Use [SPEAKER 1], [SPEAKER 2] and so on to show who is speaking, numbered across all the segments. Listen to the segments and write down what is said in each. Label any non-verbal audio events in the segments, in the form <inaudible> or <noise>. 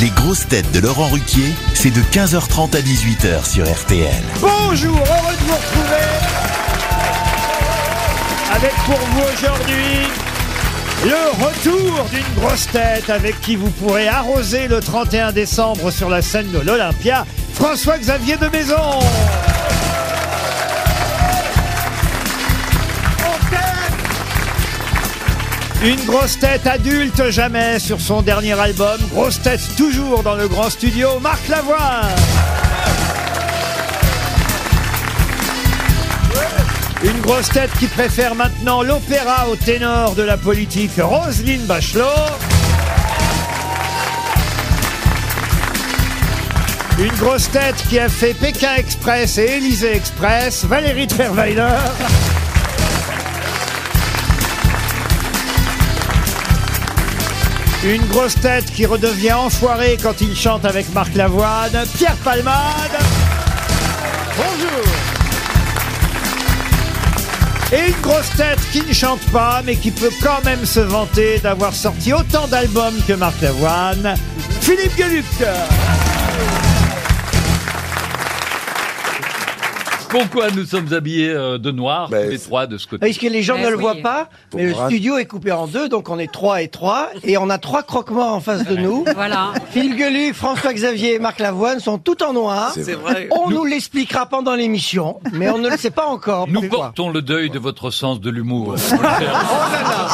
[SPEAKER 1] Les grosses têtes de Laurent Ruquier, c'est de 15h30 à 18h sur RTL.
[SPEAKER 2] Bonjour, heureux de vous retrouver avec pour vous aujourd'hui le retour d'une grosse tête avec qui vous pourrez arroser le 31 décembre sur la scène de l'Olympia, François-Xavier de Maison. Une grosse tête adulte jamais sur son dernier album, grosse tête toujours dans le grand studio, Marc Lavoine. Une grosse tête qui préfère maintenant l'opéra au ténor de la politique, Roselyne Bachelot. Une grosse tête qui a fait Pékin Express et Élysée Express, Valérie Trierweiler. Une grosse tête qui redevient enfoirée quand il chante avec Marc Lavoine, Pierre Palmade. Bonjour et une grosse tête qui ne chante pas, mais qui peut quand même se vanter d'avoir sorti autant d'albums que Marc Lavoine, Philippe Gueluc.
[SPEAKER 3] Pourquoi nous sommes habillés euh, de noir, tous les trois de ce côté
[SPEAKER 4] Parce que les gens
[SPEAKER 5] Eh
[SPEAKER 3] Ben
[SPEAKER 4] ne le
[SPEAKER 5] oui.
[SPEAKER 4] voient pas, mais le
[SPEAKER 6] bras.
[SPEAKER 4] studio est coupé en deux, donc on est trois et trois, et on a trois croquements en face de nous.
[SPEAKER 5] Voilà.
[SPEAKER 4] Phil Gueluc, François-Xavier et Marc Lavoine sont tout en noir.
[SPEAKER 6] C'est
[SPEAKER 7] vrai.
[SPEAKER 4] On nous, l'expliquera pendant l'émission, mais on ne le sait pas encore.
[SPEAKER 3] Nous
[SPEAKER 4] pourquoi.
[SPEAKER 3] portons le deuil de votre sens de l'humour.
[SPEAKER 4] Oh là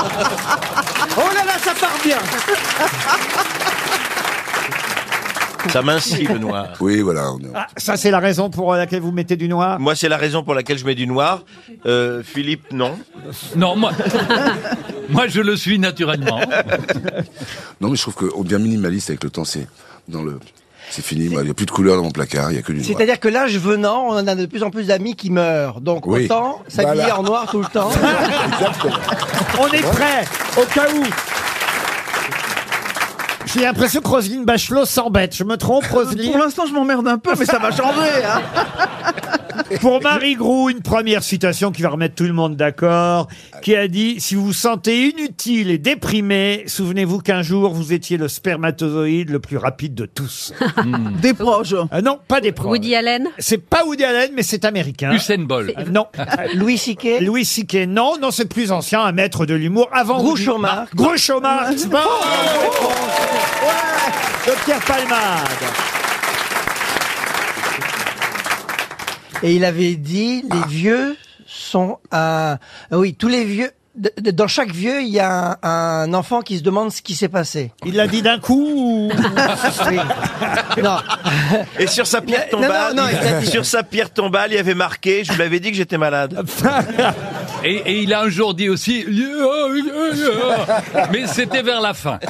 [SPEAKER 4] là, ça part bien
[SPEAKER 8] Ça m'incie le noir.
[SPEAKER 6] Oui, voilà. on est-
[SPEAKER 2] Ah, ça, c'est la raison pour laquelle vous mettez du noir
[SPEAKER 8] Moi, c'est la raison pour laquelle je mets du noir. Euh, Philippe, non.
[SPEAKER 3] non,
[SPEAKER 8] <laughs>
[SPEAKER 3] moi, moi, je le suis naturellement.
[SPEAKER 6] <laughs> Non, mais je trouve qu'on devient minimaliste avec le temps. C'est dans le, c'est fini. moi, Il n'y a plus de couleurs dans mon placard. Il n'y a que du noir.
[SPEAKER 4] C'est-à-dire que l'âge venant, on en a de plus en plus d'amis qui meurent. Donc
[SPEAKER 6] Oui.
[SPEAKER 4] autant s'habiller
[SPEAKER 6] Voilà.
[SPEAKER 4] en noir tout le
[SPEAKER 6] <laughs>
[SPEAKER 4] temps.
[SPEAKER 2] On est prêt, au cas où. J'ai l'impression que Roselyne Bachelot s'embête. Je me trompe,
[SPEAKER 7] <laughs> Pour
[SPEAKER 2] Roselyne
[SPEAKER 7] l'instant, je m'emmerde un peu, mais ça va changer. Hein
[SPEAKER 2] <laughs> Pour Marie Groux, une première citation qui va remettre tout le monde d'accord, qui a dit « Si vous vous sentez inutile et déprimé, souvenez-vous qu'un jour, vous étiez le spermatozoïde le plus rapide de
[SPEAKER 5] <laughs>
[SPEAKER 2] tous.
[SPEAKER 7] Des proches. »
[SPEAKER 2] Ah Non, pas des preuves.
[SPEAKER 5] Hmm. Woody Allen
[SPEAKER 2] C'est pas Woody Allen, mais c'est américain.
[SPEAKER 3] Usain Bolt.
[SPEAKER 2] Euh,
[SPEAKER 5] <laughs>
[SPEAKER 2] Non.
[SPEAKER 4] Louis Siquet,
[SPEAKER 2] Louis C.K. Non, non, c'est plus ancien, un maître de l'humour avant.
[SPEAKER 4] Groucho
[SPEAKER 2] Woody- Ah,
[SPEAKER 4] Marx.
[SPEAKER 2] Groucho
[SPEAKER 5] <laughs>
[SPEAKER 2] Marx. Bonne réponse. Ouais, de Pierre Palmade.
[SPEAKER 4] et il avait dit les vieux sont un... Ah Oui, tous les vieux... de- de- Dans chaque vieux, il y a un, un enfant qui se demande ce qui s'est passé.
[SPEAKER 2] Il l'a dit d'un coup. ou-
[SPEAKER 4] <laughs> Oui. Non,
[SPEAKER 8] Et sur sa pierre
[SPEAKER 4] Non, non,
[SPEAKER 8] tombale,
[SPEAKER 4] non, il a dit-
[SPEAKER 8] sur sa pierre tombale, il y avait marqué, je vous l'avais dit que j'étais malade.
[SPEAKER 3] <laughs> Et, et il a un jour dit aussi, Oh, mais c'était vers la fin.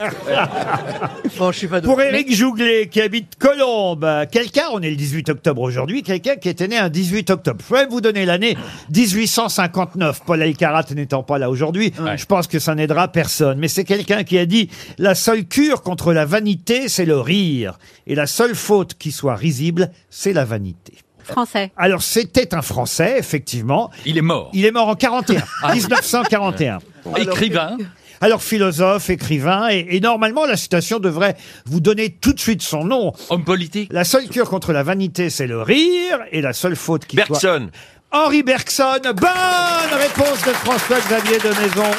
[SPEAKER 4] bon, Oh, je suis pas doué.
[SPEAKER 2] Pour Éric Jouglet, qui habite Colombes, quelqu'un, on est le 18 octobre aujourd'hui, quelqu'un qui était né un 18 octobre. Je vais vous donner l'année 1859. Paul Elkarat n'étant pas là aujourd'hui,
[SPEAKER 3] Ouais.
[SPEAKER 2] je pense que ça n'aidera personne. Mais c'est quelqu'un qui a dit « La seule cure contre la vanité, c'est le rire. Et la seule faute qui soit risible, c'est la vanité. » <laughs>
[SPEAKER 5] Français.
[SPEAKER 2] Alors c'était un Français, effectivement.
[SPEAKER 3] Il est mort.
[SPEAKER 2] Il est mort en
[SPEAKER 3] <laughs>
[SPEAKER 2] 41, 1941.
[SPEAKER 3] Ah. Écrivain.
[SPEAKER 2] Alors philosophe, écrivain, et, et normalement la citation devrait vous donner tout de suite son nom.
[SPEAKER 3] Homme politique.
[SPEAKER 2] La seule cure contre la vanité, c'est le rire, et la seule faute qui soit...
[SPEAKER 8] Bergson.
[SPEAKER 2] Henri Bergson, bonne réponse de François-Xavier de Maison.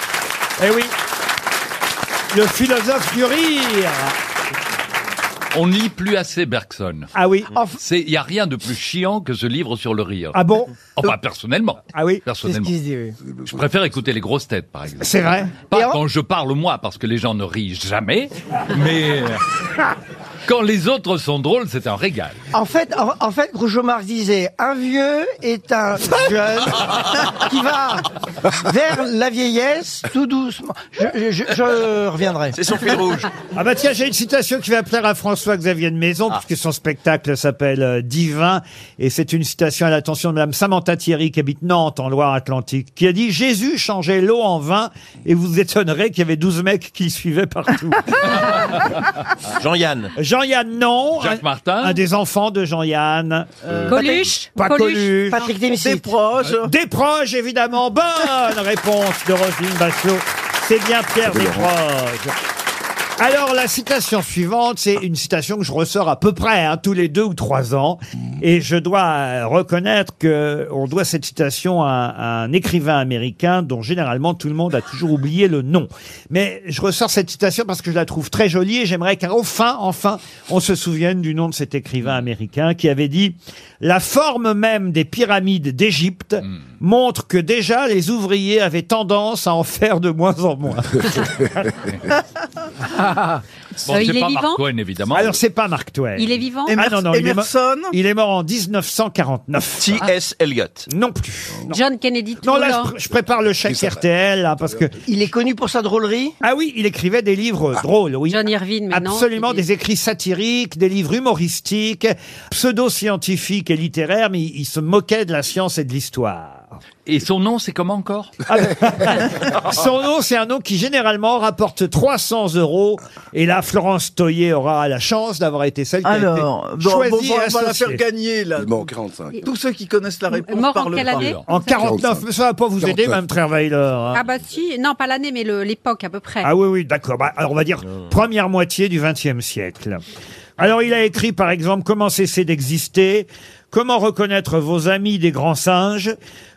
[SPEAKER 2] Eh oui, le philosophe du rire.
[SPEAKER 3] On lit plus assez Bergson. Hmm.
[SPEAKER 2] Ah oui, enfin-
[SPEAKER 3] C'est, il y a rien de plus chiant que ce livre sur le rire.
[SPEAKER 2] ah bon,
[SPEAKER 3] Enfin, personnellement.
[SPEAKER 2] ah oui,
[SPEAKER 4] C'est ce
[SPEAKER 3] Personnellement.
[SPEAKER 4] qu'il se dit, oui.
[SPEAKER 3] Je préfère écouter les grosses têtes, par exemple.
[SPEAKER 2] c'est vrai.
[SPEAKER 4] Et
[SPEAKER 3] Pas
[SPEAKER 4] en-
[SPEAKER 3] quand je parle moi, parce que les gens ne rient jamais, mais euh, quand les autres sont drôles, c'est un régal.
[SPEAKER 4] En fait, en, en fait, Groucho Marx disait un vieux est un
[SPEAKER 2] <laughs>
[SPEAKER 4] jeune <laughs> qui va vers la vieillesse tout doucement. Je, je- je reviendrai.
[SPEAKER 8] C'est son fil rouge.
[SPEAKER 2] Ah bah tiens, j'ai une citation qui va plaire à François-Xavier de Maison,
[SPEAKER 8] Ah.
[SPEAKER 2] puisque son spectacle s'appelle euh, Divin, et c'est une citation à l'attention de Madame Samantha Thierry, qui habite Nantes, en Loire-Atlantique, qui a dit « Jésus changeait l'eau en vin, et vous vous étonnerez qu'il y avait 12 mecs qui le suivaient partout.
[SPEAKER 8] Jean-Yann. »
[SPEAKER 2] Jean-Yann, non
[SPEAKER 3] Jacques
[SPEAKER 2] un,
[SPEAKER 3] Martin.
[SPEAKER 2] un des enfants de Jean-Yann.
[SPEAKER 5] Coluche
[SPEAKER 2] Pas Coluche.
[SPEAKER 4] Euh, Patrick Dempsey. Euh.
[SPEAKER 7] Des proches.
[SPEAKER 2] Des proches, évidemment. Bonne réponse de Roselyne Bachelot. C'est bien Pierre
[SPEAKER 6] C'était Laurent.
[SPEAKER 2] Desproges. Alors, la citation suivante, c'est une citation que je ressors à peu près hein, tous les deux ou trois ans. Et je dois euh, reconnaître que on doit cette citation à, à un écrivain américain dont généralement tout le monde a toujours oublié le nom. Mais je ressors cette citation parce que je la trouve très jolie et j'aimerais qu'enfin, enfin, on se souvienne du nom de cet écrivain américain qui avait dit « La forme même des pyramides d'Égypte montre que déjà les ouvriers avaient tendance à en faire de moins en moins. » <laughs>
[SPEAKER 3] Bon,
[SPEAKER 5] Euh,
[SPEAKER 3] c'est
[SPEAKER 5] il est
[SPEAKER 3] pas
[SPEAKER 5] vivant
[SPEAKER 3] Mark Twain, évidemment.
[SPEAKER 2] Alors, c'est pas Mark Twain.
[SPEAKER 5] Il est vivant
[SPEAKER 2] Ah non, non, il est, mort,
[SPEAKER 7] Emerson
[SPEAKER 2] il est mort en 1949.
[SPEAKER 8] T.S. Eliot.
[SPEAKER 2] Non plus. hein. Non,
[SPEAKER 5] John Kennedy
[SPEAKER 2] Non, Oh, là, je,
[SPEAKER 5] Toulon.
[SPEAKER 2] pr- je prépare le chèque
[SPEAKER 6] Oui, ça va.
[SPEAKER 2] RTL, là, parce que...
[SPEAKER 4] Il est connu pour sa drôlerie Ah.
[SPEAKER 2] Ah oui, il écrivait des livres drôles, oui.
[SPEAKER 5] John Irvine, maintenant.
[SPEAKER 2] Absolument,
[SPEAKER 5] qui dit-
[SPEAKER 2] des écrits satiriques, des livres humoristiques, pseudo-scientifiques et littéraires, mais il il se moquait de la science et de l'histoire. Ah ben,
[SPEAKER 3] Et son nom, c'est comment encore
[SPEAKER 2] <laughs> Son nom, c'est un nom qui généralement rapporte 300 euros. Et là, Florence Toyer aura la chance d'avoir été celle qui a
[SPEAKER 7] Alors,
[SPEAKER 2] été
[SPEAKER 7] bon,
[SPEAKER 2] choisie
[SPEAKER 7] bon, on
[SPEAKER 2] et
[SPEAKER 7] va la
[SPEAKER 2] associée.
[SPEAKER 7] faire gagner, là.
[SPEAKER 6] Il est mort en 45.
[SPEAKER 7] Tous ceux qui connaissent la réponse
[SPEAKER 5] Mort en
[SPEAKER 7] parlent
[SPEAKER 5] quelle
[SPEAKER 7] pas.
[SPEAKER 5] année
[SPEAKER 2] En 49,
[SPEAKER 6] 45.
[SPEAKER 2] mais ça va pas vous aider,
[SPEAKER 6] 49.
[SPEAKER 2] Mme Travailleur. hein.
[SPEAKER 5] Ah bah si, non, pas l'année, mais le- l'époque à peu près.
[SPEAKER 2] Ah oui, oui, d'accord. Bah, alors on va dire première moitié du XXe siècle. Alors il a écrit par exemple Comment cesser d'exister Comment reconnaître vos amis des grands singes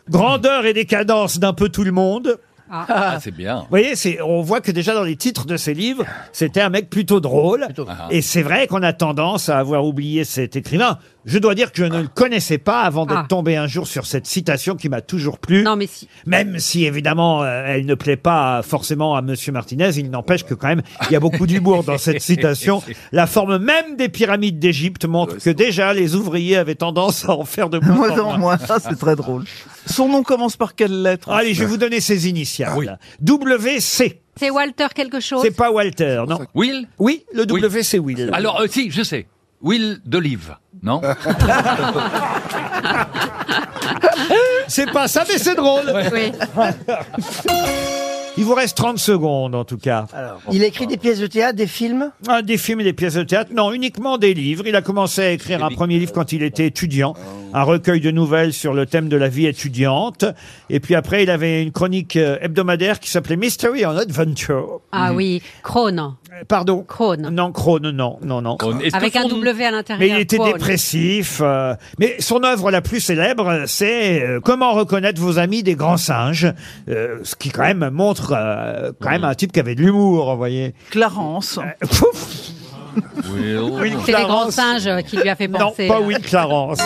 [SPEAKER 2] Grandeur et décadence d'un peu tout le monde.
[SPEAKER 3] Ah, c'est bien.
[SPEAKER 2] Vous voyez, c'est, on voit que déjà dans les titres de ses livres, c'était un mec plutôt drôle.
[SPEAKER 3] drôle.
[SPEAKER 2] Et c'est vrai qu'on a tendance à avoir oublié cet écrivain. Je dois dire que je ne le connaissais pas avant d'être
[SPEAKER 5] Ah.
[SPEAKER 2] tombé un jour sur cette citation qui m'a toujours plu.
[SPEAKER 5] Non, mais si.
[SPEAKER 2] Même si, évidemment, euh, elle ne plaît pas forcément à Monsieur Martinez, il n'empêche que quand même, il y a beaucoup d'humour dans cette citation. La forme même des pyramides d'Égypte montre que déjà, les ouvriers avaient tendance à en faire <laughs> de moins
[SPEAKER 7] Moi,
[SPEAKER 2] en moins.
[SPEAKER 7] non, moi, ça, c'est
[SPEAKER 5] euh,
[SPEAKER 7] très drôle. Son nom commence par quelle lettre Ah
[SPEAKER 2] Allez, je vais vous donner ses initiales. WC.
[SPEAKER 5] C'est Walter quelque chose.
[SPEAKER 2] C'est pas Walter, non
[SPEAKER 3] Will
[SPEAKER 2] Oui, le
[SPEAKER 3] Oui.
[SPEAKER 2] W, c'est Will.
[SPEAKER 3] Alors, euh, si, je sais. Will d'Olive,
[SPEAKER 2] <laughs>
[SPEAKER 3] non
[SPEAKER 2] C'est pas ça, mais c'est drôle.
[SPEAKER 5] Oui.
[SPEAKER 2] Il vous reste 30 secondes, en tout cas.
[SPEAKER 4] Il a écrit des pièces de théâtre, des films
[SPEAKER 2] Ah, des films et des pièces de théâtre, non, uniquement des livres. Il a commencé à écrire un premier livre quand il était étudiant,
[SPEAKER 7] Oh.
[SPEAKER 2] un recueil de nouvelles sur le thème de la vie étudiante. Et puis après, il avait une chronique euh, hebdomadaire qui s'appelait Mystery and Adventure.
[SPEAKER 5] Ah oui, Krone.
[SPEAKER 2] Euh, Pardon
[SPEAKER 5] Krone.
[SPEAKER 2] Non, Krone, non, non, non.
[SPEAKER 3] Est-ce que
[SPEAKER 5] Avec un
[SPEAKER 3] son-
[SPEAKER 5] W à l'intérieur.
[SPEAKER 2] Mais il était
[SPEAKER 5] Krone.
[SPEAKER 2] dépressif. euh, mais son œuvre la plus célèbre, euh, c'est euh, Comment reconnaître vos amis des grands singes, euh, ce qui quand même montre euh, quand même un type qui avait de l'humour, vous voyez.
[SPEAKER 7] Clarence. <laughs>
[SPEAKER 2] Pouf
[SPEAKER 3] Will.
[SPEAKER 2] Will
[SPEAKER 5] C'est les grands
[SPEAKER 2] Clarence.
[SPEAKER 5] singes euh, qui lui a fait
[SPEAKER 2] Non,
[SPEAKER 5] penser.
[SPEAKER 2] pas
[SPEAKER 5] euh,
[SPEAKER 2] Will Clarence.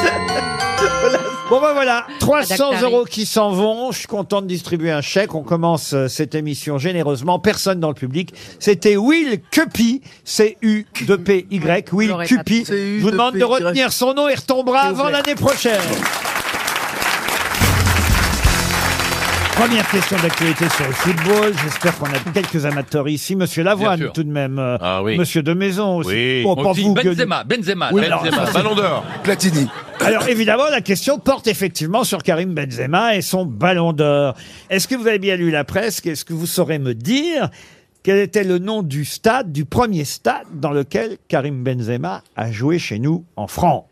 [SPEAKER 2] Bon ben voilà, 300
[SPEAKER 5] Adactari.
[SPEAKER 2] euros qui s'en vont. Je suis content de distribuer un chèque. On commence euh, cette émission généreusement. Personne dans le public. C'était Will Cupy, C-U-P-Y, Will
[SPEAKER 5] J'aurais pas
[SPEAKER 2] Cupy.
[SPEAKER 7] trouvé.
[SPEAKER 2] Je vous demande de
[SPEAKER 7] C-U-P-Y.
[SPEAKER 2] retenir son nom. Il retombera
[SPEAKER 7] C'est
[SPEAKER 2] avant
[SPEAKER 7] ouvert.
[SPEAKER 2] l'année prochaine. Première question d'actualité sur le football. J'espère qu'on a quelques amateurs ici. Monsieur
[SPEAKER 3] Bien
[SPEAKER 2] Lavoine,
[SPEAKER 3] sûr.
[SPEAKER 2] tout de même. euh,
[SPEAKER 8] Ah oui.
[SPEAKER 2] Monsieur de Maison aussi.
[SPEAKER 8] Oui.
[SPEAKER 2] Bon,
[SPEAKER 3] Mon
[SPEAKER 2] pour
[SPEAKER 3] petit
[SPEAKER 2] vous, Gueulou.
[SPEAKER 3] Benzema, Benzema,
[SPEAKER 2] Oui,
[SPEAKER 3] Benzema.
[SPEAKER 2] alors,
[SPEAKER 8] Ballon d'or.
[SPEAKER 6] Platini.
[SPEAKER 2] Alors évidemment, la question porte effectivement sur Karim Benzema et son ballon d'or. Est-ce que vous avez bien lu la presse Est-ce que vous saurez me dire quel était le nom du stade, du premier stade dans lequel Karim Benzema a joué chez nous en France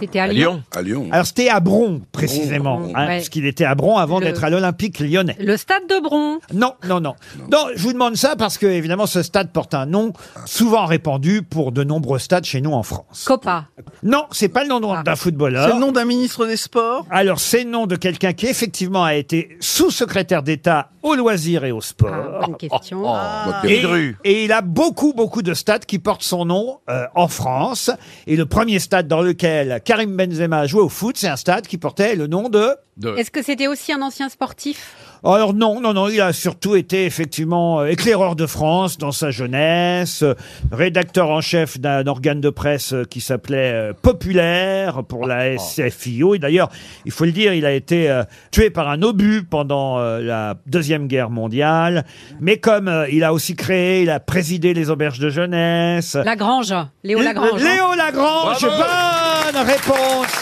[SPEAKER 5] C'était à
[SPEAKER 8] À
[SPEAKER 5] Lyon.
[SPEAKER 8] Lyon.
[SPEAKER 6] À Lyon.
[SPEAKER 2] Alors c'était à Bron précisément,
[SPEAKER 6] Bron,
[SPEAKER 2] hein,
[SPEAKER 5] Ouais.
[SPEAKER 2] parce qu'il était à Bron avant
[SPEAKER 5] Le-
[SPEAKER 2] d'être à l'Olympique lyonnais.
[SPEAKER 5] Le stade de Bron.
[SPEAKER 2] Non, non, non, non. je vous demande ça parce que évidemment ce stade porte un nom
[SPEAKER 6] Ah.
[SPEAKER 2] souvent répandu pour de nombreux stades chez nous en France.
[SPEAKER 5] Copa.
[SPEAKER 2] Non, c'est pas le nom d'un
[SPEAKER 5] Ah.
[SPEAKER 2] footballeur.
[SPEAKER 7] C'est le nom d'un ministre des Sports
[SPEAKER 2] Alors, c'est le nom de quelqu'un qui, effectivement, a été sous-secrétaire d'État aux loisirs et au
[SPEAKER 5] Ah,
[SPEAKER 2] sport.
[SPEAKER 5] bonne question.
[SPEAKER 6] Moi,
[SPEAKER 2] Et,
[SPEAKER 8] Pedru.
[SPEAKER 2] et il a beaucoup, beaucoup de stades qui portent son nom euh, en France. Et le premier stade dans lequel Karim Benzema a joué au foot, c'est un stade qui portait le nom de...
[SPEAKER 3] De-
[SPEAKER 5] Est-ce que c'était aussi un ancien sportif
[SPEAKER 2] Alors non, non, non, il a surtout été effectivement euh, éclaireur de France dans sa jeunesse, euh, rédacteur en chef d'un organe de presse euh, qui s'appelait euh, Populaire pour la SFIO. Et d'ailleurs, il faut le dire, il a été euh, tué par un obus pendant euh, la Deuxième Guerre mondiale. Mais comme euh, il a aussi créé, il a présidé les auberges de jeunesse.
[SPEAKER 5] Lagrange. Léo Lagrange. hein.
[SPEAKER 2] Léo Lagrange, bonne réponse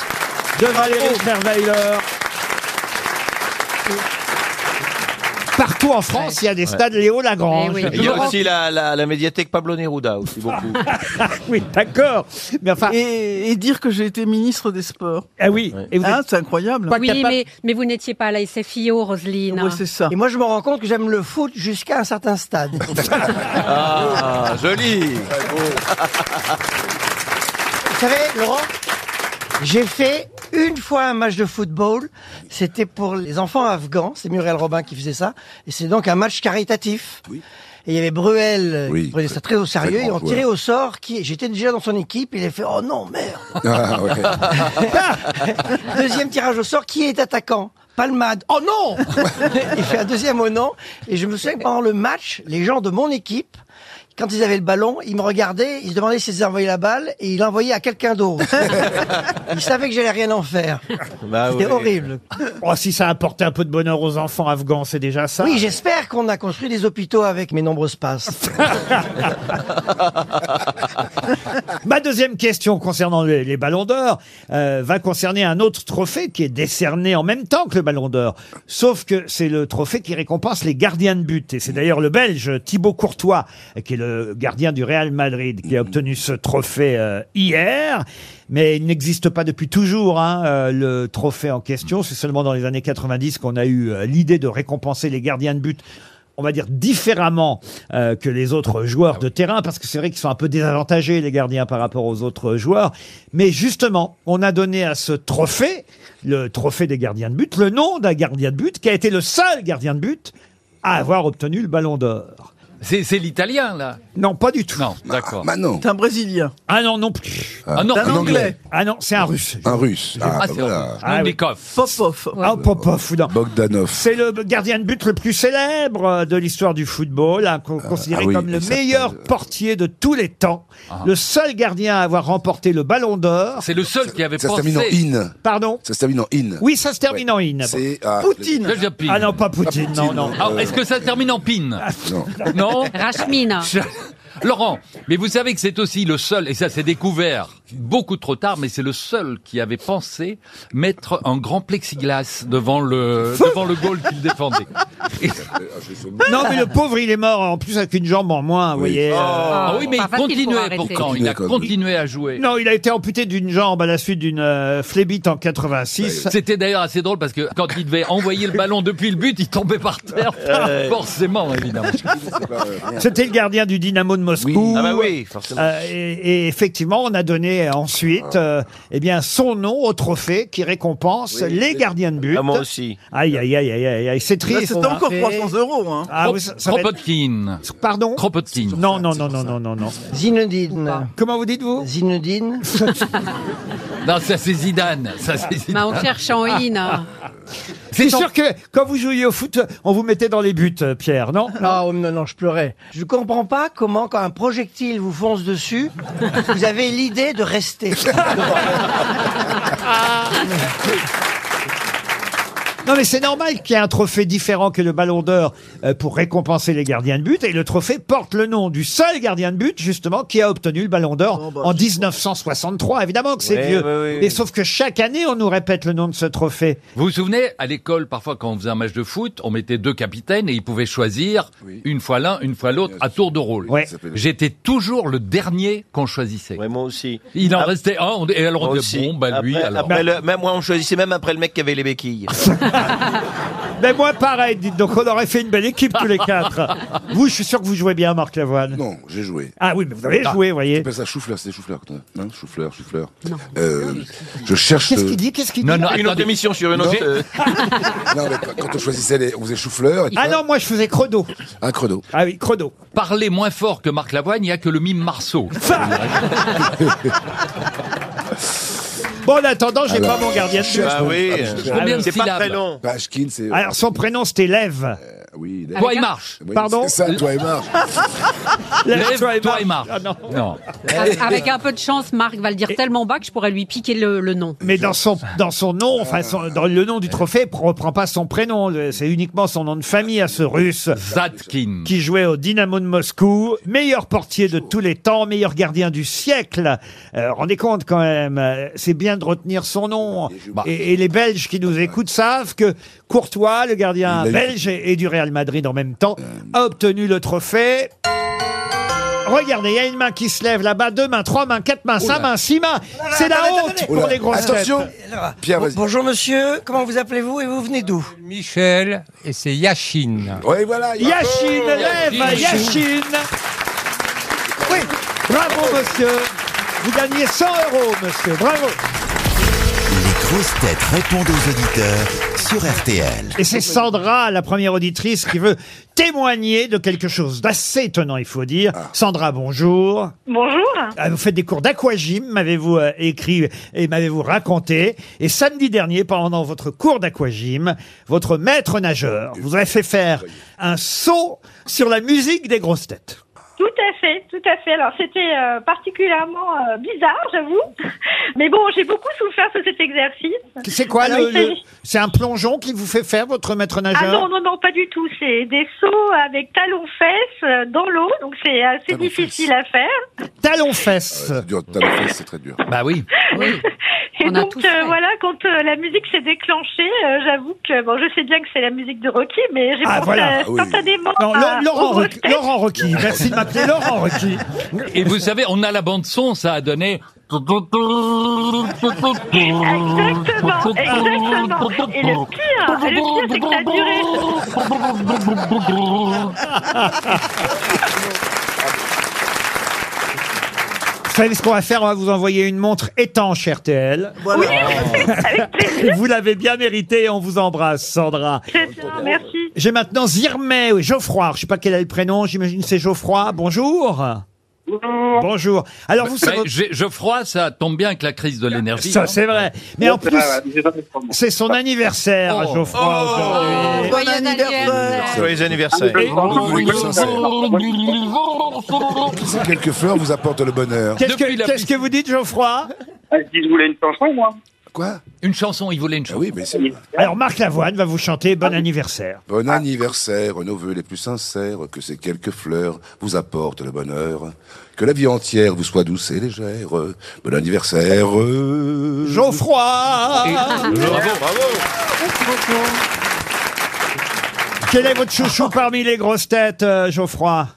[SPEAKER 2] de Valérie Trierweiler. Par partout en France, il y a des stades Léo Lagrange.
[SPEAKER 5] Eh oui.
[SPEAKER 8] Il y a aussi la, la, la médiathèque Pablo Neruda, aussi beaucoup.
[SPEAKER 2] oui, d'accord. Mais enfin,
[SPEAKER 7] Et, et dire que j'ai été ministre des Sports.
[SPEAKER 2] ah oui. Et vous êtes
[SPEAKER 7] Hein, c'est incroyable.
[SPEAKER 2] pas
[SPEAKER 5] Oui,
[SPEAKER 2] capable-
[SPEAKER 5] mais, mais vous n'étiez pas à la SFIO, Roselyne.
[SPEAKER 7] Ouais, c'est ça.
[SPEAKER 4] Et moi, je me rends compte que j'aime le foot jusqu'à un certain
[SPEAKER 6] <laughs>
[SPEAKER 4] stade.
[SPEAKER 8] Ah, joli
[SPEAKER 4] Vous savez, Laurent, j'ai fait une fois un match de football. C'était pour les enfants afghans. C'est Muriel Robin qui faisait ça. Et c'est donc un match caritatif.
[SPEAKER 6] Oui.
[SPEAKER 4] Et il y avait Bruel euh,
[SPEAKER 6] Oui,
[SPEAKER 4] qui prenait ça très au sérieux
[SPEAKER 6] très
[SPEAKER 4] et
[SPEAKER 6] grand
[SPEAKER 4] on tirait
[SPEAKER 6] joueur.
[SPEAKER 4] au sort qui j'étais déjà dans son équipe et il a fait oh non merde
[SPEAKER 6] Ah, ouais.
[SPEAKER 4] Ah. deuxième tirage au sort qui est attaquant Palmade oh
[SPEAKER 2] <laughs>
[SPEAKER 4] non il fait un deuxième au non et je me souviens que pendant le match les gens de mon équipe quand ils avaient le ballon, ils me regardaient, ils se demandaient s'ils avaient envoyé la balle, et ils l'envoyaient à quelqu'un
[SPEAKER 2] <laughs>
[SPEAKER 4] d'autre. ils savaient que j'allais rien en faire.
[SPEAKER 8] Bah
[SPEAKER 4] C'était
[SPEAKER 8] oui.
[SPEAKER 4] horrible.
[SPEAKER 2] Oh, si ça apportait un peu de bonheur aux enfants afghans, c'est déjà ça.
[SPEAKER 4] Oui, j'espère qu'on a construit des hôpitaux avec mes nombreuses passes.
[SPEAKER 2] <laughs> Ma deuxième question concernant les, les ballons d'or euh, va concerner un autre trophée qui est décerné en même temps que le ballon d'or. Sauf que c'est le trophée qui récompense les gardiens de but. Et c'est d'ailleurs le Belge Thibaut Courtois, euh, qui est le gardien du Real Madrid, qui a obtenu ce trophée euh, hier. Mais il n'existe pas depuis toujours hein, euh, le trophée en question. C'est seulement dans les années 90 qu'on a eu euh, l'idée de récompenser les gardiens de but on va dire différemment euh, que les autres joueurs
[SPEAKER 7] Ah
[SPEAKER 2] de terrain parce que c'est vrai qu'ils sont un peu désavantagés les gardiens par rapport aux autres joueurs mais justement on a donné à ce trophée le trophée des gardiens de but le nom d'un gardien de but qui a été le seul gardien de but à avoir obtenu le ballon d'or
[SPEAKER 3] C'est c'est l'italien, là
[SPEAKER 2] non pas du tout
[SPEAKER 3] Non, d'accord.
[SPEAKER 6] Manon,
[SPEAKER 7] C'est un Brésilien.
[SPEAKER 2] ah non non plus
[SPEAKER 3] Ah non,
[SPEAKER 7] C'est un Anglais.
[SPEAKER 2] ah non c'est un russe
[SPEAKER 6] un russe. Ah,
[SPEAKER 3] Ah,
[SPEAKER 6] bah
[SPEAKER 3] c'est
[SPEAKER 6] voilà.
[SPEAKER 3] voilà.
[SPEAKER 2] Ah oui.
[SPEAKER 7] Popov.
[SPEAKER 2] ah Popov non.
[SPEAKER 6] Bogdanov.
[SPEAKER 2] C'est le gardien de but le plus célèbre euh, de l'histoire du football, hein, qu'on considéré
[SPEAKER 6] ah oui,
[SPEAKER 2] comme le
[SPEAKER 6] il s'appelle,
[SPEAKER 2] meilleur
[SPEAKER 6] euh, Ah.
[SPEAKER 2] portier de tous les temps, le seul gardien à avoir remporté le Ballon d'Or.
[SPEAKER 3] C'est le seul qui avait
[SPEAKER 6] Ça se
[SPEAKER 3] pensé...
[SPEAKER 6] termine en in.
[SPEAKER 2] Pardon
[SPEAKER 6] Ça se termine en in.
[SPEAKER 2] Oui, ça se termine
[SPEAKER 6] Ouais.
[SPEAKER 2] en in.
[SPEAKER 6] C'est ah,
[SPEAKER 7] Poutine.
[SPEAKER 3] Là, je dis pin.
[SPEAKER 2] Ah non, pas Poutine,
[SPEAKER 6] Poutine,
[SPEAKER 2] non, Ah, non.
[SPEAKER 6] non.
[SPEAKER 3] Ah, Est-ce que ça se termine en pin
[SPEAKER 6] non.
[SPEAKER 3] <laughs>
[SPEAKER 5] <laughs>
[SPEAKER 3] Non
[SPEAKER 2] <laughs>
[SPEAKER 5] Rachmina.
[SPEAKER 3] Je- Laurent, mais vous savez que c'est aussi le seul, et ça c'est découvert beaucoup trop tard, mais c'est le seul qui avait pensé mettre un grand plexiglas devant le, devant le goal qu'il
[SPEAKER 6] <laughs>
[SPEAKER 3] défendait.
[SPEAKER 2] Non, mais le pauvre, il est mort en plus avec une jambe en moins, vous
[SPEAKER 6] Euh, Oui. Oh.
[SPEAKER 2] voyez. euh.
[SPEAKER 3] Ah oui, mais
[SPEAKER 5] Pas
[SPEAKER 3] il
[SPEAKER 5] facile pour
[SPEAKER 3] continuait
[SPEAKER 5] arrêter.
[SPEAKER 3] pourtant, il a
[SPEAKER 6] Continuait,
[SPEAKER 3] continué à jouer.
[SPEAKER 2] Non, il a été amputé d'une jambe à la suite d'une euh, flébite en 86.
[SPEAKER 3] C'était d'ailleurs assez drôle parce que quand il devait envoyer le ballon depuis le but, il tombait par terre, forcément évidemment.
[SPEAKER 2] C'était le gardien du Dynamo de Moscou.
[SPEAKER 8] Ah bah euh, oui, forcément. Ah.
[SPEAKER 2] Euh, et, et effectivement, on a donné euh, ensuite euh, eh bien, son nom au trophée qui récompense les gardiens de but.
[SPEAKER 8] Ah, moi aussi.
[SPEAKER 2] Aïe, aïe, aïe, aïe, aïe, aïe. c'est
[SPEAKER 7] Là,
[SPEAKER 2] triste. hein.
[SPEAKER 7] c'était encore 300 euros. Hein.
[SPEAKER 2] Ah oui, ça, ça va être-
[SPEAKER 3] Kropotkin.
[SPEAKER 2] Pardon
[SPEAKER 3] Kropotkin.
[SPEAKER 2] Non, non, non, non, non, non, non.
[SPEAKER 4] Zinedine.
[SPEAKER 2] Comment vous dites-vous <laughs>
[SPEAKER 4] Zinedine.
[SPEAKER 3] Non, ça c'est Zidane. Ça c'est
[SPEAKER 5] Bah,
[SPEAKER 3] Zidane.
[SPEAKER 5] on cherche en in. hein.
[SPEAKER 2] C'est sûr que quand vous jouiez au foot, on vous mettait dans les buts, euh, Pierre, non
[SPEAKER 4] <laughs> Ah oh, non, non, je pleurais. Je comprends pas comment, quand un projectile vous fonce dessus, <laughs> vous avez l'idée de <laughs> rester.
[SPEAKER 2] Non, mais c'est normal qu'il y ait un trophée différent que le Ballon d'Or euh, pour récompenser les gardiens de but. Et le trophée porte le nom du seul gardien de but, justement, qui a obtenu le Ballon d'Or
[SPEAKER 7] Oh, bah,
[SPEAKER 2] en
[SPEAKER 7] je sais
[SPEAKER 2] 1963. Évidemment que c'est
[SPEAKER 8] Ouais,
[SPEAKER 2] vieux.
[SPEAKER 8] ouais, ouais,
[SPEAKER 2] Et
[SPEAKER 8] ouais.
[SPEAKER 2] sauf que chaque année, on nous répète le nom de ce trophée.
[SPEAKER 3] Vous vous souvenez, à l'école, parfois, quand on faisait un match de foot, on mettait deux capitaines et ils pouvaient choisir
[SPEAKER 6] Oui.
[SPEAKER 3] une fois l'un, une fois l'autre, à tour de rôle.
[SPEAKER 2] Ouais.
[SPEAKER 6] Ça s'appelle-
[SPEAKER 3] J'étais toujours le dernier qu'on choisissait.
[SPEAKER 8] Ouais, moi aussi.
[SPEAKER 3] <laughs> Il en
[SPEAKER 8] Ah,
[SPEAKER 3] restait un, on- et alors
[SPEAKER 8] moi
[SPEAKER 3] on
[SPEAKER 8] aussi.
[SPEAKER 3] disait, bon, bah lui,
[SPEAKER 8] Après-
[SPEAKER 3] alors.
[SPEAKER 8] après le- même moi, on choisissait même après le mec qui avait les
[SPEAKER 3] <laughs>
[SPEAKER 8] béquilles.
[SPEAKER 2] Mais moi, pareil, dites donc, on aurait fait une belle équipe tous les quatre.
[SPEAKER 8] <laughs>
[SPEAKER 2] Vous, je suis sûr que vous jouez bien, Marc Lavoine.
[SPEAKER 6] Non, j'ai joué.
[SPEAKER 2] Ah oui, mais vous avez joué, vous voyez.
[SPEAKER 6] Tu appelles ça chou-fleur, c'est chou-fleur. toi, Hein chou-fleur, chou-fleur. Euh, je cherche.
[SPEAKER 2] Qu'est-ce
[SPEAKER 6] euh,
[SPEAKER 2] qu'il dit Qu'est-ce qu'il dit
[SPEAKER 3] Non, non,
[SPEAKER 8] Une autre
[SPEAKER 3] attendez.
[SPEAKER 8] émission sur une autre. euh,
[SPEAKER 6] <laughs> Non, mais quand- quand on choisissait les. On faisait chou-fleur et
[SPEAKER 2] Ah non, moi, je faisais Credo.
[SPEAKER 6] un credo.
[SPEAKER 2] Ah oui, Credo.
[SPEAKER 3] Parler moins fort que Marc Lavoine, il n'y a que le mime Marceau.
[SPEAKER 2] <laughs> Bon, en attendant, j'ai pas
[SPEAKER 6] Alors, Ah,
[SPEAKER 2] mon gardien de but.
[SPEAKER 8] Bah oui.
[SPEAKER 3] Ah Combien de
[SPEAKER 8] C'est pas
[SPEAKER 3] syllabes
[SPEAKER 8] très long.
[SPEAKER 6] Pashkin, Bah, c'est.
[SPEAKER 2] Alors, son prénom, c'était Lève.
[SPEAKER 6] Euh, oui, il est-
[SPEAKER 3] Toi, il marche.
[SPEAKER 6] Oui,
[SPEAKER 2] pardon
[SPEAKER 6] C'est ça, toi et marche.
[SPEAKER 3] Lève, toi, il marche.
[SPEAKER 2] Ah non.
[SPEAKER 3] Non.
[SPEAKER 5] Avec un peu de chance, Marc va le dire tellement bas que je pourrais lui piquer le, le nom.
[SPEAKER 2] Mais dans son, dans son nom, enfin, son- dans le nom du
[SPEAKER 6] Euh.
[SPEAKER 2] trophée, on reprend pas son prénom. le- C'est uniquement son nom de famille à ce russe.
[SPEAKER 3] Zadkine.
[SPEAKER 2] qui jouait au Dynamo de Moscou, meilleur portier de tous les temps, meilleur gardien du siècle. Euh, rendez compte quand même, euh, c'est bien de retenir son nom.
[SPEAKER 6] Et je-
[SPEAKER 2] Et, et les Belges qui nous écoutent savent que Courtois, le gardien
[SPEAKER 6] Il a eu-
[SPEAKER 2] belge et et du Real Madrid en même temps, a obtenu le trophée. Regardez, il y a une main qui se lève là-bas, deux mains, trois mains, quatre mains,
[SPEAKER 6] Oh
[SPEAKER 2] cinq mains, six mains. C'est la
[SPEAKER 4] attendez,
[SPEAKER 2] honte
[SPEAKER 4] attendez.
[SPEAKER 2] pour
[SPEAKER 6] Oula.
[SPEAKER 2] les grosses têtes.
[SPEAKER 6] oh Attention
[SPEAKER 4] Alors,
[SPEAKER 6] Pierre,
[SPEAKER 4] bon-
[SPEAKER 6] vas-y.
[SPEAKER 4] bonjour monsieur, comment vous appelez-vous et vous venez d'où
[SPEAKER 9] Michel et c'est Yachine.
[SPEAKER 6] Ouais, voilà. il y a-
[SPEAKER 2] Yachine,
[SPEAKER 10] hein,
[SPEAKER 4] <laughs>
[SPEAKER 2] lève Yachine Oui, bravo monsieur Vous gagnez 100 euros monsieur, bravo
[SPEAKER 1] Les grosses têtes répondent aux auditeurs sur RTL.
[SPEAKER 2] Et c'est Sandra, la première auditrice, qui veut témoigner de quelque chose d'assez étonnant, il faut dire. Sandra, bonjour.
[SPEAKER 11] Bonjour.
[SPEAKER 2] Ah, Vous faites des cours d'aquagym, m'avez-vous euh, écrit et m'avez-vous raconté. Et samedi dernier, pendant votre cours d'aquagym, votre maître nageur vous a fait faire un saut sur la musique des grosses têtes.
[SPEAKER 11] Tout à fait, tout à fait. Alors c'était euh, particulièrement euh, bizarre, j'avoue. <laughs> Mais bon, j'ai beaucoup souffert de cet exercice. Ah,
[SPEAKER 2] C'est quoi
[SPEAKER 11] Alors,
[SPEAKER 2] le,
[SPEAKER 11] il s'agit-
[SPEAKER 2] le- C'est un plongeon qui vous fait faire votre maître
[SPEAKER 11] Ah non,
[SPEAKER 2] nageur
[SPEAKER 11] non, non, pas du tout. C'est des sauts avec talons-fesses euh, dans l'eau, donc c'est assez
[SPEAKER 6] Talons-fesses.
[SPEAKER 11] difficile à faire.
[SPEAKER 2] Talon-fesse.
[SPEAKER 6] Ah C'est dur, t'as la fesse, c'est très dur.
[SPEAKER 3] Bah oui.
[SPEAKER 12] Oui.
[SPEAKER 11] Et
[SPEAKER 12] On a
[SPEAKER 11] donc
[SPEAKER 12] tout fait.
[SPEAKER 11] euh, voilà, quand euh, la musique s'est déclenchée, euh, j'avoue que bon, je sais bien que c'est la musique de Rocky, mais j'ai
[SPEAKER 2] Ah,
[SPEAKER 11] pensé
[SPEAKER 2] voilà.
[SPEAKER 11] euh,
[SPEAKER 6] Ah oui.
[SPEAKER 11] spontanément
[SPEAKER 2] Non,
[SPEAKER 11] à-
[SPEAKER 2] Lo- Laurent,
[SPEAKER 11] aux grosses
[SPEAKER 2] Roqui-
[SPEAKER 11] têtes.
[SPEAKER 2] Laurent Rocky. Merci de m'appeler Laurent Rocky.
[SPEAKER 3] Et vous savez, on a la bande son, ça a donné.
[SPEAKER 11] Exactement, exactement. Et le pire, le pire, c'est que ça a duré.
[SPEAKER 2] Vous savez ce qu'on va faire On va vous envoyer une montre étanche RTL.
[SPEAKER 7] Voilà.
[SPEAKER 2] Et vous l'avez bien mérité. On vous embrasse, Sandra.
[SPEAKER 11] Très bien, merci.
[SPEAKER 2] J'ai maintenant Zirmay, oui, Geoffroy. Alors, Je sais pas quel est le prénom. J'imagine c'est Geoffroy. Bonjour. Bonjour. Alors vous savez.
[SPEAKER 3] Mais Ge- Geoffroy, ça tombe bien avec la crise de l'énergie.
[SPEAKER 2] Ça,
[SPEAKER 3] hein.
[SPEAKER 2] c'est vrai. Mais en plus, c'est son anniversaire,
[SPEAKER 3] Oh.
[SPEAKER 2] Geoffroy, aujourd'hui.
[SPEAKER 7] Bon anniversaire.
[SPEAKER 10] Joyeux anniversaire.
[SPEAKER 6] Ces quelques fleurs vous apportent le bonheur.
[SPEAKER 2] Qu'est-ce que,
[SPEAKER 3] Depuis la
[SPEAKER 2] qu'est-ce que vous dites, Geoffroy
[SPEAKER 6] Quoi
[SPEAKER 3] Une chanson, il voulait une
[SPEAKER 6] Ah
[SPEAKER 3] chanson.
[SPEAKER 6] oui, mais c'est
[SPEAKER 2] Alors, Marc Lavoine va vous chanter
[SPEAKER 13] Ah
[SPEAKER 2] Bon anniversaire.
[SPEAKER 6] bon anniversaire, nos voeux les plus sincères, que ces quelques fleurs vous apportent le bonheur, que la vie entière vous soit douce et légère. Bon anniversaire.
[SPEAKER 2] Geoffroy
[SPEAKER 10] Bravo, bravo.
[SPEAKER 2] Quel est votre
[SPEAKER 13] <laughs>
[SPEAKER 2] chouchou parmi les grosses têtes, euh, Geoffroy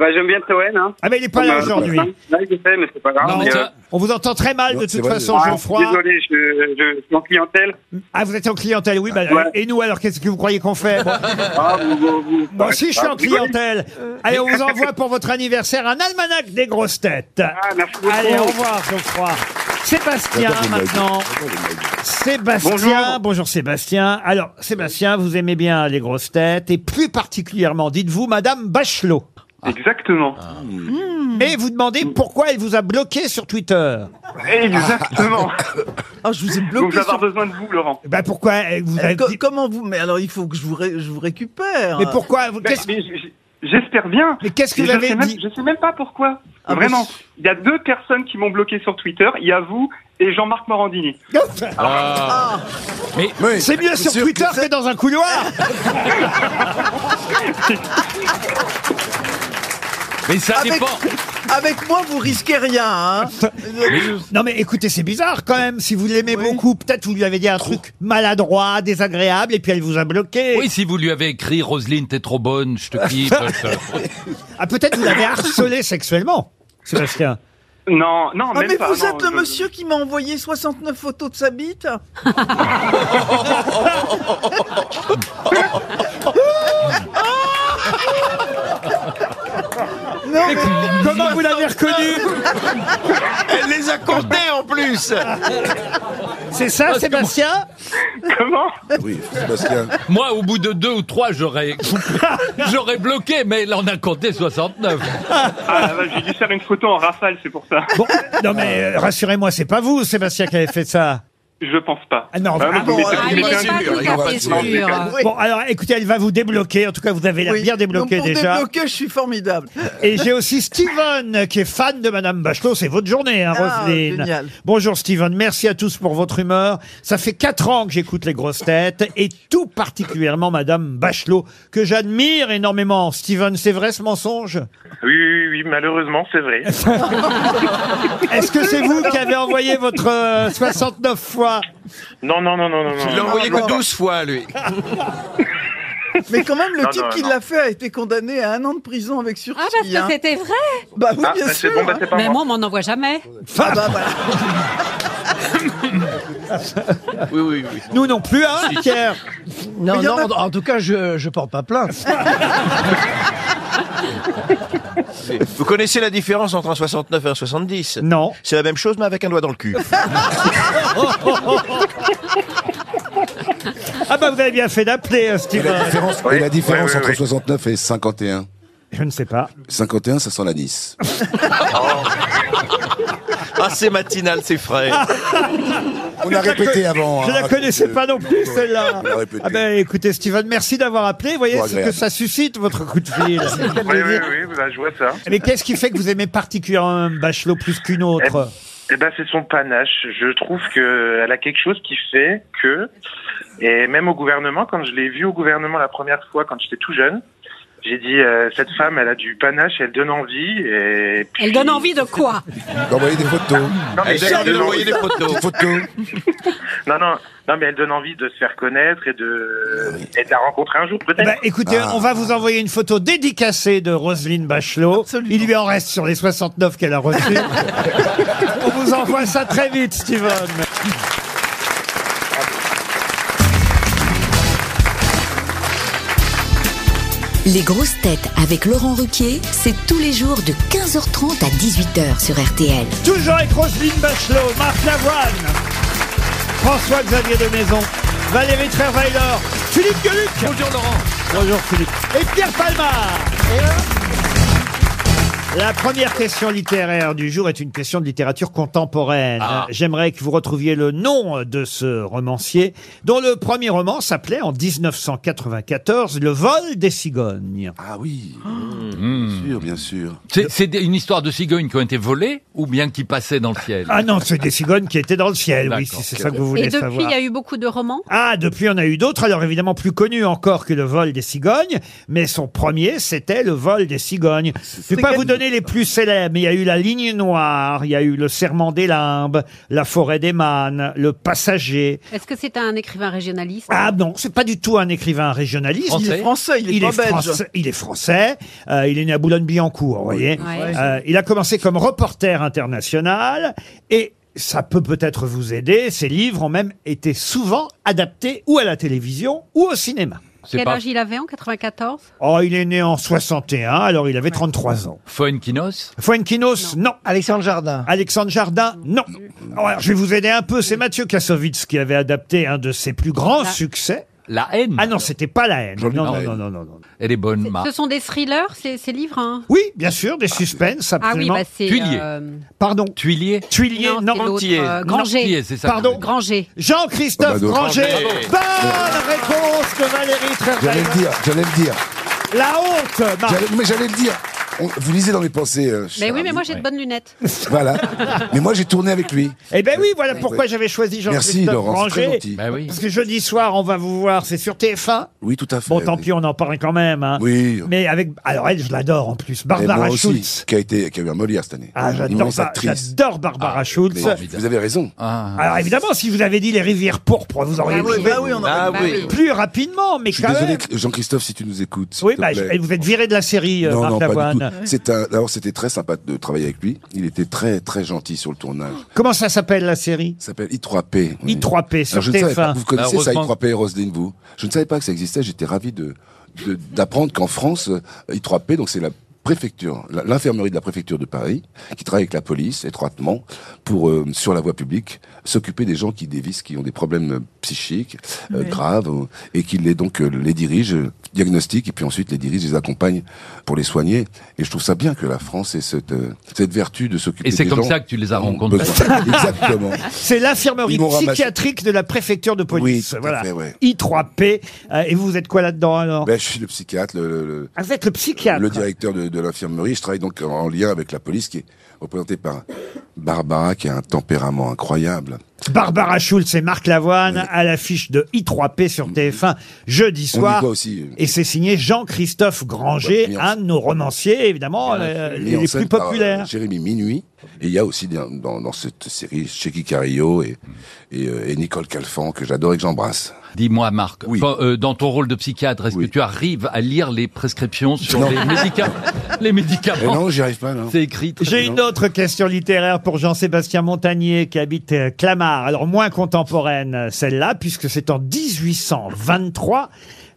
[SPEAKER 13] Bah, j'aime bien Trewen. Hein.
[SPEAKER 2] Ah, mais il n'est pas là aujourd'hui.
[SPEAKER 13] Là, je sais, mais c'est pas grave.
[SPEAKER 3] Non,
[SPEAKER 13] mais,
[SPEAKER 3] mais
[SPEAKER 13] euh,
[SPEAKER 3] ça-
[SPEAKER 2] On vous entend très mal
[SPEAKER 6] Non,
[SPEAKER 2] de
[SPEAKER 6] c'est
[SPEAKER 2] toute
[SPEAKER 6] vrai.
[SPEAKER 2] façon,
[SPEAKER 13] ah,
[SPEAKER 2] Geoffroy.
[SPEAKER 13] Désolé, je, je, je suis en clientèle.
[SPEAKER 2] Ah, vous êtes en clientèle, oui. bah,
[SPEAKER 13] Ouais.
[SPEAKER 2] Et nous, alors, qu'est-ce que vous croyez qu'on fait Moi,
[SPEAKER 13] Ah, vous, vous, vous-
[SPEAKER 2] moi aussi, je suis en
[SPEAKER 13] Ah, vous rigolez. <laughs>
[SPEAKER 2] clientèle. Allez, on vous envoie pour votre anniversaire un almanach des grosses têtes.
[SPEAKER 13] Ah, <laughs> merci beaucoup.
[SPEAKER 2] Allez, au revoir, Geoffroy. Sébastien,
[SPEAKER 6] J'adore les blagues.
[SPEAKER 2] maintenant.
[SPEAKER 6] J'adore les blagues.
[SPEAKER 2] Sébastien, bonjour.
[SPEAKER 13] Bonjour.
[SPEAKER 2] Sébastien. Alors Sébastien, vous aimez bien les grosses têtes et plus particulièrement, dites-vous, Madame Bachelot.
[SPEAKER 13] Ah. Exactement.
[SPEAKER 2] Et vous demandez pourquoi elle vous a bloqué sur Twitter.
[SPEAKER 13] Exactement.
[SPEAKER 7] <laughs> Ah, je vous ai
[SPEAKER 13] Donc, je
[SPEAKER 7] bloqué.
[SPEAKER 13] vais avoir
[SPEAKER 7] sur-
[SPEAKER 13] besoin de vous, Laurent.
[SPEAKER 2] Ben pourquoi elle vous a
[SPEAKER 7] Bah, Euh, co-
[SPEAKER 2] dit-
[SPEAKER 7] Comment vous Mais alors, il faut que je vous, ré- je vous récupère.
[SPEAKER 2] Mais pourquoi
[SPEAKER 13] Mais-
[SPEAKER 2] qu'est-ce-
[SPEAKER 13] mais j- J'espère bien.
[SPEAKER 2] Mais qu'est-ce que
[SPEAKER 13] Et
[SPEAKER 2] vous
[SPEAKER 13] je
[SPEAKER 2] avez
[SPEAKER 13] sais même-
[SPEAKER 2] dit
[SPEAKER 13] Je sais même pas pourquoi.
[SPEAKER 7] Ah,
[SPEAKER 13] Vraiment. Il y a deux personnes qui m'ont bloqué sur Twitter. Il y a vous et
[SPEAKER 2] <laughs>
[SPEAKER 13] Jean-Marc Morandini.
[SPEAKER 6] Mais
[SPEAKER 2] C'est mieux sur
[SPEAKER 6] sûr
[SPEAKER 2] Twitter
[SPEAKER 6] que
[SPEAKER 2] que,
[SPEAKER 6] c'est-
[SPEAKER 2] dans un couloir.
[SPEAKER 3] Mais ça
[SPEAKER 7] Avec,
[SPEAKER 3] dépend.
[SPEAKER 7] avec moi, vous risquez rien. hein.
[SPEAKER 2] <laughs> non mais écoutez, c'est bizarre quand même. Si vous l'aimez beaucoup, peut-être vous lui avez dit un truc maladroit, désagréable, et puis elle vous a bloqué.
[SPEAKER 3] Oui, si vous lui avez écrit Roselyne, t'es trop bonne, je te kiffe.
[SPEAKER 2] <laughs>
[SPEAKER 3] je te-
[SPEAKER 2] Ah peut-être vous l'avez harcelé sexuellement, Sébastien.
[SPEAKER 13] Non, non,
[SPEAKER 7] Ah,
[SPEAKER 13] même
[SPEAKER 7] mais
[SPEAKER 13] pas,
[SPEAKER 7] vous
[SPEAKER 13] non,
[SPEAKER 7] êtes le
[SPEAKER 13] je-
[SPEAKER 7] monsieur qui m'a envoyé 69 photos de sa bite Non, mais
[SPEAKER 2] Comment vous l'avez reconnu
[SPEAKER 10] Elle les a comptés en plus.
[SPEAKER 2] C'est ça, Sébastien
[SPEAKER 13] Comment
[SPEAKER 6] Oui, Sébastien.
[SPEAKER 3] Moi, au bout de deux ou trois, j'aurais j'aurais bloqué, mais là, on a compté 69.
[SPEAKER 13] Ah, la vache, j'ai dû faire une photo en rafale, c'est pour ça.
[SPEAKER 2] Bon, non mais euh, rassurez-moi, c'est pas vous, Sébastien, qui avez fait ça.
[SPEAKER 13] <laughs> Je pense pas.
[SPEAKER 2] Ah non,
[SPEAKER 13] Vraiment,
[SPEAKER 2] ah
[SPEAKER 7] bon,
[SPEAKER 13] vous m'étonnez.
[SPEAKER 12] Ah,
[SPEAKER 7] Il
[SPEAKER 12] il
[SPEAKER 7] est
[SPEAKER 12] est pas
[SPEAKER 6] sûr,
[SPEAKER 12] tout
[SPEAKER 6] il est
[SPEAKER 12] à fait
[SPEAKER 6] pas sûr.
[SPEAKER 12] sûr.
[SPEAKER 2] Bon, alors écoutez, elle va vous débloquer. En tout cas, vous avez l'air
[SPEAKER 7] Ah, Oui.
[SPEAKER 2] bien débloqué
[SPEAKER 7] Donc, pour
[SPEAKER 2] déjà.
[SPEAKER 7] débloquer, je suis formidable.
[SPEAKER 2] Et j'ai aussi Steven, qui est fan de Madame Bachelot. C'est votre journée, hein,
[SPEAKER 7] Ah,
[SPEAKER 2] Roselyne.
[SPEAKER 7] génial.
[SPEAKER 2] Bonjour Steven, merci à tous pour votre humeur. Ça fait quatre ans que j'écoute les grosses têtes, et tout particulièrement Madame Bachelot, que j'admire énormément. Steven, c'est vrai ce mensonge
[SPEAKER 13] Oui, oui, oui,
[SPEAKER 14] malheureusement, c'est vrai.
[SPEAKER 2] Est-ce que c'est vous qui avez envoyé votre euh, 69 fois
[SPEAKER 14] Non, non, non, non, non.
[SPEAKER 2] Il
[SPEAKER 14] non.
[SPEAKER 2] l'a envoyé que 12
[SPEAKER 14] fois, lui.
[SPEAKER 7] Mais quand même, le
[SPEAKER 14] Non,
[SPEAKER 7] type
[SPEAKER 14] non,
[SPEAKER 7] qui
[SPEAKER 14] non.
[SPEAKER 7] l'a fait a été condamné à un an de prison avec sursis.
[SPEAKER 5] Ah, parce que
[SPEAKER 7] hein.
[SPEAKER 5] c'était vrai
[SPEAKER 7] Bah
[SPEAKER 14] Ah,
[SPEAKER 7] oui,
[SPEAKER 14] ben,
[SPEAKER 7] bien sûr.
[SPEAKER 5] Mais moi, on m'en envoie jamais.
[SPEAKER 7] Ah bah, voilà.
[SPEAKER 8] Oui, oui, oui.
[SPEAKER 2] Nous non plus, hein, Pierre
[SPEAKER 4] Non,
[SPEAKER 2] Mais y en
[SPEAKER 4] non,
[SPEAKER 2] a-
[SPEAKER 4] en, en tout cas, je, je porte pas <laughs> plainte.
[SPEAKER 8] Vous connaissez la différence entre un 69 et un 70
[SPEAKER 2] Non.
[SPEAKER 8] C'est la même chose, mais avec un doigt dans le
[SPEAKER 2] <laughs>
[SPEAKER 8] cul.
[SPEAKER 2] Ah bah vous avez bien fait d'appeler, euh,
[SPEAKER 6] Et
[SPEAKER 2] Steven.
[SPEAKER 6] la différence, et la différence entre 69 et 51
[SPEAKER 2] Je ne sais pas.
[SPEAKER 6] 51, ça sent la
[SPEAKER 2] <laughs>
[SPEAKER 6] Nice.
[SPEAKER 8] Ah, c'est matinal, c'est frais.
[SPEAKER 6] On a répété avant.
[SPEAKER 2] Je
[SPEAKER 6] hein.
[SPEAKER 2] la connaissais pas non plus, celle-là.
[SPEAKER 6] On l'a répété.
[SPEAKER 2] Ah ben, écoutez, Steven, merci d'avoir appelé. Vous voyez
[SPEAKER 6] Bon,
[SPEAKER 2] ce que
[SPEAKER 6] agréable.
[SPEAKER 2] ça suscite, votre coup de <laughs>
[SPEAKER 6] <laughs>
[SPEAKER 2] fil.
[SPEAKER 14] Oui, oui, oui, vous avez joué ça.
[SPEAKER 2] Mais qu'est-ce qui fait que vous aimez particulièrement Bachelot plus qu'une autre
[SPEAKER 14] Eh ben, c'est son panache. Je trouve que elle a quelque chose qui fait que, et même au gouvernement, quand je l'ai vue au gouvernement la première fois, quand j'étais tout jeune, j'ai dit euh, cette femme, elle a du panache, elle donne envie. Et puis-
[SPEAKER 5] Elle donne envie de quoi
[SPEAKER 6] D'envoyer des photos.
[SPEAKER 14] Non, mais elle donne envie-
[SPEAKER 6] Des photos.
[SPEAKER 14] Non, non, non, mais elle donne envie de se faire connaître et de, et de la rencontrer un jour peut-être.
[SPEAKER 2] Bah, écoutez,
[SPEAKER 6] Ah.
[SPEAKER 2] on va vous envoyer une photo dédicacée de Roselyne Bachelot. Il lui en reste sur les 69 qu'elle a
[SPEAKER 6] <laughs>
[SPEAKER 2] reçues. on vous envoie ça très vite, Steven.
[SPEAKER 15] <laughs> Les grosses têtes avec Laurent Ruquier, c'est tous les jours de 15h30 à 18h sur RTL.
[SPEAKER 2] Toujours avec Roselyne Bachelot, Marc Lavoine, François-Xavier de Maison, Valérie Trierweiler, Philippe Gueluc. Bonjour Laurent. Bonjour Philippe. Et Pierre Palmar. La première question littéraire du jour est une question de littérature contemporaine. J'aimerais que vous retrouviez le nom de ce romancier, dont le premier roman s'appelait en 1994 Le vol des cigognes.
[SPEAKER 6] Ah oui. Bien sûr, bien sûr.
[SPEAKER 3] Hmm. C'est- C'est des- une histoire de cigognes qui ont été volées ou bien qui passaient dans le ciel
[SPEAKER 2] Ah non, c'est des cigognes qui étaient dans le ciel, oui,
[SPEAKER 3] D'accord.
[SPEAKER 2] si c'est ça que vous
[SPEAKER 5] Et
[SPEAKER 2] voulez
[SPEAKER 5] depuis,
[SPEAKER 2] savoir.
[SPEAKER 5] il y a eu beaucoup de romans.
[SPEAKER 2] Ah, depuis, on a eu d'autres, alors évidemment plus connus encore que le vol des cigognes, mais son premier, c'était le vol des cigognes. Je vais pas vous donner les plus célèbres, mais il y a eu la ligne noire, il y a eu le serment des limbes, la forêt des mânes, le passager.
[SPEAKER 5] Est-ce que c'est un écrivain régionaliste
[SPEAKER 2] Ah non, c'est pas du tout un écrivain régionaliste.
[SPEAKER 7] Il est français, il est pas belge.
[SPEAKER 2] français- il est français, euh, il est né à Boulogne-Billancourt, vous voyez.
[SPEAKER 7] Ouais.
[SPEAKER 2] Euh, il a commencé comme reporter international et ça peut peut-être vous aider. Ses livres ont même été souvent adaptés ou à la télévision ou au cinéma.
[SPEAKER 5] Quel âge il avait en 94
[SPEAKER 2] Oh, il est né en 61, alors il avait 33 ans.
[SPEAKER 3] Fuenquinos
[SPEAKER 2] Fuenquinos, non. Alexandre Jardin. Alexandre Jardin, non. Oh, alors, je vais vous aider un peu. C'est Mathieu Kassovitz qui avait adapté un de ses plus grands
[SPEAKER 5] La-
[SPEAKER 2] succès.
[SPEAKER 3] La haine
[SPEAKER 2] Ah non, c'était pas la haine. Non,
[SPEAKER 3] Jean-Luc
[SPEAKER 2] non,
[SPEAKER 3] Lahaine.
[SPEAKER 2] non, non, non, non.
[SPEAKER 3] Elle est bonne,
[SPEAKER 2] Ah.
[SPEAKER 3] Marc.
[SPEAKER 5] Ce sont des thrillers, ces, ces livres hein
[SPEAKER 2] Oui, bien sûr, des suspens,
[SPEAKER 5] Ah oui,
[SPEAKER 2] absolument.
[SPEAKER 5] bah c'est... euh,
[SPEAKER 2] Pardon
[SPEAKER 3] Tuilier
[SPEAKER 2] Tuilier,
[SPEAKER 5] Non, c'est
[SPEAKER 2] non.
[SPEAKER 5] l'autre, Grandier. euh, Granger. Granger, c'est ça.
[SPEAKER 2] Pardon
[SPEAKER 5] Granger.
[SPEAKER 6] Ah
[SPEAKER 2] Jean-Christophe
[SPEAKER 6] bah, donc,
[SPEAKER 2] Granger.
[SPEAKER 6] Granger.
[SPEAKER 2] Bonne réponse de Valérie
[SPEAKER 6] J'allais le
[SPEAKER 2] Trierweiler.
[SPEAKER 6] dire, j'allais le dire.
[SPEAKER 2] La honte, Marc.
[SPEAKER 6] J'allais- mais j'allais le dire. On- vous lisez dans mes pensées. euh,
[SPEAKER 5] Mais
[SPEAKER 6] cher
[SPEAKER 5] oui, mais
[SPEAKER 6] ami.
[SPEAKER 5] moi j'ai de bonnes lunettes.
[SPEAKER 6] Voilà. Mais moi, j'ai tourné avec lui.
[SPEAKER 2] Eh ben oui, voilà pourquoi
[SPEAKER 6] Ouais.
[SPEAKER 2] j'avais choisi
[SPEAKER 6] Merci,
[SPEAKER 2] Jean-Christophe
[SPEAKER 6] Laurent, c'est très
[SPEAKER 2] Granger.
[SPEAKER 6] gentil.
[SPEAKER 2] Parce que jeudi soir, on va vous voir, c'est sur TF1.
[SPEAKER 6] Oui, tout à fait.
[SPEAKER 2] Bon, tant
[SPEAKER 6] Eh oui.
[SPEAKER 2] pis, on en parle quand même. hein.
[SPEAKER 6] Oui.
[SPEAKER 2] Mais avec. Alors, elle, je l'adore en plus.
[SPEAKER 6] Et
[SPEAKER 2] Barbara
[SPEAKER 6] moi aussi,
[SPEAKER 2] Schultz.
[SPEAKER 6] qui a, été, qui a eu un Molière cette année.
[SPEAKER 2] Ah, j'adore
[SPEAKER 6] Immense
[SPEAKER 2] Bar-
[SPEAKER 6] actrice. Ah,
[SPEAKER 2] j'adore Barbara Schultz. Ah,
[SPEAKER 6] Mais vous avez raison.
[SPEAKER 2] Alors, évidemment, si vous avez dit les rivières pourpres, vous auriez
[SPEAKER 7] Ah oui,
[SPEAKER 2] trouvé
[SPEAKER 7] bah oui, on aurait-
[SPEAKER 8] Ah
[SPEAKER 7] bah
[SPEAKER 8] oui.
[SPEAKER 2] plus rapidement, mais
[SPEAKER 6] Je suis
[SPEAKER 2] quand
[SPEAKER 6] désolé,
[SPEAKER 2] même.
[SPEAKER 6] que- Jean-Christophe, si tu nous écoutes. s'il
[SPEAKER 2] Oui,
[SPEAKER 6] te
[SPEAKER 2] bah,
[SPEAKER 6] plaît.
[SPEAKER 2] je- vous êtes viré de la série, euh,
[SPEAKER 6] Non,
[SPEAKER 2] Marc
[SPEAKER 6] non, pas du tout.
[SPEAKER 2] Lavoine.
[SPEAKER 6] C'est un- Alors, c'était très sympa de travailler avec lui. Il était très, très gentil sur le tournage.
[SPEAKER 2] Comment ça s'appelle la série
[SPEAKER 6] Il s'appelle
[SPEAKER 2] <laughs>
[SPEAKER 6] I3P. oui.
[SPEAKER 2] I3P sur
[SPEAKER 6] Alors, je ne savais
[SPEAKER 2] TF1.
[SPEAKER 6] pas. Vous connaissez ça,
[SPEAKER 3] Heureusement.
[SPEAKER 6] I3P, Roselyne, vous Je ne savais pas que ça existait. J'étais ravi de de- d'apprendre qu'en France, euh, I3P, donc c'est la préfecture, la- l'infirmerie de la préfecture de Paris, qui travaille avec la police étroitement pour euh, sur la voie publique s'occuper des gens qui dévissent, qui ont des problèmes euh, psychiques euh,
[SPEAKER 7] Ouais.
[SPEAKER 6] graves euh, et qui les donc euh, les dirige, euh, diagnostique et puis ensuite les dirige, les accompagne pour les soigner. Et je trouve ça bien que la France ait cette euh, cette vertu de s'occuper.
[SPEAKER 3] Et c'est
[SPEAKER 6] des
[SPEAKER 3] comme
[SPEAKER 6] gens
[SPEAKER 3] ça que tu les as
[SPEAKER 6] qui ont
[SPEAKER 2] <laughs>
[SPEAKER 3] rencontrés.
[SPEAKER 6] besoin. Exactement.
[SPEAKER 2] C'est l'infirmerie
[SPEAKER 6] Ils m'ont ramassé.
[SPEAKER 2] psychiatrique de la préfecture de police.
[SPEAKER 6] Oui, tout à
[SPEAKER 2] voilà.
[SPEAKER 6] fait, ouais.
[SPEAKER 2] I3P. Euh, et vous, vous êtes quoi là-dedans alors
[SPEAKER 6] Ben, je suis le psychiatre, le, le- le-
[SPEAKER 2] Ah, Vous êtes le psychiatre.
[SPEAKER 6] le directeur de, de l'infirmerie. Je travaille donc en en lien avec la police qui est représentée par Barbara, qui a un tempérament incroyable.
[SPEAKER 2] Barbara Schulz et Marc Lavoine à l'affiche de I3P sur TF1 jeudi
[SPEAKER 6] On y
[SPEAKER 2] soir.
[SPEAKER 6] va aussi. euh Bah,
[SPEAKER 2] Et c'est signé Jean-Christophe Granger, un de nos romanciers, évidemment, euh,
[SPEAKER 6] Mis en
[SPEAKER 2] les plus
[SPEAKER 6] scène par, euh,
[SPEAKER 2] populaires.
[SPEAKER 6] Jérémy Minuit. Et il y a aussi dans, dans- dans cette série Cheikh Cario et, et, euh, et Nicole Calfan que j'adore et que j'embrasse.
[SPEAKER 3] Dis-moi, Marc, Enfin, euh, dans ton rôle de psychiatre, est-ce que tu arrives à lire les prescriptions sur les,
[SPEAKER 6] <laughs>
[SPEAKER 3] médicaments les médicaments
[SPEAKER 6] Eh Non, j'y arrive pas.
[SPEAKER 3] C'est
[SPEAKER 6] euh,
[SPEAKER 3] écrit. très
[SPEAKER 2] J'ai
[SPEAKER 3] bien.
[SPEAKER 2] une autre question littéraire pour Jean-Sébastien Montagnier qui habite euh, Clamart. Alors moins contemporaine euh, celle-là puisque c'est en 1823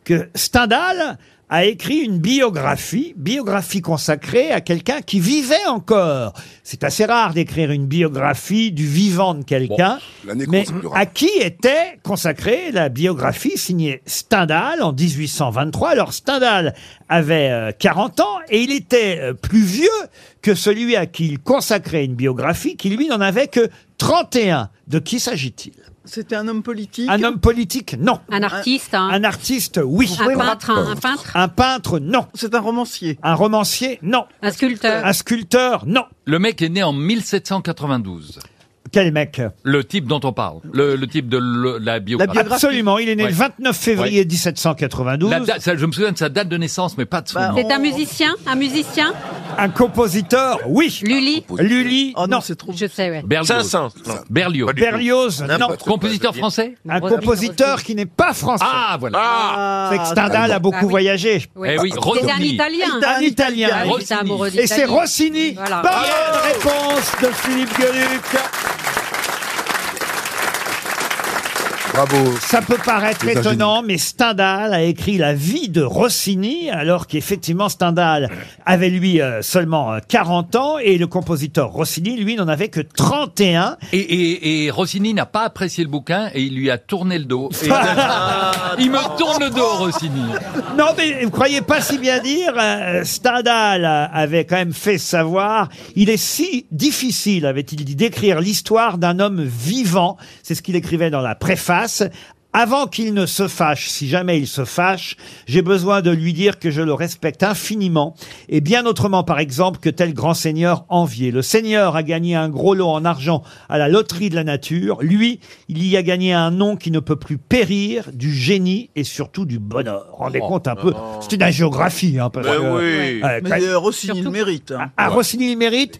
[SPEAKER 2] que Stendhal a écrit une biographie, biographie consacrée à quelqu'un qui vivait encore. C'est assez rare d'écrire une biographie du vivant de quelqu'un.
[SPEAKER 6] l'année
[SPEAKER 2] mais
[SPEAKER 6] consacrera.
[SPEAKER 2] à qui était consacrée la biographie signée Stendhal en 1823 Alors Stendhal avait euh, 40 ans et il était euh, plus vieux que celui à qui il consacrait une biographie, qui lui n'en avait que 31. De qui s'agit-il
[SPEAKER 7] C'était un homme politique.
[SPEAKER 2] Un homme politique Non.
[SPEAKER 5] Un artiste, hein.
[SPEAKER 2] Un artiste, oui.
[SPEAKER 5] Un peintre, un- un peintre
[SPEAKER 2] Un peintre, non. C'est un romancier. Un romancier, non.
[SPEAKER 5] Un sculpteur.
[SPEAKER 2] Un sculpteur, non.
[SPEAKER 3] Le mec est né en 1792.
[SPEAKER 2] Quel mec
[SPEAKER 3] Le type dont on parle. Le, le type de le- la biographie.
[SPEAKER 2] Absolument, il est né le
[SPEAKER 3] Ouais.
[SPEAKER 2] 29 février
[SPEAKER 3] Ouais.
[SPEAKER 2] 1792.
[SPEAKER 3] La date- ça, je me souviens de sa date de naissance, mais pas de son
[SPEAKER 7] Bah,
[SPEAKER 3] nom.
[SPEAKER 5] C'est un musicien Un musicien
[SPEAKER 2] Bah, Un compositeur, oui.
[SPEAKER 3] Ah,
[SPEAKER 5] Lully
[SPEAKER 2] Lully, Oh non.
[SPEAKER 5] Je sais, ouais.
[SPEAKER 3] Berlioz. Berlioz.
[SPEAKER 2] Pas du tout. Berlioz, non. N'importe quoi,
[SPEAKER 3] Compositeur
[SPEAKER 2] je veux dire.
[SPEAKER 3] français
[SPEAKER 2] Un compositeur qui n'est pas français.
[SPEAKER 3] Ah, voilà. Ah.
[SPEAKER 2] C'est que Stendhal
[SPEAKER 3] Ah,
[SPEAKER 2] a beaucoup
[SPEAKER 3] oui.
[SPEAKER 2] voyagé.
[SPEAKER 3] Oui. Eh oui,
[SPEAKER 2] Bah,
[SPEAKER 3] Rossini.
[SPEAKER 5] C'est un Italien.
[SPEAKER 2] C'est un Italien.
[SPEAKER 5] Il était amoureux
[SPEAKER 2] Et c'est
[SPEAKER 5] d'Italie.
[SPEAKER 2] Rossini.
[SPEAKER 5] Voilà.
[SPEAKER 2] Bonne réponse de Philippe Gueluc.
[SPEAKER 6] Bravo.
[SPEAKER 2] Ça peut paraître
[SPEAKER 6] C'est un
[SPEAKER 2] étonnant, mais Stendhal a écrit la vie de Rossini, alors qu'effectivement Stendhal avait lui euh, seulement euh, 40 ans et le compositeur Rossini, lui, n'en avait que 31.
[SPEAKER 3] Et, et- et Rossini n'a pas apprécié le bouquin et il lui a tourné le dos. Et-
[SPEAKER 2] Ah.
[SPEAKER 3] <laughs> il me tourne le dos, Rossini.
[SPEAKER 2] Non, mais vous croyez pas si bien dire. euh, Stendhal euh, avait quand même fait savoir. Il est si difficile, avait-il dit, d'écrire l'histoire d'un homme vivant. C'est ce qu'il écrivait dans la préface. Avant qu'il ne se fâche, si jamais il se fâche, j'ai besoin de lui dire que je le respecte infiniment, et bien autrement par exemple que tel grand seigneur envié. Le seigneur a gagné un gros lot en argent à la loterie de la nature, lui, il y a gagné un nom qui ne peut plus périr, du génie et surtout du bonheur. Rendez
[SPEAKER 7] Oh,
[SPEAKER 2] compte un peu, c'est une agiographie. Hein, parce
[SPEAKER 7] Mais
[SPEAKER 2] que-
[SPEAKER 7] oui.
[SPEAKER 2] euh,
[SPEAKER 7] Mais,
[SPEAKER 2] quand-
[SPEAKER 7] euh, Rossini le mérite. hein. Oh, bah
[SPEAKER 2] ah, Rossini il mérite.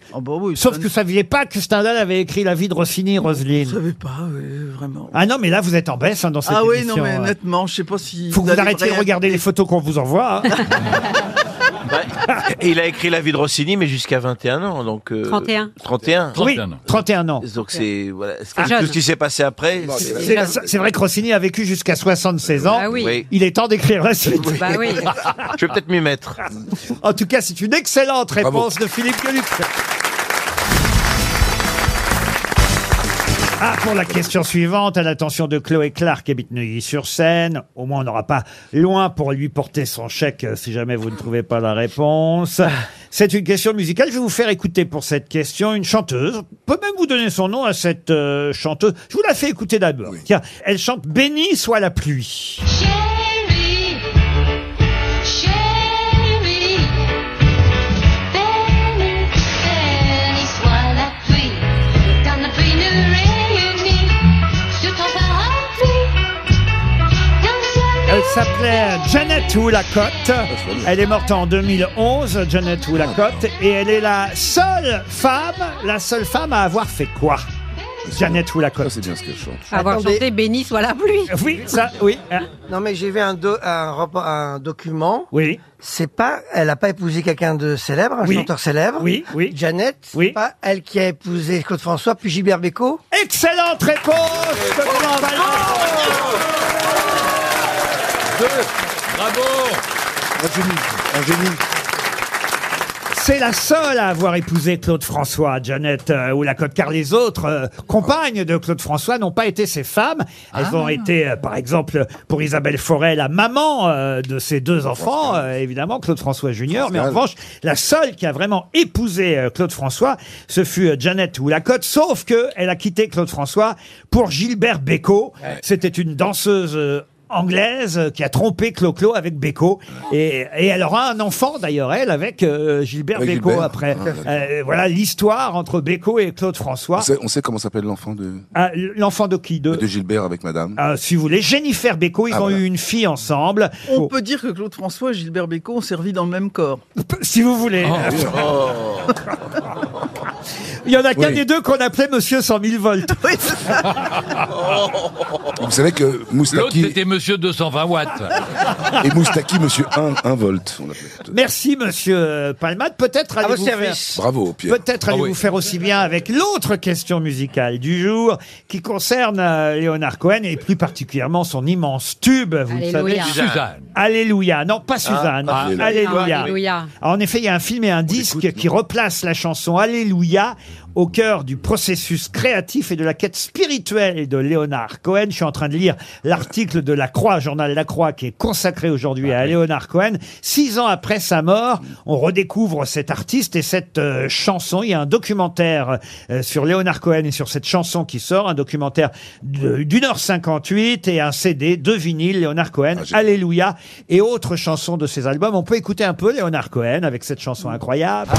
[SPEAKER 2] Sauf que vous saviez pas que Stendhal avait écrit la vie de Rossini, Roselyne.
[SPEAKER 7] Je savais pas, oui, Bah, vraiment.
[SPEAKER 2] Ah non, mais là vous êtes en baisse hein, dans cette
[SPEAKER 7] ah oui,
[SPEAKER 2] émission.
[SPEAKER 7] non, mais
[SPEAKER 2] hein.
[SPEAKER 7] honnêtement, je sais pas si.
[SPEAKER 2] Faut que vous
[SPEAKER 7] allez
[SPEAKER 2] arrêtiez de
[SPEAKER 7] vraiment-
[SPEAKER 2] regarder les photos qu'on vous
[SPEAKER 7] <laughs>
[SPEAKER 2] envoie. hein.
[SPEAKER 8] Et il a écrit La vie de Rossini, mais jusqu'à 21 ans. Donc, euh,
[SPEAKER 2] 31.
[SPEAKER 8] 31.
[SPEAKER 2] Oui, 31 ans.
[SPEAKER 8] Donc c'est voilà.
[SPEAKER 2] Ah, jeune.
[SPEAKER 8] Tout ce qui s'est passé après.
[SPEAKER 2] C'est c'est vrai que Rossini a vécu jusqu'à 76 ans.
[SPEAKER 8] Bah oui. Bah Oui.
[SPEAKER 2] Il est temps d'écrire la suite. <laughs>
[SPEAKER 8] Je vais peut-être m'y mettre.
[SPEAKER 2] En tout cas, c'est une excellente réponse
[SPEAKER 8] Bravo.
[SPEAKER 2] de Philippe Gueluc. Ah, pour la question suivante, à l'attention de Chloé Clark qui habite Neuilly-sur-Seine. Au moins, on n'aura pas loin pour lui porter son chèque euh, si jamais vous ne trouvez pas la réponse. C'est une question musicale. Je vais vous faire écouter pour cette question une chanteuse. On peut même vous donner son nom à cette euh, chanteuse. Je vous la fais écouter d'abord. Tiens, elle chante Béni soit la pluie.
[SPEAKER 16] Chérie, chérie, bénie, bénie soit la pluie, car la pluie nous réunit sous ton parapluie.
[SPEAKER 2] Elle s'appelait Janet Woolacotte. Elle est morte en 2011, Janet Woolacotte, et elle est la seule femme, la seule femme à avoir fait quoi Janet Woolacotte. C'est bien ce que je chante.
[SPEAKER 6] Ah,
[SPEAKER 5] Avoir
[SPEAKER 4] Attendez.
[SPEAKER 5] chanté Béni soit la pluie.
[SPEAKER 2] Oui, ça, oui.
[SPEAKER 4] Non, mais j'ai vu un, do- un, rep- un document.
[SPEAKER 2] Oui.
[SPEAKER 4] C'est pas, elle a pas épousé quelqu'un de célèbre, un
[SPEAKER 2] Oui.
[SPEAKER 4] chanteur célèbre.
[SPEAKER 2] Oui, oui.
[SPEAKER 4] Jeannette, c'est pas elle qui a épousé Claude François puis Gilbert Bécaud.
[SPEAKER 2] Excellente réponse de Laurent
[SPEAKER 3] Bravo
[SPEAKER 6] Un génie. Un génie.
[SPEAKER 2] C'est la seule à avoir épousé Claude François, Janet euh, Woolacotte, car les autres euh, compagnes de Claude François n'ont pas été ses femmes. Elles
[SPEAKER 6] Ah.
[SPEAKER 2] ont été, euh, par exemple, pour Isabelle Forêt, la maman euh, de ses deux enfants, euh, évidemment, Claude François Junior. Mais en revanche, la seule qui a vraiment épousé euh, Claude François, ce fut euh, Janet Woolacotte, sauf que elle a quitté Claude François pour Gilbert Bécaud. C'était une danseuse euh, anglaise euh, qui a trompé Clo-Clo avec Beko. Et, et elle aura un enfant d'ailleurs, elle, avec euh, Gilbert
[SPEAKER 6] Avec
[SPEAKER 2] Bécaud
[SPEAKER 6] Gilbert.
[SPEAKER 2] après.
[SPEAKER 6] Ah, d'accord.
[SPEAKER 2] Euh, voilà l'histoire entre Beko et Claude François.
[SPEAKER 6] On sait, on sait comment s'appelle l'enfant de,
[SPEAKER 2] Ah, L'enfant de qui de,
[SPEAKER 6] de Gilbert avec madame
[SPEAKER 2] Ah, Si vous voulez, Jennifer Beko, ils
[SPEAKER 6] Ah,
[SPEAKER 2] ont
[SPEAKER 6] voilà.
[SPEAKER 2] eu une fille ensemble.
[SPEAKER 7] On
[SPEAKER 2] Oh,
[SPEAKER 7] peut dire que Claude François et Gilbert Bécaud ont servi dans le même corps.
[SPEAKER 2] Si vous voulez.
[SPEAKER 10] Oh.
[SPEAKER 3] Oh.
[SPEAKER 2] Il y en a qu'un
[SPEAKER 6] Oui.
[SPEAKER 2] des deux qu'on appelait Monsieur 100 000 volts.
[SPEAKER 6] Vous savez que
[SPEAKER 3] L'autre,
[SPEAKER 6] Moustaki
[SPEAKER 3] c'était monsieur 220 watts.
[SPEAKER 6] et Moustaki, monsieur 1, 1 volt. on l'appelait.
[SPEAKER 2] <laughs> Merci, monsieur euh, Palmade. Peut-être
[SPEAKER 6] À vos
[SPEAKER 2] allez-vous faire...
[SPEAKER 6] services. Bravo, Pierre.
[SPEAKER 2] Peut-être
[SPEAKER 6] Ah
[SPEAKER 2] allez-vous
[SPEAKER 6] oui.
[SPEAKER 2] faire aussi bien avec l'autre question musicale du jour qui concerne euh, Léonard Cohen et plus particulièrement son immense tube, vous le
[SPEAKER 5] Alléluia.
[SPEAKER 2] savez.
[SPEAKER 5] Suzanne.
[SPEAKER 2] Alléluia. Non, pas Suzanne.
[SPEAKER 5] Ah,
[SPEAKER 2] Alléluia.
[SPEAKER 5] ah, Alléluia.
[SPEAKER 2] En effet, il y a un film et un disque qui replace la chanson Alléluia au cœur du processus créatif et de la quête spirituelle de Léonard Cohen. Je suis en train de lire l'article de La Croix, journal La Croix, qui est consacré aujourd'hui à Léonard Cohen. Six ans après sa mort, on redécouvre cet artiste et cette euh, chanson. Il y a un documentaire euh, sur Léonard Cohen et sur cette chanson qui sort, un documentaire de- d'une heure cinquante-huit et un CD, deux vinyles, Léonard Cohen, Alléluia et autres chansons de ses albums. On peut écouter un peu Léonard Cohen avec cette chanson incroyable.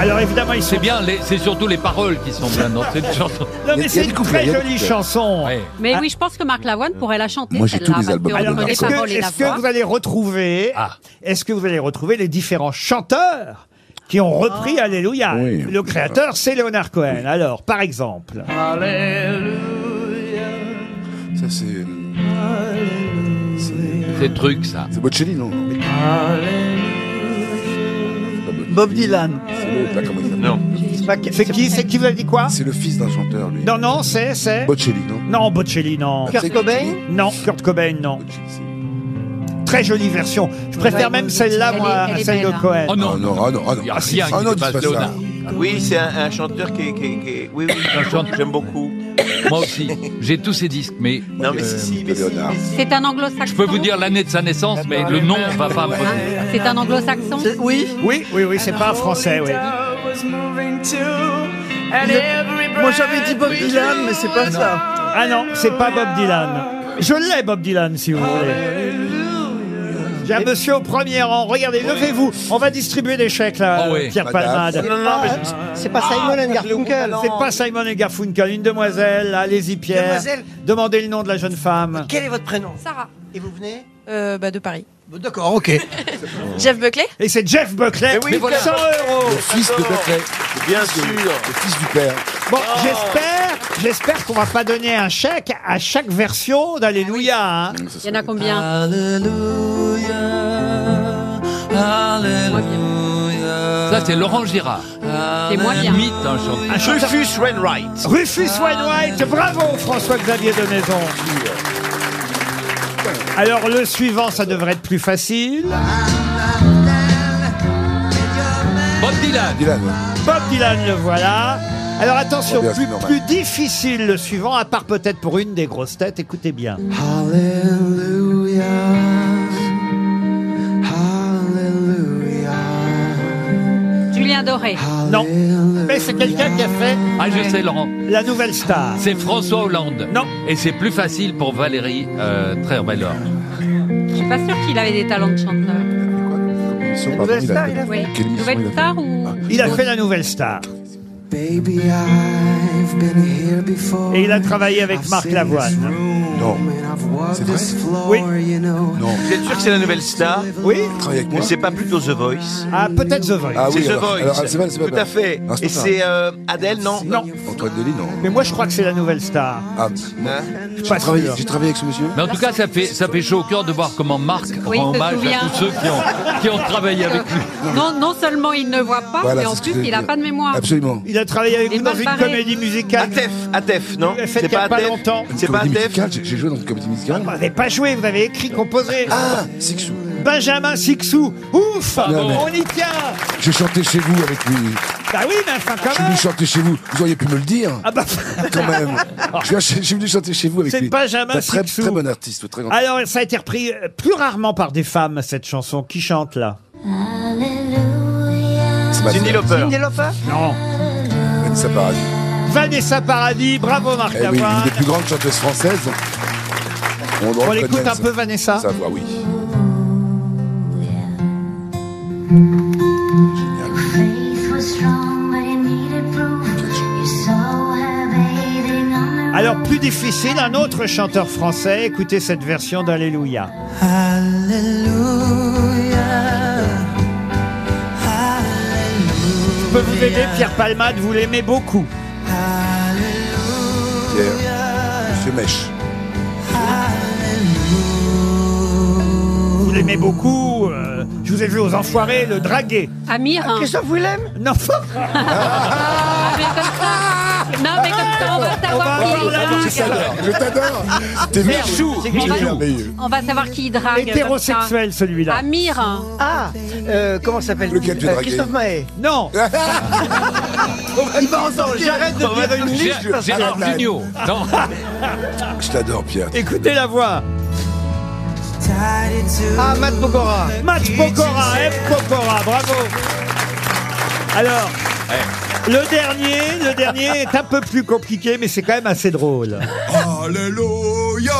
[SPEAKER 2] Alors évidemment, ils
[SPEAKER 3] C'est bien, les- c'est surtout les paroles qui sont bien dans cette chanson.
[SPEAKER 2] Non, mais c'est une très jolie chanson.
[SPEAKER 5] Mais oui, je pense que Marc Lavoine pourrait la chanter.
[SPEAKER 3] Moi, j'ai
[SPEAKER 5] celle-là,
[SPEAKER 3] tous les
[SPEAKER 5] parce
[SPEAKER 3] albums
[SPEAKER 5] que
[SPEAKER 3] de
[SPEAKER 5] entre
[SPEAKER 3] Marc
[SPEAKER 5] les
[SPEAKER 2] Est-ce que,
[SPEAKER 5] paroles et la
[SPEAKER 2] est-ce que
[SPEAKER 5] voix.
[SPEAKER 2] vous allez retrouver, est-ce que vous allez retrouver les différents chanteurs qui ont repris
[SPEAKER 5] Oh.
[SPEAKER 2] Alléluia Le créateur, c'est Léonard Cohen. Alors, par exemple.
[SPEAKER 6] Ça, c'est.
[SPEAKER 3] C'est truc, ça.
[SPEAKER 6] C'est Bocelli, non
[SPEAKER 7] Ah, Bob Dylan.
[SPEAKER 6] C'est l'autre, là, comment il s'appelle Non.
[SPEAKER 2] C'est qui C'est qui vous avez dit quoi
[SPEAKER 6] C'est le fils d'un chanteur, lui.
[SPEAKER 2] Non, non, c'est, c'est.
[SPEAKER 6] Bocelli, non
[SPEAKER 2] Non, Bocelli, non.
[SPEAKER 6] Kurt Cobain
[SPEAKER 2] Non, Kurt Cobain, non. Très jolie version. Je préfère
[SPEAKER 6] Ouais,
[SPEAKER 2] même
[SPEAKER 6] elle
[SPEAKER 2] celle-là,
[SPEAKER 6] est-
[SPEAKER 2] moi,
[SPEAKER 6] elle
[SPEAKER 2] à
[SPEAKER 6] est
[SPEAKER 2] celle de
[SPEAKER 6] belle, hein.
[SPEAKER 2] Cohen.
[SPEAKER 6] Oh non. Ah non, ah non, ah non.
[SPEAKER 8] Il y a
[SPEAKER 6] Ah,
[SPEAKER 8] rien
[SPEAKER 6] si,
[SPEAKER 8] qui
[SPEAKER 6] ah non,
[SPEAKER 8] dépasse
[SPEAKER 6] dis pas ça.
[SPEAKER 8] Léonard. Oui, c'est un, un chanteur qui, est- qui est- qui est- Oui, oui, un chanteur j'aime beaucoup.
[SPEAKER 3] Moi aussi. J'ai tous ces disques, mais. euh,
[SPEAKER 8] Non, mais si, si, mais si, mais si.
[SPEAKER 5] C'est un anglo-saxon.
[SPEAKER 3] Je peux vous dire l'année de sa naissance, mais le nom va pas me revenir.
[SPEAKER 5] C'est un anglo-saxon
[SPEAKER 7] Oui.
[SPEAKER 2] Oui, oui, oui, c'est pas un français, oui.
[SPEAKER 7] Moi j'avais dit Bob Dylan, mais c'est pas ça.
[SPEAKER 2] Ah non, c'est pas Bob Dylan. Je l'ai, Bob Dylan, si vous voulez. J'ai un monsieur au premier rang. Regardez, levez-vous. On va distribuer des chèques, là,
[SPEAKER 3] Oh oui.
[SPEAKER 2] Pierre
[SPEAKER 3] Madame.
[SPEAKER 2] Palmade.
[SPEAKER 3] Non, non, non, mais
[SPEAKER 4] Ah, C'est pas Simon and Garfunkel.
[SPEAKER 2] C'est pas Simon et Garfunkel, une demoiselle. là, Allez-y, Pierre.
[SPEAKER 4] Demoiselle.
[SPEAKER 2] Demandez le nom de la jeune femme.
[SPEAKER 4] Quel est votre prénom
[SPEAKER 17] Sarah.
[SPEAKER 4] Et vous venez
[SPEAKER 17] bah, de Paris.
[SPEAKER 4] Bon, D'accord, ok.
[SPEAKER 17] Jeff Buckley
[SPEAKER 2] Et c'est Jeff Buckley.
[SPEAKER 17] Mais oui, Mais voilà.
[SPEAKER 2] 100 euros.
[SPEAKER 6] Le fils de Buckley. Bien sûr. Le fils du père.
[SPEAKER 2] Bon, j'espère, j'espère qu'on va pas donner un chèque à chaque version d'Alléluia. hein.
[SPEAKER 5] Il y en a combien
[SPEAKER 3] Ça, c'est Laurent Girard.
[SPEAKER 5] C'est moins bien.
[SPEAKER 3] Imite un chanteur.
[SPEAKER 2] Un chanteur-
[SPEAKER 8] Rufus Wainwright.
[SPEAKER 2] Rufus Wainwright, bravo François-Xavier de Maison. Alors le suivant, ça devrait être plus facile.
[SPEAKER 3] Bob Dylan.
[SPEAKER 2] Bob Dylan, le voilà. Alors attention,
[SPEAKER 6] Oh, bien,
[SPEAKER 2] plus,
[SPEAKER 6] c'est normal.
[SPEAKER 2] plus difficile le suivant, à part peut-être pour une des grosses têtes, écoutez bien.
[SPEAKER 5] Julien Doré.
[SPEAKER 2] Non, mais c'est quelqu'un qui a fait
[SPEAKER 3] Ah, je sais, Laurent.
[SPEAKER 2] la nouvelle star.
[SPEAKER 3] C'est François Hollande.
[SPEAKER 2] Non.
[SPEAKER 3] Et c'est plus facile pour Valérie euh, Trierweiler.
[SPEAKER 5] Je suis pas sûre qu'il avait des talents de chanteur.
[SPEAKER 6] Nouvelle pardon, il a Star, fait- il a fait-
[SPEAKER 5] Oui.
[SPEAKER 6] quelle émission il a
[SPEAKER 5] Nouvelle
[SPEAKER 6] fait
[SPEAKER 5] star ou
[SPEAKER 2] Il a fait la nouvelle star. Et il a travaillé avec Marc Lavoine. hein.
[SPEAKER 6] Non. C'est vrai
[SPEAKER 2] Oui.
[SPEAKER 6] Non.
[SPEAKER 8] Vous êtes sûr que c'est la nouvelle star
[SPEAKER 2] Oui.
[SPEAKER 6] Travaille avec moi.
[SPEAKER 8] Mais c'est pas plutôt The Voice
[SPEAKER 2] Ah, peut-être The Voice.
[SPEAKER 6] Ah oui,
[SPEAKER 8] C'est The
[SPEAKER 6] alors-
[SPEAKER 8] Voice.
[SPEAKER 6] alors, c'est pas- c'est pas-
[SPEAKER 8] Tout à fait.
[SPEAKER 6] Ah, c'est
[SPEAKER 8] Et
[SPEAKER 6] pas ça.
[SPEAKER 8] c'est euh, Adèle, non
[SPEAKER 2] Non.
[SPEAKER 6] Antoine Delis, non.
[SPEAKER 2] Mais moi, je crois que c'est la nouvelle star.
[SPEAKER 6] Ah,
[SPEAKER 2] Je suis
[SPEAKER 6] j'ai
[SPEAKER 2] pas
[SPEAKER 6] travaillé,
[SPEAKER 2] sûr.
[SPEAKER 6] j'ai travaillé avec ce monsieur
[SPEAKER 3] Mais en tout cas, ça fait, ça fait chaud au cœur de voir comment Marc
[SPEAKER 5] Oui,
[SPEAKER 3] rend
[SPEAKER 5] je me
[SPEAKER 3] hommage
[SPEAKER 5] souviens.
[SPEAKER 3] à tous ceux qui ont, qui ont travaillé avec
[SPEAKER 5] <laughs>
[SPEAKER 3] lui.
[SPEAKER 5] non, non seulement il ne voit
[SPEAKER 6] Ah.
[SPEAKER 5] pas,
[SPEAKER 6] Voilà,
[SPEAKER 5] mais en
[SPEAKER 6] c'est ce que
[SPEAKER 5] plus
[SPEAKER 6] j'allais
[SPEAKER 5] il n'a
[SPEAKER 6] dire.
[SPEAKER 5] pas de mémoire.
[SPEAKER 6] Absolument.
[SPEAKER 2] Il a travaillé avec
[SPEAKER 5] Il est
[SPEAKER 2] nous dans
[SPEAKER 5] mal
[SPEAKER 2] une
[SPEAKER 5] barré.
[SPEAKER 2] comédie musicale.
[SPEAKER 8] Atef, Atef, non
[SPEAKER 2] Elle fait
[SPEAKER 8] C'est
[SPEAKER 2] qu'il y
[SPEAKER 8] pas
[SPEAKER 2] a pas
[SPEAKER 8] Atef
[SPEAKER 2] longtemps. Ah,
[SPEAKER 8] C'est pas
[SPEAKER 6] Comédie
[SPEAKER 8] Atef
[SPEAKER 6] musicale, J'ai j'ai joué dans une comédie musicale
[SPEAKER 2] Vous n'avez pas joué, vous avez écrit, composé.
[SPEAKER 6] Ah, Sixou.
[SPEAKER 2] Benjamin Sixou. Ouf
[SPEAKER 6] Non, mais-
[SPEAKER 2] On y tient
[SPEAKER 6] J'ai chanté chez vous avec lui.
[SPEAKER 2] Bah oui, mais enfin,
[SPEAKER 6] Je suis venu chanter chez vous. Vous auriez pu me le dire.
[SPEAKER 2] Ah bah. <laughs>
[SPEAKER 6] Quand même. Je suis- je suis venu chanter chez vous avec
[SPEAKER 2] C'est
[SPEAKER 6] lui.
[SPEAKER 2] Benjamin
[SPEAKER 6] Bah, très,
[SPEAKER 2] Sixou.
[SPEAKER 6] très bon artiste. Très grand.
[SPEAKER 2] Alors, ça a été repris euh, plus rarement par des femmes, cette chanson. Qui chante, là
[SPEAKER 6] Cindy Lauper. Cindy
[SPEAKER 2] Non.
[SPEAKER 6] Vanessa Paradis.
[SPEAKER 2] Vanessa Paradis, bravo Marc
[SPEAKER 6] Eh oui,
[SPEAKER 2] Lavoine.
[SPEAKER 6] une des plus grandes chanteuses françaises. On, doit
[SPEAKER 2] On l'écoute
[SPEAKER 6] reconnaître
[SPEAKER 2] un peu, Vanessa
[SPEAKER 6] Sa voix, oui.
[SPEAKER 2] Alors, plus difficile, un autre chanteur français. Écoutez cette version d'Alléluia. Je peux vous aider, Pierre Palmade, vous l'aimez beaucoup.
[SPEAKER 6] Pierre. Monsieur Mèche.
[SPEAKER 2] Vous l'aimez beaucoup. euh, je vous ai vu aux enfoirés, le draguer.
[SPEAKER 5] Amir. hein.
[SPEAKER 4] Christophe Willem
[SPEAKER 2] Non.
[SPEAKER 5] Ah, mais comme ça. Non, mais comme ça, on va savoir qui il drague.
[SPEAKER 6] Je t'adore. T'es
[SPEAKER 2] Michou,
[SPEAKER 6] merveilleux.
[SPEAKER 2] Michou.
[SPEAKER 6] T'es merveilleux.
[SPEAKER 5] On va savoir qui il drague. comme ça.
[SPEAKER 2] Hétérosexuel, celui-là.
[SPEAKER 5] Amir.
[SPEAKER 4] Ah, euh, comment s'appelle
[SPEAKER 6] Lequel tu
[SPEAKER 4] Euh,
[SPEAKER 6] draguais
[SPEAKER 4] Christophe Mahé.
[SPEAKER 2] Non
[SPEAKER 4] Il va en sortir. J'arrête de dire une liste.
[SPEAKER 6] Gérard
[SPEAKER 4] parce que-
[SPEAKER 6] Jugnot.
[SPEAKER 3] Non.
[SPEAKER 6] Je t'adore, Pierre.
[SPEAKER 2] Écoutez la voix.
[SPEAKER 4] Ah, Matt Pokora.
[SPEAKER 2] Matt eh Pokora, F. Pokora, bravo. Alors, le dernier, le dernier est un peu plus compliqué, mais c'est quand même assez drôle.
[SPEAKER 16] Alléluia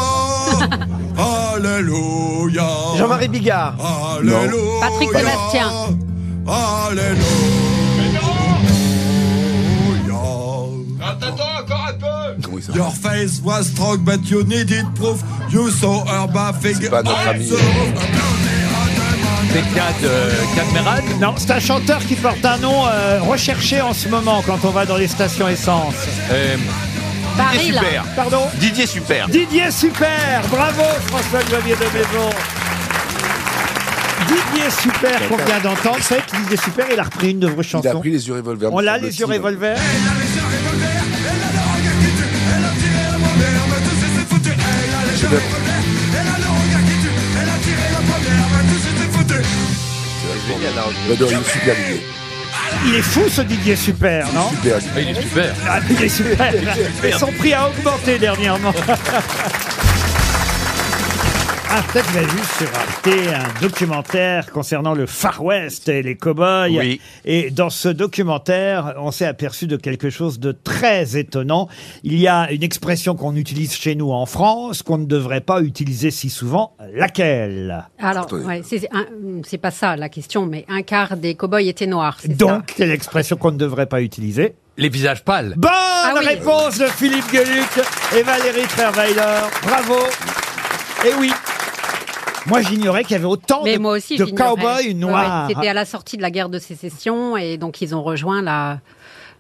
[SPEAKER 16] Alléluia
[SPEAKER 4] Jean-Marie Bigard.
[SPEAKER 16] Alléluia
[SPEAKER 5] Patrick Sébastien.
[SPEAKER 6] Comment il s'appelle
[SPEAKER 16] Your face was strong, but you needed proof. You saw her bathing.
[SPEAKER 6] C'est pas notre ami.
[SPEAKER 3] C'est Kad, euh, Kad Merad
[SPEAKER 2] Non, c'est un chanteur qui porte un nom euh, recherché en ce moment quand on va dans les stations essence.
[SPEAKER 3] Euh,
[SPEAKER 5] Paris, là.
[SPEAKER 8] Super.
[SPEAKER 2] Pardon
[SPEAKER 8] Didier Super.
[SPEAKER 2] Didier Super Bravo François-Xavier de Maison Didier Super qu'on vient d'entendre, c'est vrai que Didier Super, il a repris une de vos
[SPEAKER 6] Il a
[SPEAKER 2] chansons.
[SPEAKER 6] pris les yeux revolver.
[SPEAKER 2] On
[SPEAKER 6] me
[SPEAKER 2] l'a,
[SPEAKER 6] semble-t-il.
[SPEAKER 2] les yeux revolver
[SPEAKER 6] Je vais- J'adore, il est super idée.
[SPEAKER 2] Il est fou ce Didier Super, non
[SPEAKER 6] Super idée.
[SPEAKER 3] ah, il est super.
[SPEAKER 2] Ah, il est super. Et son prix a augmenté dernièrement. Ah, peut-être vous avez vu sur Arte un documentaire concernant le Far West et les cow-boys.
[SPEAKER 8] Oui.
[SPEAKER 2] Et dans ce documentaire, on s'est aperçu de quelque chose de très étonnant. Il y a une expression qu'on utilise chez nous en France, qu'on ne devrait pas utiliser si souvent. Laquelle
[SPEAKER 5] Alors,
[SPEAKER 6] Attendez.
[SPEAKER 5] ouais, c'est un- c'est pas ça la question, mais un quart des cow-boys étaient noirs. c'est
[SPEAKER 2] Donc, quelle expression qu'on ne devrait pas utiliser
[SPEAKER 3] Les visages pâles.
[SPEAKER 2] Bonne
[SPEAKER 5] Ah oui.
[SPEAKER 2] réponse de Philippe Gueluc et Valérie Trierweiler. Bravo. Et oui. Moi, j'ignorais qu'il y avait autant
[SPEAKER 5] Mais
[SPEAKER 2] de,
[SPEAKER 5] moi aussi,
[SPEAKER 2] de
[SPEAKER 5] j'ignorais.
[SPEAKER 2] cow-boys
[SPEAKER 5] Ouais,
[SPEAKER 2] noirs.
[SPEAKER 5] ouais, C'était à la sortie de la guerre de sécession et donc ils ont rejoint la,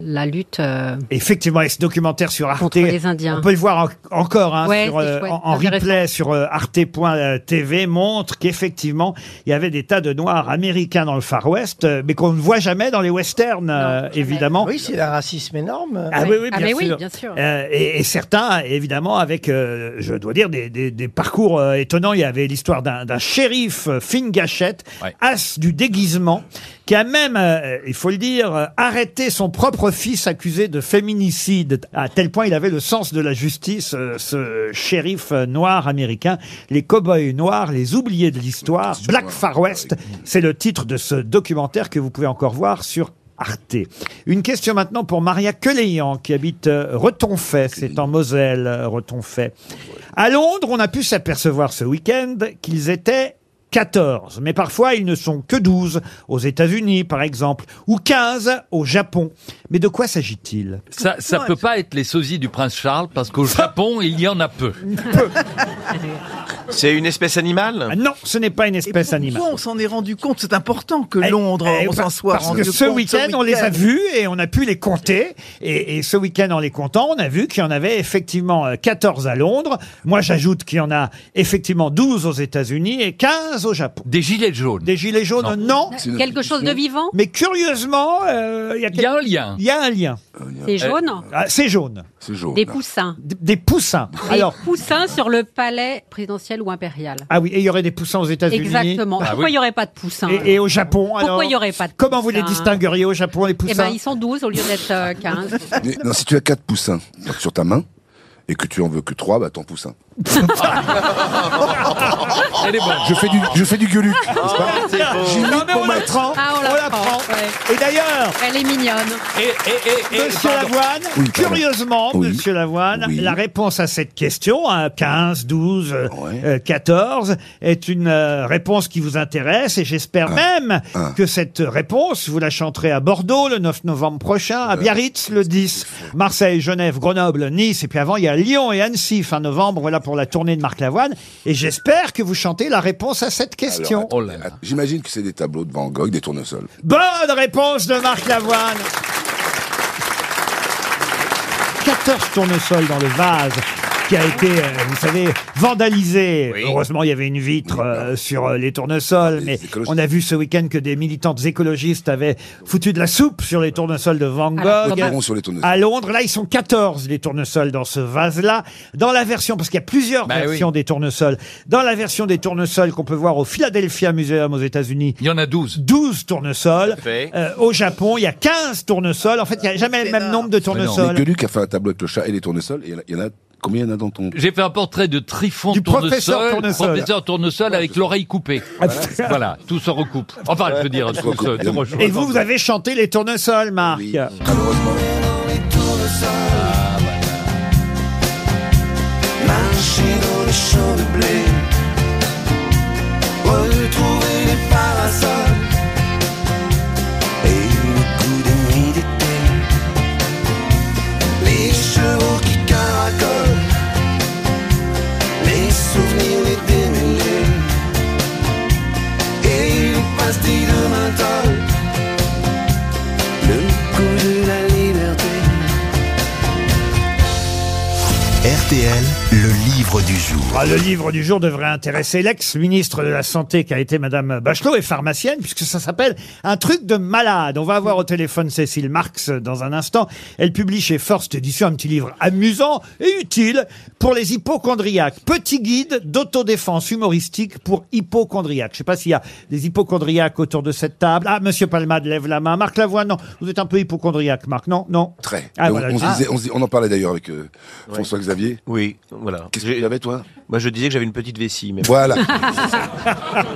[SPEAKER 5] la lutte. euh,
[SPEAKER 2] Effectivement, et ce documentaire sur Arte,
[SPEAKER 5] Contre les Indiens.
[SPEAKER 2] on peut le voir en- encore hein,
[SPEAKER 5] Ouais,
[SPEAKER 2] sur,
[SPEAKER 5] c'est
[SPEAKER 2] euh,
[SPEAKER 5] chouette,
[SPEAKER 2] en, en
[SPEAKER 5] intéressant.
[SPEAKER 2] replay sur euh, arte.tv, montre qu'effectivement, il y avait des tas de Noirs américains dans le Far West, euh, mais qu'on ne voit jamais dans les westerns, euh,
[SPEAKER 5] jamais.
[SPEAKER 2] évidemment.
[SPEAKER 4] Oui, c'est un racisme énorme.
[SPEAKER 2] Ah oui,
[SPEAKER 5] Ouais.
[SPEAKER 2] oui,
[SPEAKER 5] Ah,
[SPEAKER 2] bien
[SPEAKER 5] mais
[SPEAKER 2] sûr.
[SPEAKER 5] oui, bien sûr.
[SPEAKER 2] Euh, et, et certains, évidemment, avec, euh, je dois dire, des, des- des parcours euh, étonnants. Il y avait l'histoire d'un d'un shérif euh, fine gâchette,
[SPEAKER 3] Ouais.
[SPEAKER 2] as du déguisement, qui a même, euh, il faut le dire, euh, arrêté son propre fils accusé de féminicide. À tel point, il avait le sens de la justice, euh, ce shérif euh, noir américain. Les cow-boys noirs, les oubliés de l'histoire, Black Far West, c'est le titre de ce documentaire que vous pouvez encore voir sur Arte. Une question maintenant pour Maria Queléan qui habite euh, Retonfay, c'est en Moselle, euh, Retonfay. À Londres, on a pu s'apercevoir ce week-end qu'ils étaient 14, mais parfois ils ne sont que 12 aux États-Unis par exemple, ou 15 au Japon. Mais de quoi s'agit-il
[SPEAKER 3] Ça, ça peut pas être les sosies du prince Charles parce qu'au Japon, il y en a peu.
[SPEAKER 8] C'est une espèce animale
[SPEAKER 2] Ah Non, ce n'est pas une
[SPEAKER 7] Et
[SPEAKER 2] espèce
[SPEAKER 7] pourquoi
[SPEAKER 2] animale.
[SPEAKER 7] on s'en est rendu compte C'est important que
[SPEAKER 2] Eh,
[SPEAKER 7] Londres,
[SPEAKER 2] eh,
[SPEAKER 7] on s'en
[SPEAKER 2] par-
[SPEAKER 7] soit
[SPEAKER 2] Parce
[SPEAKER 7] rendu
[SPEAKER 2] que
[SPEAKER 7] compte.
[SPEAKER 2] ce week-end, on les a vus et on a pu les compter. Et, et ce week-end, en les comptant, on a vu qu'il y en avait effectivement euh, 14 à Londres. Moi, j'ajoute qu'il y en a effectivement 12 aux États-Unis et 15 au Japon.
[SPEAKER 3] Des gilets jaunes.
[SPEAKER 2] Des gilets jaunes, non.
[SPEAKER 6] Ah,
[SPEAKER 5] Euh,
[SPEAKER 6] C'est une
[SPEAKER 5] Quelque chose de vivant
[SPEAKER 2] Mais curieusement, euh, il y a
[SPEAKER 3] Il y
[SPEAKER 2] quel-
[SPEAKER 3] a un lien.
[SPEAKER 2] il y a un lien.
[SPEAKER 6] Euh, il y a
[SPEAKER 5] C'est jaune
[SPEAKER 2] Ah, c'est jaune.
[SPEAKER 6] C'est jaune.
[SPEAKER 5] Des poussins.
[SPEAKER 2] Des, des poussins.
[SPEAKER 5] Des
[SPEAKER 2] Alors,
[SPEAKER 5] poussins sur le palais présidentiel ou impérial.
[SPEAKER 2] ah oui, et il y aurait des poussins aux États-Unis.
[SPEAKER 5] Exactement.
[SPEAKER 2] Ah
[SPEAKER 5] Pourquoi il
[SPEAKER 2] oui.
[SPEAKER 5] n'y aurait pas de poussins
[SPEAKER 2] Et, et au Japon,
[SPEAKER 5] Pourquoi
[SPEAKER 2] alors
[SPEAKER 5] il y aurait pas de
[SPEAKER 2] Comment vous les
[SPEAKER 5] poussins
[SPEAKER 2] distingueriez au Japon, les
[SPEAKER 5] Eh
[SPEAKER 2] poussins
[SPEAKER 5] ben, ils sont 12 au lieu d'être euh, 15.
[SPEAKER 6] Mais non, si tu as quatre poussins sur ta main et que tu en veux que trois, bah ton poussin. <laughs>
[SPEAKER 16] Elle est bonne.
[SPEAKER 6] Je fais du, je fais du gueuluc. n'est-ce pas J'ai mis
[SPEAKER 2] Non, mais
[SPEAKER 6] pour
[SPEAKER 2] on
[SPEAKER 6] ma-
[SPEAKER 2] l'apprend.
[SPEAKER 5] Ah, on la prend.
[SPEAKER 2] Et d'ailleurs.
[SPEAKER 5] Elle est mignonne.
[SPEAKER 2] Monsieur
[SPEAKER 5] pardon.
[SPEAKER 2] Lavoine,
[SPEAKER 6] Oui, pardon.
[SPEAKER 2] curieusement,
[SPEAKER 6] Oui.
[SPEAKER 2] Monsieur Lavoine,
[SPEAKER 6] Oui.
[SPEAKER 2] la réponse à cette question, à 15, 12, euh, euh, 14, est une euh, réponse qui vous intéresse et j'espère même que cette réponse, vous la chanterez à Bordeaux le 9 novembre prochain,
[SPEAKER 6] Euh,
[SPEAKER 2] à Biarritz le 10, Marseille, Genève, Grenoble, Nice et puis avant il y a Lyon et Annecy fin novembre, voilà pour la tournée de Marc Lavoine et j'espère que vous chantez la réponse à cette question.
[SPEAKER 6] Alors, att- J'imagine que c'est des tableaux de Van Gogh, des tournesols.
[SPEAKER 2] Bonne réponse de Marc Lavoine. 14 tournesols dans le vase qui a été, euh, vous savez, vandalisé. Heureusement, il y avait une vitre euh, sur euh, les tournesols, mais on a vu ce week-end que des militantes écologistes avaient foutu de la soupe sur les tournesols de Van
[SPEAKER 6] Ah,
[SPEAKER 2] Gogh.
[SPEAKER 6] comment sur les tournesols.
[SPEAKER 2] À Londres, là, ils sont 14 les tournesols dans ce vase-là. Dans la version, parce qu'il y a plusieurs
[SPEAKER 3] Bah oui.
[SPEAKER 2] versions des tournesols. Dans la version des tournesols qu'on peut voir au Philadelphia Museum aux États-Unis,
[SPEAKER 3] Il y en a 12.
[SPEAKER 2] 12 tournesols.
[SPEAKER 3] fait.
[SPEAKER 2] Euh, au Japon, il y a 15 tournesols. En fait, il n'y a jamais le même nombre de
[SPEAKER 6] Mais
[SPEAKER 2] tournesols.
[SPEAKER 6] Gueuluc a fait un tableau avec le chat et les tournesols. Et il y en a- il y en a combien il y en a dans ton
[SPEAKER 3] J'ai fait un portrait de Trifon
[SPEAKER 6] Du
[SPEAKER 3] tournesol,
[SPEAKER 6] professeur Tournesol.
[SPEAKER 3] professeur tournesol avec l'oreille coupée. Voilà. Voilà, tout se recoupe. Enfin, je veux dire, tout se tout rejoint.
[SPEAKER 2] Ah, Et vous, vous avez chanté les tournesols, Marc.
[SPEAKER 16] Ah Marcher dans les champs de blé, retrouver les parasols et le coup de nuit d'été. Les chevaux qui caracolent, les souvenirs les démêlés et une pastille de menthol. Le coup de la liberté.
[SPEAKER 1] RTL, le livre du jour.
[SPEAKER 2] Ah, le livre du jour devrait intéresser l'ex-ministre de la Santé qui a été Madame Bachelot et pharmacienne, puisque ça s'appelle Un truc de malade. On va avoir au téléphone Cécile Marx dans un instant. Elle publie chez First Edition un petit livre amusant et utile pour les hypochondriaques. Petit guide d'autodéfense humoristique pour hypochondriaques. Je sais pas s'il y a des hypochondriaques autour de cette table. Ah, Monsieur Palmade lève la main. Marc Lavoine, non. Vous êtes un peu hypochondriaque, Marc, non? Non?
[SPEAKER 6] Très.
[SPEAKER 2] Ah,
[SPEAKER 6] Et on,
[SPEAKER 2] voilà.
[SPEAKER 6] on se
[SPEAKER 2] Ah.
[SPEAKER 6] disait- on se dis- on en parlait d'ailleurs avec euh, François Xavier.
[SPEAKER 8] Oui, voilà.
[SPEAKER 6] Qu'est-ce que tu avais, toi
[SPEAKER 8] Moi, je disais que j'avais une petite vessie. Mais...
[SPEAKER 6] Voilà.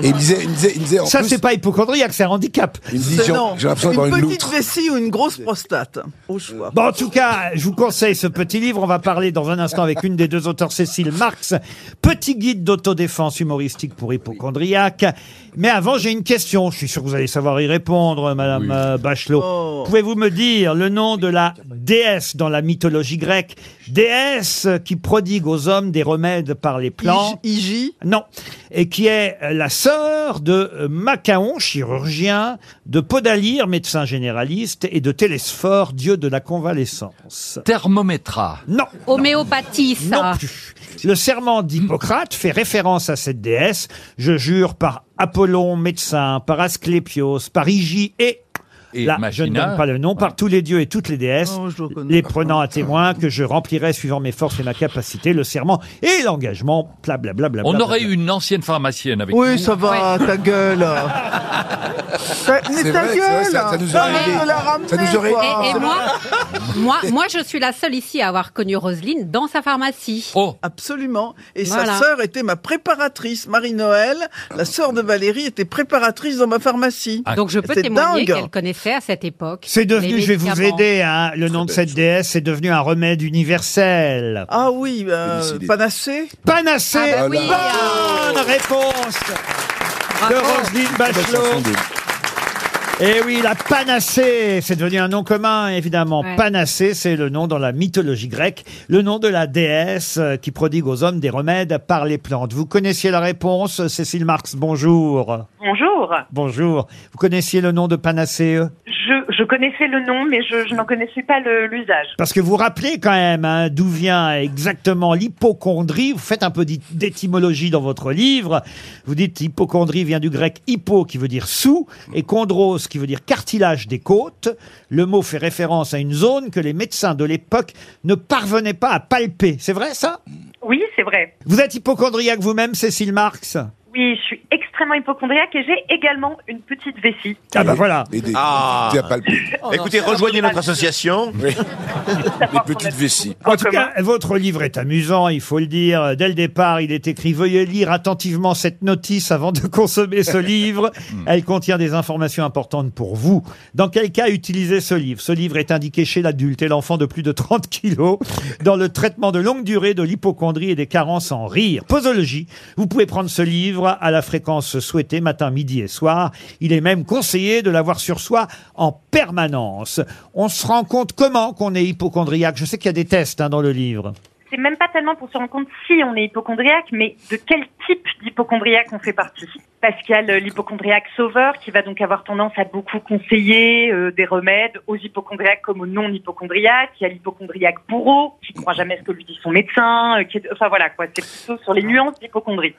[SPEAKER 6] Et il me disait, il me disait, il me disait en
[SPEAKER 2] Ça,
[SPEAKER 6] plus-
[SPEAKER 2] c'est pas hypochondriaque, c'est un handicap.
[SPEAKER 6] Il me dit, j'ai j'ai l'impression d'avoir une,
[SPEAKER 7] petite
[SPEAKER 6] loutre. Bah,
[SPEAKER 7] vessie ou une grosse prostate. Au choix.
[SPEAKER 2] Bon, en tout cas, je vous conseille ce petit livre. On va parler dans un instant avec une des deux auteurs, Cécile Marx. Petit guide d'autodéfense humoristique pour hypochondriaque. Mais avant, j'ai une question. Je suis sûr que vous allez savoir y répondre, Madame euh, Bachelot. Pouvez-vous me dire le nom de la déesse dans la mythologie grecque Déesse qui prodigue aux hommes des remèdes par les plantes.
[SPEAKER 7] Igi
[SPEAKER 2] Non. Et qui est euh, la sœur de euh, Macaon, chirurgien, de Podalyre, médecin généraliste, et de Télesphore, dieu de la convalescence.
[SPEAKER 3] Thermométra.
[SPEAKER 2] Non.
[SPEAKER 5] Homéopathie, ça.
[SPEAKER 2] Le serment d'Hippocrate fait référence à cette déesse. Je jure par Apollon, médecin, par Asclépios, par Hygie et... Là, je ne
[SPEAKER 3] Machina.
[SPEAKER 2] donne pas le nom, par tous les dieux et toutes les déesses,
[SPEAKER 7] Oh, je le connais.
[SPEAKER 2] les prenant à témoin que je remplirai suivant mes forces et ma capacité le serment et l'engagement, blablabla. Bla,
[SPEAKER 3] On aurait eu une ancienne pharmacienne avec nous.
[SPEAKER 7] Oui, ça va, ta gueule. Ta-
[SPEAKER 6] C'est
[SPEAKER 7] mais ta
[SPEAKER 6] vrai, c'est vrai,
[SPEAKER 7] gueule
[SPEAKER 6] ça- ça nous
[SPEAKER 7] Arrête
[SPEAKER 6] aurait aidé.
[SPEAKER 7] de la ramener,
[SPEAKER 6] Ça nous aurait-
[SPEAKER 7] quoi.
[SPEAKER 5] Et, et
[SPEAKER 6] <laughs>
[SPEAKER 5] moi, moi, moi, je suis la seule ici à avoir connu Roselyne dans sa pharmacie.
[SPEAKER 3] Oh.
[SPEAKER 7] Absolument. Et
[SPEAKER 5] Voilà.
[SPEAKER 7] sa sœur était ma préparatrice, Marie-Noël. La sœur de Valérie était préparatrice dans ma pharmacie.
[SPEAKER 5] Ah.
[SPEAKER 3] Ah.
[SPEAKER 5] Donc je peux
[SPEAKER 7] C'était
[SPEAKER 5] témoigner
[SPEAKER 7] dingue.
[SPEAKER 5] qu'elle connaissait à cette époque.
[SPEAKER 2] <laughs> C'est devenu,
[SPEAKER 5] les
[SPEAKER 2] je vais vous
[SPEAKER 5] médicaments.
[SPEAKER 2] aider, hein, le nom de cette déesse est devenu un remède universel.
[SPEAKER 7] Ah oui, euh,
[SPEAKER 2] Félicité.
[SPEAKER 7] panacée
[SPEAKER 2] Panacée
[SPEAKER 7] Ah bah oui,
[SPEAKER 5] euh.
[SPEAKER 2] Bonne réponse de
[SPEAKER 5] Ah
[SPEAKER 2] Roselyne
[SPEAKER 5] bah,
[SPEAKER 2] Bachelot Eh oui, la panacée, c'est devenu un nom commun, évidemment.
[SPEAKER 5] Ouais.
[SPEAKER 2] Panacée, c'est le nom dans la mythologie grecque, le nom de la déesse euh, qui prodigue aux hommes des remèdes par les plantes. Vous connaissiez la réponse, Cécile Marx, bonjour.
[SPEAKER 18] Bonjour.
[SPEAKER 2] Bonjour. Vous connaissiez le nom de panacée euh
[SPEAKER 18] Je, je connaissais le nom, mais je, je n'en connaissais pas le- l'usage.
[SPEAKER 2] Parce que vous rappelez quand même hein, d'où vient exactement l'hypochondrie. Vous faites un peu d'hy- d'étymologie dans votre livre. Vous dites hypochondrie vient du grec hypo qui veut dire sous et chondrose qui veut dire cartilage des côtes. Le mot fait référence à une zone que les médecins de l'époque ne parvenaient pas à palper. C'est vrai ça
[SPEAKER 18] Oui, c'est vrai.
[SPEAKER 2] Vous êtes hypochondriaque vous-même, Cécile Marx
[SPEAKER 18] Oui, je suis extrêmement hypochondriaque et j'ai également une petite vessie.
[SPEAKER 2] Ah bah voilà.
[SPEAKER 8] Ah. Écoutez, rejoignez notre
[SPEAKER 6] <laughs>
[SPEAKER 8] association.
[SPEAKER 6] Les petites vessies.
[SPEAKER 2] En tout cas, votre livre est amusant, il faut le dire. Dès le départ, il est écrit Veuillez lire attentivement cette notice avant de consommer ce livre. Elle contient des informations importantes pour vous. Dans quel cas utiliser ce livre Ce livre est indiqué chez l'adulte et l'enfant de plus de 30 kilos dans le traitement de longue durée de l'hypochondrie et des carences en rire. Posologie, vous pouvez prendre ce livre à la fréquence souhaitée, matin, midi et soir. Il est même conseillé de l'avoir sur soi en permanence. On se rend compte comment qu'on est hypochondriaque. Je sais qu'il y a des tests hein, dans le livre.
[SPEAKER 18] C'est même pas tellement pour se rendre compte si on est hypochondriaque, mais de quel type d'hypochondriaque on fait partie. Parce qu'il y a le- l'hypochondriaque sauveur qui va donc avoir tendance à beaucoup conseiller euh, des remèdes aux hypochondriaques comme aux non-hypochondriaques. Il y a l'hypochondriaque bourreau qui croit jamais ce que lui dit son médecin. euh, qui est- Enfin voilà quoi, c'est plutôt sur les nuances d'hypochondrie.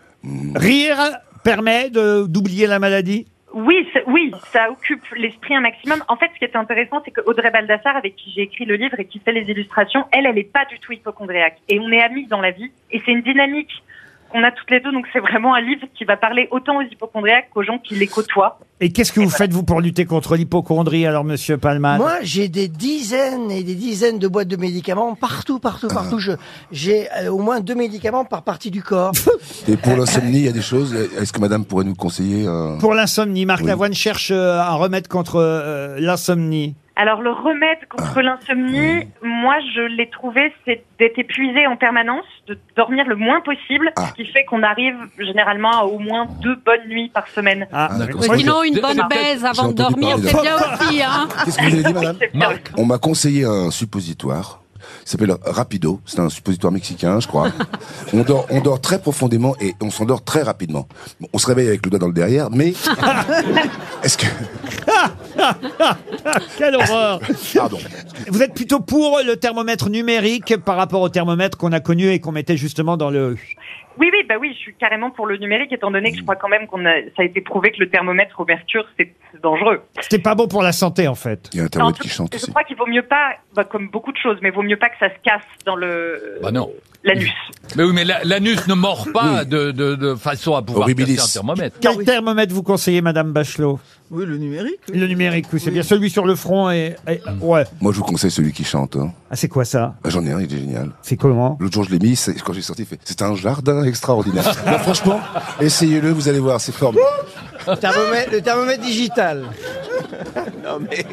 [SPEAKER 2] Rire permet de- d'oublier la maladie
[SPEAKER 18] Oui, ça- oui, ça occupe l'esprit un maximum. En fait, ce qui est intéressant, c'est que Audrey Baldassar, avec qui j'ai écrit le livre et qui fait les illustrations, elle, elle n'est pas du tout hypochondriaque. Et on est amies dans la vie. Et c'est une dynamique qu'on a toutes les deux. Donc c'est vraiment un livre qui va parler autant aux hypochondriaques qu'aux gens qui les côtoient.
[SPEAKER 2] Et qu'est-ce que vous faites, vous, pour lutter contre l'hypochondrie, alors, monsieur Palman
[SPEAKER 4] Moi, j'ai des dizaines et des dizaines de boîtes de médicaments partout, partout, partout. Je- J'ai euh, au moins deux médicaments par partie du
[SPEAKER 2] <laughs>
[SPEAKER 4] corps.
[SPEAKER 6] Et pour l'insomnie, il y a des choses. Est-ce que madame pourrait nous conseiller euh,
[SPEAKER 2] Pour l'insomnie, Marc
[SPEAKER 6] Oui.
[SPEAKER 2] Lavoine cherche euh, un remède contre euh, l'insomnie.
[SPEAKER 18] Alors le remède
[SPEAKER 6] Ah.
[SPEAKER 18] contre l'insomnie, moi je l'ai trouvé, c'est d'être épuisé en permanence, de dormir le moins possible,
[SPEAKER 6] Ah.
[SPEAKER 18] ce qui fait qu'on arrive généralement à au moins deux bonnes nuits par semaine.
[SPEAKER 2] Ah,
[SPEAKER 6] d'accord. Moi,
[SPEAKER 5] Sinon,
[SPEAKER 6] je-
[SPEAKER 5] une bonne baise avant de
[SPEAKER 6] J'ai entendu
[SPEAKER 5] dormir,
[SPEAKER 6] parler
[SPEAKER 5] c'est
[SPEAKER 6] d'un-
[SPEAKER 5] bien
[SPEAKER 6] <laughs>
[SPEAKER 5] aussi, hein.
[SPEAKER 6] Qu'est-ce que vous avez dit, madame On m'a conseillé un suppositoire. qui s'appelle Rapido. C'est un suppositoire mexicain, je crois. on, dort, on dort très profondément et on s'endort très rapidement. Bon, on se réveille avec le doigt dans le derrière, <laughs> mais <laughs> est-ce que.
[SPEAKER 2] <laughs> Quelle horreur
[SPEAKER 6] Pardon.
[SPEAKER 2] Vous êtes plutôt pour le thermomètre numérique par rapport au thermomètre qu'on a connu et qu'on mettait justement dans le...
[SPEAKER 18] Oui, oui, bah oui, je suis carrément pour le numérique, étant donné que
[SPEAKER 6] Mm.
[SPEAKER 18] je crois quand même qu'on a, ça a été prouvé que le thermomètre au mercure, c'est c'est dangereux.
[SPEAKER 2] C'était pas bon pour la santé, en fait.
[SPEAKER 6] Il y a un
[SPEAKER 18] En tout- je crois qu'il vaut mieux pas, bah, comme beaucoup de choses, mais vaut mieux pas que ça se casse dans le
[SPEAKER 3] Bah non.
[SPEAKER 18] l'anus.
[SPEAKER 3] Mais oui, mais la- l'anus ne mord pas de, de, de façon à pouvoir
[SPEAKER 6] Horribilis.
[SPEAKER 3] casser un thermomètre.
[SPEAKER 2] Quel thermomètre vous conseillez, Madame Bachelot
[SPEAKER 7] Oui, le numérique.
[SPEAKER 2] Le numérique, oui, c'est bien. Celui sur le front et... et- ouais.
[SPEAKER 6] Moi, je vous conseille celui qui chante. hein.
[SPEAKER 2] Ah, c'est quoi ça
[SPEAKER 6] Ah, J'en ai un, il est génial.
[SPEAKER 2] C'est comment
[SPEAKER 6] L'autre jour, je l'ai mis, c'est- quand j'ai sorti, il fait, c'est un jardin
[SPEAKER 2] <laughs>
[SPEAKER 6] extraordinaire. Bah, franchement, essayez-le, vous allez voir, c'est formidable.
[SPEAKER 4] Le thermomètre, le thermomètre digital. non mais.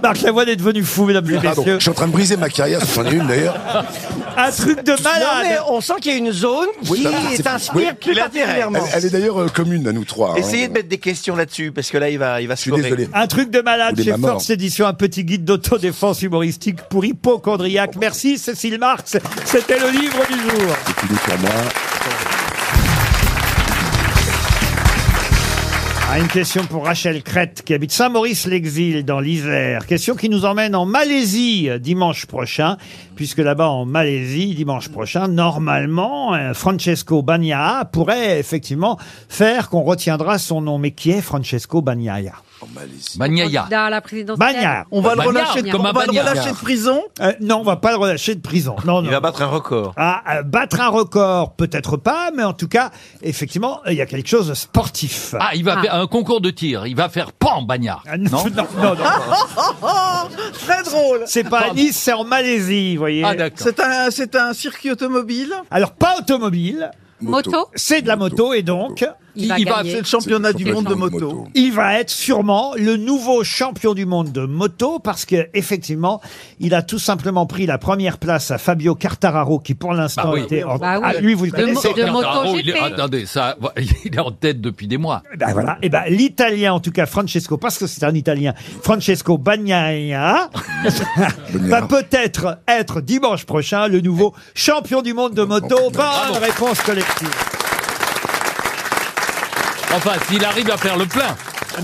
[SPEAKER 2] Marc Lavoine est devenu fou, mesdames et
[SPEAKER 6] Ah, Pardon,
[SPEAKER 2] messieurs.
[SPEAKER 6] je suis en train de briser ma carrière, j'en ai une d'ailleurs.
[SPEAKER 2] <laughs> Un truc de
[SPEAKER 4] Non, mais
[SPEAKER 2] malade
[SPEAKER 4] on sent qu'il y a une zone
[SPEAKER 6] Oui,
[SPEAKER 4] qui
[SPEAKER 6] bah, c'est-
[SPEAKER 4] t'inspire
[SPEAKER 6] oui.
[SPEAKER 4] plus
[SPEAKER 8] Il a intérêt.
[SPEAKER 6] Elle,
[SPEAKER 4] particulièrement.
[SPEAKER 6] elle est d'ailleurs euh, commune à nous trois. hein.
[SPEAKER 8] Essayez de mettre des questions là-dessus, parce que là, il va, il va
[SPEAKER 6] Je suis désolé.
[SPEAKER 2] Un truc de malade
[SPEAKER 6] Ou des
[SPEAKER 2] chez
[SPEAKER 6] mamans.
[SPEAKER 2] Force Édition, un petit guide d'autodéfense humoristique pour hypochondriaque. Merci Cécile Marx, c'était le livre du jour.
[SPEAKER 6] Et puis, pour moi,
[SPEAKER 2] Ah, une question pour Rachel Crête qui habite Saint-Maurice-l'Exil dans l'Isère. Question qui nous emmène en Malaisie euh, dimanche prochain, puisque là-bas en Malaisie dimanche prochain, normalement, euh, Francesco Bagnaia pourrait effectivement faire qu'on retiendra son nom. Mais qui est Francesco Bagnaia
[SPEAKER 6] en Malaisie.
[SPEAKER 3] Magnaya.
[SPEAKER 5] Candidat à la présidentielle.
[SPEAKER 2] Bagnard.
[SPEAKER 7] On va le
[SPEAKER 3] Bagnard,
[SPEAKER 7] relâcher de,
[SPEAKER 3] comme un
[SPEAKER 7] on va le
[SPEAKER 3] bagnard.
[SPEAKER 7] relâcher de prison.
[SPEAKER 2] Euh, Non, on va pas le relâcher de prison. Non, non.
[SPEAKER 8] Il va battre un record.
[SPEAKER 2] À euh, battre un record, peut-être pas, mais en tout cas, effectivement, il y a quelque chose de sportif.
[SPEAKER 3] Ah, il va
[SPEAKER 5] Ah.
[SPEAKER 3] faire un concours de tir. Il va faire pan, bagnard.
[SPEAKER 2] Ah, non, <laughs> non, non, non.
[SPEAKER 7] <laughs> Très drôle.
[SPEAKER 2] C'est pas à Nice, c'est en Malaisie, vous voyez.
[SPEAKER 3] Ah, d'accord.
[SPEAKER 7] C'est un, c'est un circuit automobile.
[SPEAKER 2] Alors, pas automobile,
[SPEAKER 5] Moto.
[SPEAKER 2] c'est de la moto, et donc,
[SPEAKER 5] Il va
[SPEAKER 3] Il va-
[SPEAKER 5] gagner.
[SPEAKER 7] C'est le championnat
[SPEAKER 6] C'est
[SPEAKER 7] du
[SPEAKER 6] le
[SPEAKER 7] monde de
[SPEAKER 6] championnat
[SPEAKER 7] moto.
[SPEAKER 2] il va être sûrement le nouveau champion du monde de moto, parce que effectivement, il a tout simplement pris la première place à Fabio Cartararo, qui pour l'instant
[SPEAKER 3] Bah oui.
[SPEAKER 2] était en...
[SPEAKER 5] Bah oui.
[SPEAKER 2] Ah, lui, vous le
[SPEAKER 5] Le
[SPEAKER 2] connaissez.
[SPEAKER 5] mo- de MotoGP.
[SPEAKER 3] il est,
[SPEAKER 7] ah,
[SPEAKER 3] attendez, ça, <laughs> il est en tête depuis des mois.
[SPEAKER 2] Eh Ben voilà. Et ben l'italien, en tout cas Francesco, parce que c'est un italien, Francesco Bagnaia, <laughs> va
[SPEAKER 6] Bagnard.
[SPEAKER 2] peut-être être dimanche prochain le nouveau champion du monde de moto. Bonne
[SPEAKER 3] Bravo.
[SPEAKER 2] réponse collective.
[SPEAKER 3] Enfin, s'il arrive à faire le plein.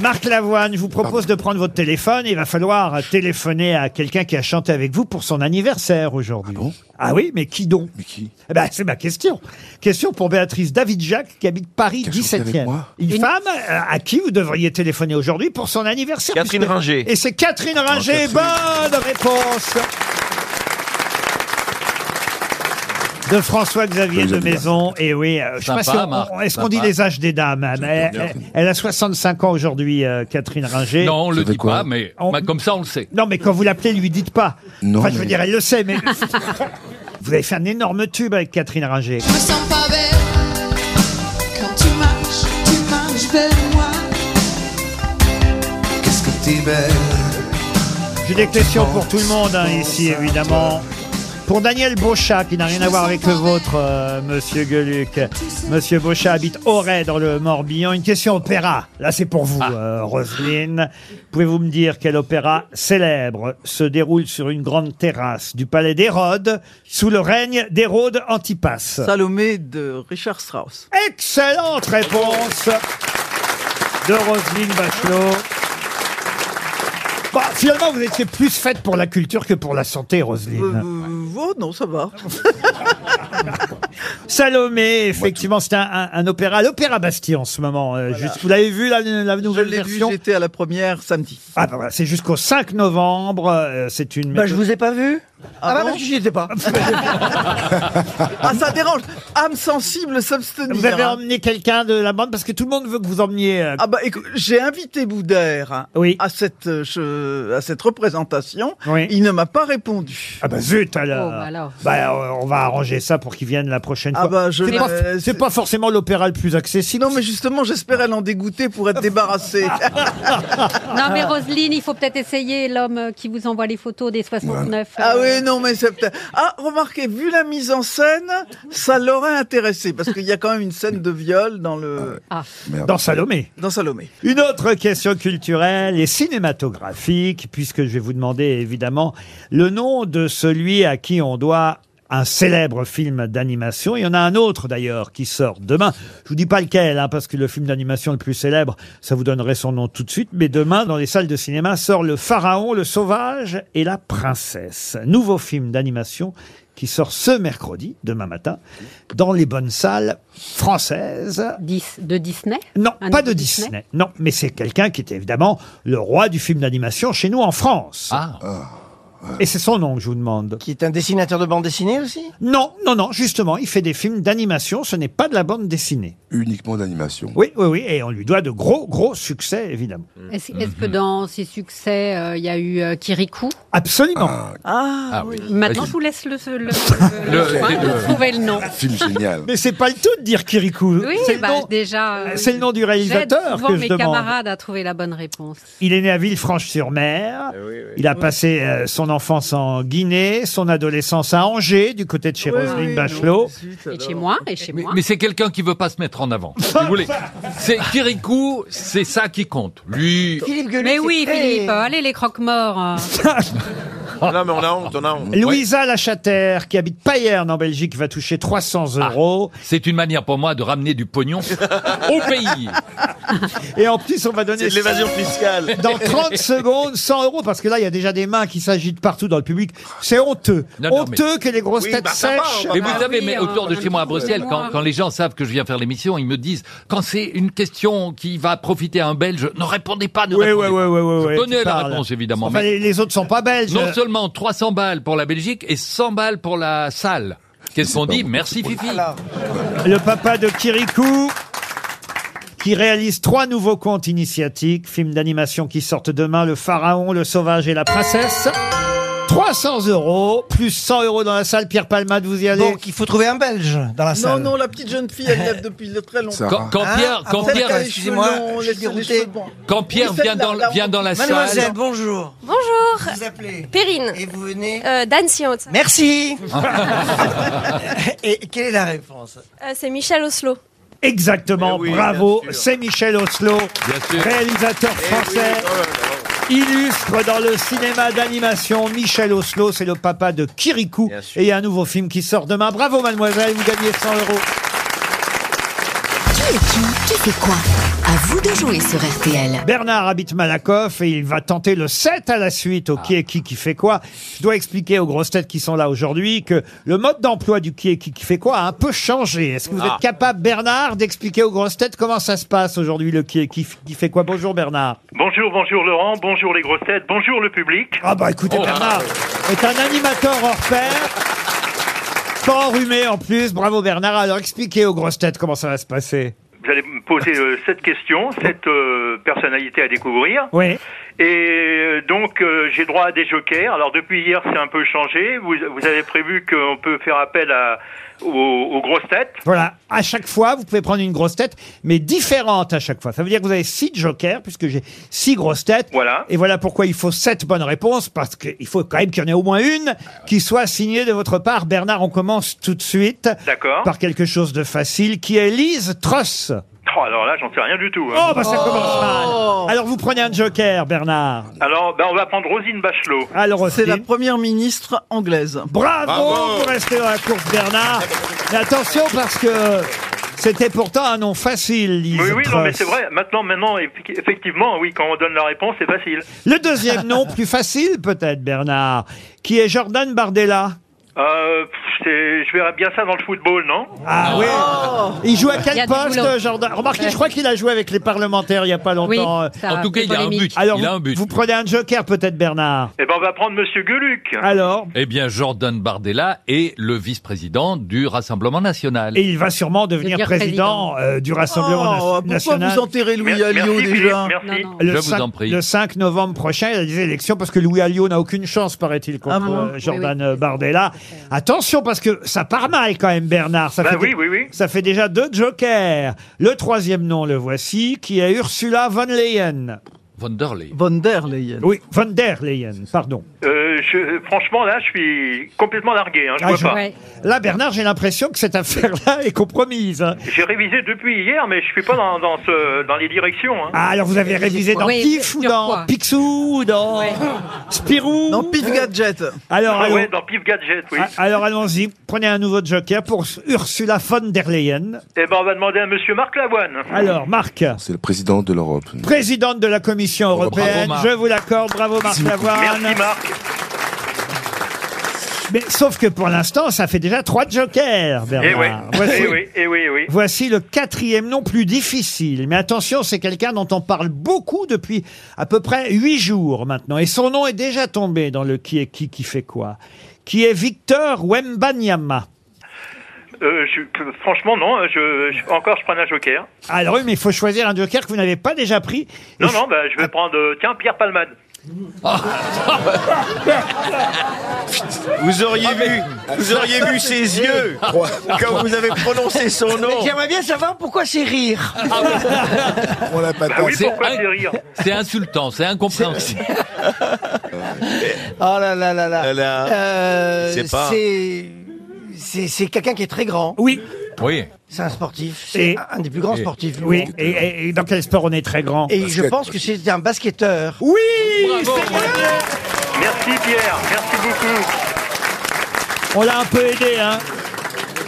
[SPEAKER 2] Marc Lavoine, je vous propose de prendre votre téléphone. Il va falloir téléphoner à quelqu'un qui a chanté avec vous pour son anniversaire aujourd'hui. Ah, oui, mais qui donc Mais qui C'est ma question. Question pour Béatrice David-Jacques qui habite Paris 17e. Une, femme euh, à qui vous devriez téléphoner aujourd'hui pour son anniversaire.
[SPEAKER 8] Catherine
[SPEAKER 2] puisque-
[SPEAKER 8] Ringer.
[SPEAKER 2] Et c'est Ah, Catherine Ringer.
[SPEAKER 8] Catherine.
[SPEAKER 2] Bonne réponse de François-Xavier de Maison. Et oui, euh, je sais pas
[SPEAKER 3] Sympa,
[SPEAKER 2] si on-
[SPEAKER 3] Marc,
[SPEAKER 2] on- est-ce qu'on dit
[SPEAKER 3] sympa.
[SPEAKER 2] les âges des dames hein, mais
[SPEAKER 3] bien.
[SPEAKER 2] elle, elle a 65 ans aujourd'hui, euh, Catherine Ringer.
[SPEAKER 3] Non, on le dit pas, mais bah, comme ça, on le sait.
[SPEAKER 2] Non, mais quand vous l'appelez, lui dites pas.
[SPEAKER 3] Non,
[SPEAKER 2] enfin, je veux
[SPEAKER 3] mais-
[SPEAKER 2] dire, elle le sait, mais <laughs> vous avez fait un énorme tube avec Catherine Ringer.
[SPEAKER 16] Je me sens pas belle quand tu marches, tu marches vers moi.
[SPEAKER 2] Qu'est-ce que t'es belle J'ai des questions pour tout le monde hein, ici, évidemment. Pour Daniel Beauchat, qui n'a rien à voir avec le vôtre, euh, monsieur Gueluc. Monsieur Beauchat habite Auray, dans le Morbihan. Une question opéra. Là, c'est pour vous,
[SPEAKER 7] Ah.
[SPEAKER 2] euh, Roselyne. Pouvez-vous me dire quel opéra célèbre se déroule sur une grande terrasse du palais d'Hérode, sous le règne d'Hérode Antipas
[SPEAKER 7] Salomé de Richard Strauss.
[SPEAKER 2] Excellente réponse de Roselyne Bachelot. Bon, Bah, finalement, vous étiez plus faite pour la culture que pour la santé, Roselyne.
[SPEAKER 7] Euh, oh non, ça va.
[SPEAKER 2] Salomé, effectivement, c'est un, un- un opéra, l'opéra Bastille en ce moment. euh, juste- vous l'avez vu, la, la nouvelle
[SPEAKER 7] Je l'ai vu,
[SPEAKER 2] version
[SPEAKER 7] j'étais à la première samedi.
[SPEAKER 2] Ah, bah voilà, c'est jusqu'au 5 novembre. euh, c'est une.
[SPEAKER 7] Bah, je vous
[SPEAKER 2] ai pas vu.
[SPEAKER 7] Ah, bah, parce que
[SPEAKER 2] j'y étais <laughs> pas.
[SPEAKER 7] Ah, ça dérange. Âme sensible, s'abstenir.
[SPEAKER 2] Vous avez
[SPEAKER 7] hein.
[SPEAKER 2] emmené quelqu'un de la bande parce que tout le monde veut que vous emmeniez. euh,
[SPEAKER 7] Ah bah écoute, j'ai invité Boudère hein, à cette euh, che- à cette représentation.
[SPEAKER 2] Oui.
[SPEAKER 7] Il ne m'a pas répondu.
[SPEAKER 2] Ah bah zut alors.
[SPEAKER 7] Oh, bah alors.
[SPEAKER 2] Bah, euh, on va arranger ça pour qu'il vienne la prochaine
[SPEAKER 7] Ah
[SPEAKER 2] fois.
[SPEAKER 7] bah, je
[SPEAKER 2] c'est,
[SPEAKER 7] l'ai-
[SPEAKER 2] pas, c'est pas forcément l'opéra le plus accessible.
[SPEAKER 7] Non mais justement, j'espérais l'en dégoûter pour être
[SPEAKER 2] <laughs>
[SPEAKER 7] débarrassé.
[SPEAKER 5] Non, mais Roselyne, il faut peut-être essayer l'homme qui vous envoie les photos des 69.
[SPEAKER 7] Ah
[SPEAKER 5] euh,
[SPEAKER 7] oui, non, mais c'est peut-être... Ah, remarquez, vu la mise en scène, ça l'aurait intéressé, parce qu'il y a quand même une scène de viol dans le...
[SPEAKER 2] Dans Salomé.
[SPEAKER 7] Dans Salomé.
[SPEAKER 2] Une autre question culturelle et cinématographique, puisque je vais vous demander évidemment le nom de celui à qui on doit un célèbre film d'animation. Il y en a un autre d'ailleurs qui sort demain. Je vous dis pas lequel, hein, parce que le film d'animation le plus célèbre, ça vous donnerait son nom tout de suite. Mais demain, dans les salles de cinéma, sort Le Pharaon, le Sauvage et la Princesse. Nouveau film d'animation qui sort ce mercredi, demain matin, dans les bonnes salles françaises.
[SPEAKER 5] de Disney
[SPEAKER 2] Non,
[SPEAKER 5] Un
[SPEAKER 2] pas
[SPEAKER 5] autre
[SPEAKER 2] de Disney.
[SPEAKER 5] Disney
[SPEAKER 2] Non, mais c'est quelqu'un qui était évidemment le roi du film d'animation chez nous en France.
[SPEAKER 5] Ah.
[SPEAKER 2] Et c'est son nom que je vous demande.
[SPEAKER 4] Ah. Qui est un dessinateur de bande dessinée aussi
[SPEAKER 2] Non, non, non, justement, il fait des films d'animation, ce n'est pas de la bande dessinée.
[SPEAKER 6] Uniquement d'animation.
[SPEAKER 2] Oui, oui, oui, et on lui doit de gros, gros succès, évidemment.
[SPEAKER 4] Mm.
[SPEAKER 5] Est-ce est-ce que dans ses succès, euh, il y a eu euh, Kirikou
[SPEAKER 2] Absolument.
[SPEAKER 5] Ah,
[SPEAKER 2] oui. oui.
[SPEAKER 5] Maintenant,
[SPEAKER 2] Vas-y.
[SPEAKER 5] je vous laisse le, le, le, le soin de
[SPEAKER 2] le-
[SPEAKER 5] trouver le nom.
[SPEAKER 6] Film génial.
[SPEAKER 2] Mais c'est pas le tout de dire Kirikou.
[SPEAKER 5] Oui,
[SPEAKER 2] C'est le
[SPEAKER 5] bah,
[SPEAKER 2] nom-
[SPEAKER 5] déjà. euh,
[SPEAKER 2] c'est le nom du
[SPEAKER 5] J'aide
[SPEAKER 2] réalisateur
[SPEAKER 5] souvent
[SPEAKER 2] que je
[SPEAKER 5] mes
[SPEAKER 2] demande.
[SPEAKER 5] camarades à trouver la bonne réponse.
[SPEAKER 2] Il est né à
[SPEAKER 8] Eh
[SPEAKER 2] Villefranche-sur-Mer. Il a passé euh, son enfance en Guinée, son adolescence à Angers, du côté de chez Roselyne Bachelot.
[SPEAKER 5] Et chez moi, et chez
[SPEAKER 3] Mais,
[SPEAKER 5] moi.
[SPEAKER 3] mais c'est quelqu'un qui veut pas se mettre en avant. Si vous voulez. C'est Kirikou, c'est ça qui compte. Lui.
[SPEAKER 5] Mais oui,
[SPEAKER 16] c'est très-
[SPEAKER 5] Philippe, euh, allez
[SPEAKER 2] <laughs>
[SPEAKER 5] les croque-morts. euh.
[SPEAKER 8] Non, mais on a honte, on a honte.
[SPEAKER 2] Louisa Lachater, qui habite Payerne en Belgique, va toucher 300
[SPEAKER 8] Ah.
[SPEAKER 2] euros.
[SPEAKER 3] C'est une manière pour moi de ramener du
[SPEAKER 2] <laughs>
[SPEAKER 3] pognon au pays.
[SPEAKER 2] Et en plus, on va donner...
[SPEAKER 8] C'est de l'évasion fiscale. <laughs>
[SPEAKER 2] Dans 30 secondes, 100 euros, parce que là, il y a déjà des mains qui s'agitent partout dans le public. C'est honteux.
[SPEAKER 3] Non, non, mais-
[SPEAKER 2] honteux que les grosses
[SPEAKER 8] bah,
[SPEAKER 2] têtes sèches...
[SPEAKER 3] Mais vous savez,
[SPEAKER 5] Ah
[SPEAKER 3] mais autour
[SPEAKER 8] hein.
[SPEAKER 3] de chez moi à Bruxelles, quand, quand les gens savent que je viens faire l'émission, ils me disent quand c'est une question qui va profiter à un Belge, ne répondez pas, ne
[SPEAKER 2] Oui,
[SPEAKER 3] répondez
[SPEAKER 2] oui,
[SPEAKER 3] pas.
[SPEAKER 2] oui, oui,
[SPEAKER 3] je
[SPEAKER 2] oui,
[SPEAKER 3] connais
[SPEAKER 2] tu
[SPEAKER 3] la
[SPEAKER 2] parles.
[SPEAKER 3] réponse évidemment.
[SPEAKER 2] Enfin,
[SPEAKER 3] mais
[SPEAKER 2] les, les autres sont pas belges.
[SPEAKER 3] non seulement 300 balles pour la Belgique et 100 balles pour la salle. Qu'est-ce qu'on dit Merci Fifi.
[SPEAKER 2] Le papa de Kirikou qui réalise trois nouveaux contes initiatiques, films d'animation qui sortent demain, Le Pharaon, Le Sauvage et la Princesse. 300 euros, plus 100 euros dans la salle, Pierre Palmade, vous y allez
[SPEAKER 4] Donc il faut trouver un Belge dans la
[SPEAKER 7] Non,
[SPEAKER 4] salle.
[SPEAKER 7] non, la petite jeune fille, elle lève depuis le très longtemps.
[SPEAKER 4] Sarah. Quand- quand
[SPEAKER 7] Hein
[SPEAKER 4] Pierre- quand
[SPEAKER 7] Après,
[SPEAKER 4] Pierre-
[SPEAKER 7] elle a les
[SPEAKER 4] excusez-moi,
[SPEAKER 7] cheveux longs,
[SPEAKER 4] je
[SPEAKER 7] les-
[SPEAKER 4] suis
[SPEAKER 7] les
[SPEAKER 4] dérouté.
[SPEAKER 7] cheveux blancs.
[SPEAKER 3] Quand Pierre
[SPEAKER 7] Oui, celle-là,
[SPEAKER 3] vient dans,
[SPEAKER 7] là,
[SPEAKER 3] vient dans la
[SPEAKER 4] Mademoiselle,
[SPEAKER 3] salle.
[SPEAKER 4] bonjour.
[SPEAKER 11] Bonjour.
[SPEAKER 4] Vous appelez
[SPEAKER 11] Perrine.
[SPEAKER 4] Et vous venez
[SPEAKER 11] Euh, d'Annecy en haute
[SPEAKER 4] Merci <laughs> Et quelle est la réponse
[SPEAKER 11] C'est Michel Oslo.
[SPEAKER 2] Exactement, bravo, c'est Michel Oslo, réalisateur français. Illustre dans le cinéma d'animation, Michel Oslo, c'est le papa de Kirikou. Et il y a un nouveau film qui sort demain. Bravo, mademoiselle, vous gagnez 100 euros.
[SPEAKER 16] Qui
[SPEAKER 15] Qui est qui Qui fait quoi À vous de jouer sur RTL.
[SPEAKER 2] Bernard habite Malakoff et il va tenter le 7 à la suite au qui est qui qui fait quoi. Je dois expliquer aux grosses têtes qui sont là aujourd'hui que le mode d'emploi du qui est qui qui fait quoi a un peu changé. Est-ce que vous
[SPEAKER 19] Ah.
[SPEAKER 2] êtes capable, Bernard, d'expliquer aux grosses têtes comment ça se passe aujourd'hui le qui est qui qui fait quoi Bonjour Bernard.
[SPEAKER 13] Bonjour, bonjour Laurent, bonjour les grosses têtes, bonjour le public.
[SPEAKER 2] Ah bah écoutez
[SPEAKER 3] Oh.
[SPEAKER 2] Bernard est un animateur hors pair. Pas enrhumé en plus, bravo Bernard. Alors expliquez aux grosses têtes comment ça va se passer.
[SPEAKER 13] Vous allez me poser euh, cette question, cette euh, personnalité à découvrir.
[SPEAKER 2] Oui.
[SPEAKER 13] Et euh, donc euh, j'ai droit à des jokers. Alors depuis hier c'est un peu changé. Vous, vous avez prévu qu'on peut faire appel à, aux, aux grosses têtes.
[SPEAKER 2] Voilà, à chaque fois, vous pouvez prendre une grosse tête, mais différente à chaque fois. Ça veut dire que vous avez six jokers, puisque j'ai six grosses têtes.
[SPEAKER 13] Voilà.
[SPEAKER 2] Et voilà pourquoi il faut sept bonnes réponses, parce qu'il faut quand même qu'il y en ait au moins une qui soit signée de votre part. Bernard, on commence tout de suite.
[SPEAKER 13] D'accord.
[SPEAKER 2] Par quelque chose de facile, qui est Lise Truss.
[SPEAKER 13] Oh, alors là j'en sais rien du tout. hein. Oh.
[SPEAKER 2] Oh, bah ça commence mal. Alors vous prenez un joker, Bernard.
[SPEAKER 13] Alors ben, on va prendre Rosine Bachelot.
[SPEAKER 2] Alors,
[SPEAKER 7] c'est
[SPEAKER 2] aussi.
[SPEAKER 7] la première ministre anglaise.
[SPEAKER 2] Bravo, vous restez dans la course, Bernard. Mais attention, parce que c'était pourtant un nom facile, Lise
[SPEAKER 13] Oui, oui, non, mais
[SPEAKER 2] Truss.
[SPEAKER 13] c'est vrai. Maintenant, maintenant, effi- effectivement, oui, quand on donne la réponse, c'est facile.
[SPEAKER 2] Le deuxième nom, plus facile peut-être, Bernard, qui est Jordan Bardella.
[SPEAKER 13] Euh, pff, c'est- je verrais bien ça dans le football, non
[SPEAKER 2] Ah oui Il joue à
[SPEAKER 13] Oh. Il y a
[SPEAKER 2] quel
[SPEAKER 13] du boulot.
[SPEAKER 2] poste, Jordan Remarquez, je crois qu'il a joué avec les parlementaires il n'y a pas
[SPEAKER 13] Oui,
[SPEAKER 2] longtemps.
[SPEAKER 13] ça a En tout fait cas, il a un polémique. but.
[SPEAKER 2] Alors,
[SPEAKER 13] Il a
[SPEAKER 2] vous-
[SPEAKER 13] un but.
[SPEAKER 2] vous prenez un joker peut-être, Bernard.
[SPEAKER 13] Eh ben, on va prendre Monsieur Gueluc.
[SPEAKER 2] Alors
[SPEAKER 3] Eh bien, Jordan Bardella est le vice-président du Rassemblement National.
[SPEAKER 2] Et il va sûrement devenir
[SPEAKER 3] Devenir
[SPEAKER 2] président,
[SPEAKER 3] président.
[SPEAKER 2] euh, du Rassemblement
[SPEAKER 3] Oh,
[SPEAKER 2] na-
[SPEAKER 3] pourquoi
[SPEAKER 2] National.
[SPEAKER 3] vous enterrez Louis Merci, Alliot, Philippe, déjà merci. Non, non.
[SPEAKER 2] Le
[SPEAKER 3] Je vous
[SPEAKER 2] 5,
[SPEAKER 3] en prie.
[SPEAKER 2] le 5 novembre prochain, il y a des élections parce que Louis Alliot n'a aucune chance, paraît-il, contre
[SPEAKER 3] Ah bon
[SPEAKER 2] euh,
[SPEAKER 3] Oui, oui.
[SPEAKER 2] Jordan euh, Bardella. Attention parce que ça part mal quand même, Bernard. Ça,
[SPEAKER 13] Bah
[SPEAKER 2] fait,
[SPEAKER 13] oui,
[SPEAKER 2] dé-
[SPEAKER 13] oui, oui.
[SPEAKER 2] ça fait déjà deux jokers. Le troisième nom, le voici, qui est Ursula von Leyen.
[SPEAKER 3] Von der Leyen.
[SPEAKER 2] Von der Leyen. Oui, von der Leyen, pardon.
[SPEAKER 13] Euh, je, franchement, là, je suis complètement largué. Hein, je
[SPEAKER 2] Ah,
[SPEAKER 13] vois
[SPEAKER 2] je-
[SPEAKER 13] pas.
[SPEAKER 2] Là, Bernard, j'ai l'impression que cette affaire-là est compromise. hein.
[SPEAKER 13] J'ai révisé depuis hier, mais je suis pas dans, dans, ce, dans les directions. Hein.
[SPEAKER 2] Ah, alors vous avez révisé dans
[SPEAKER 13] Oui,
[SPEAKER 2] Pif ou
[SPEAKER 13] sur
[SPEAKER 2] dans
[SPEAKER 13] quoi
[SPEAKER 2] Picsou ou dans Spirou Dans
[SPEAKER 7] Pif Gadget.
[SPEAKER 2] Alors,
[SPEAKER 13] ah,
[SPEAKER 2] allons-
[SPEAKER 13] ouais, dans Pif Gadget, oui.
[SPEAKER 2] Ah, alors allons-y, prenez un nouveau joker pour Ursula von der Leyen.
[SPEAKER 13] Eh ben, on va demander à Monsieur Marc Lavoine.
[SPEAKER 2] Alors, Marc,
[SPEAKER 6] C'est le président de l'Europe.
[SPEAKER 2] présidente de la Commission européenne,
[SPEAKER 6] Marc.
[SPEAKER 2] je vous l'accorde, bravo Marc
[SPEAKER 6] Merci beaucoup.
[SPEAKER 2] Lavoine.
[SPEAKER 13] Merci, Marc.
[SPEAKER 2] Mais sauf que pour l'instant, ça fait déjà trois jokers,
[SPEAKER 13] Eh oui,
[SPEAKER 2] Bernard.
[SPEAKER 13] eh oui, eh oui, eh oui.
[SPEAKER 2] Voici le quatrième nom plus difficile. Mais attention, c'est quelqu'un dont on parle beaucoup depuis à peu près huit jours maintenant. Et son nom est déjà tombé dans le qui est qui qui fait quoi. Qui est Victor Wembanyama.
[SPEAKER 13] Euh, je- franchement, non. hein, Je, je- encore, je prends un joker.
[SPEAKER 2] Alors oui, Ah, mais il faut choisir un joker que vous n'avez pas déjà pris.
[SPEAKER 13] Non, non, bah,
[SPEAKER 2] Ah.
[SPEAKER 13] je vais prendre. euh, tiens,
[SPEAKER 2] <laughs>
[SPEAKER 13] Pierre Palmade.
[SPEAKER 8] Vous auriez vu, vous auriez
[SPEAKER 6] Ah.
[SPEAKER 8] vu ses yeux quand vous avez prononcé son nom.
[SPEAKER 4] Mais J'aimerais bien savoir pourquoi c'est rire.
[SPEAKER 8] On Oh, l'a pas
[SPEAKER 3] C'est inc- C'est insultant, c'est incompréhensible.
[SPEAKER 2] <laughs>
[SPEAKER 4] Oh là là là là.
[SPEAKER 3] Là là.
[SPEAKER 4] Euh,
[SPEAKER 3] C'est pas-
[SPEAKER 4] c'est- c'est c'est quelqu'un qui est très grand.
[SPEAKER 2] Oui.
[SPEAKER 3] Oui.
[SPEAKER 4] C'est un sportif. C'est
[SPEAKER 2] Et-
[SPEAKER 4] un des plus grands
[SPEAKER 2] Et-
[SPEAKER 4] sportifs. du
[SPEAKER 2] Oui,
[SPEAKER 4] monde.
[SPEAKER 2] et, et- et dans quel sport on est très grand
[SPEAKER 4] Et je pense que c'est un basketteur.
[SPEAKER 2] Oui
[SPEAKER 13] Merci, Pierre. Merci beaucoup.
[SPEAKER 2] On l'a un peu aidé, hein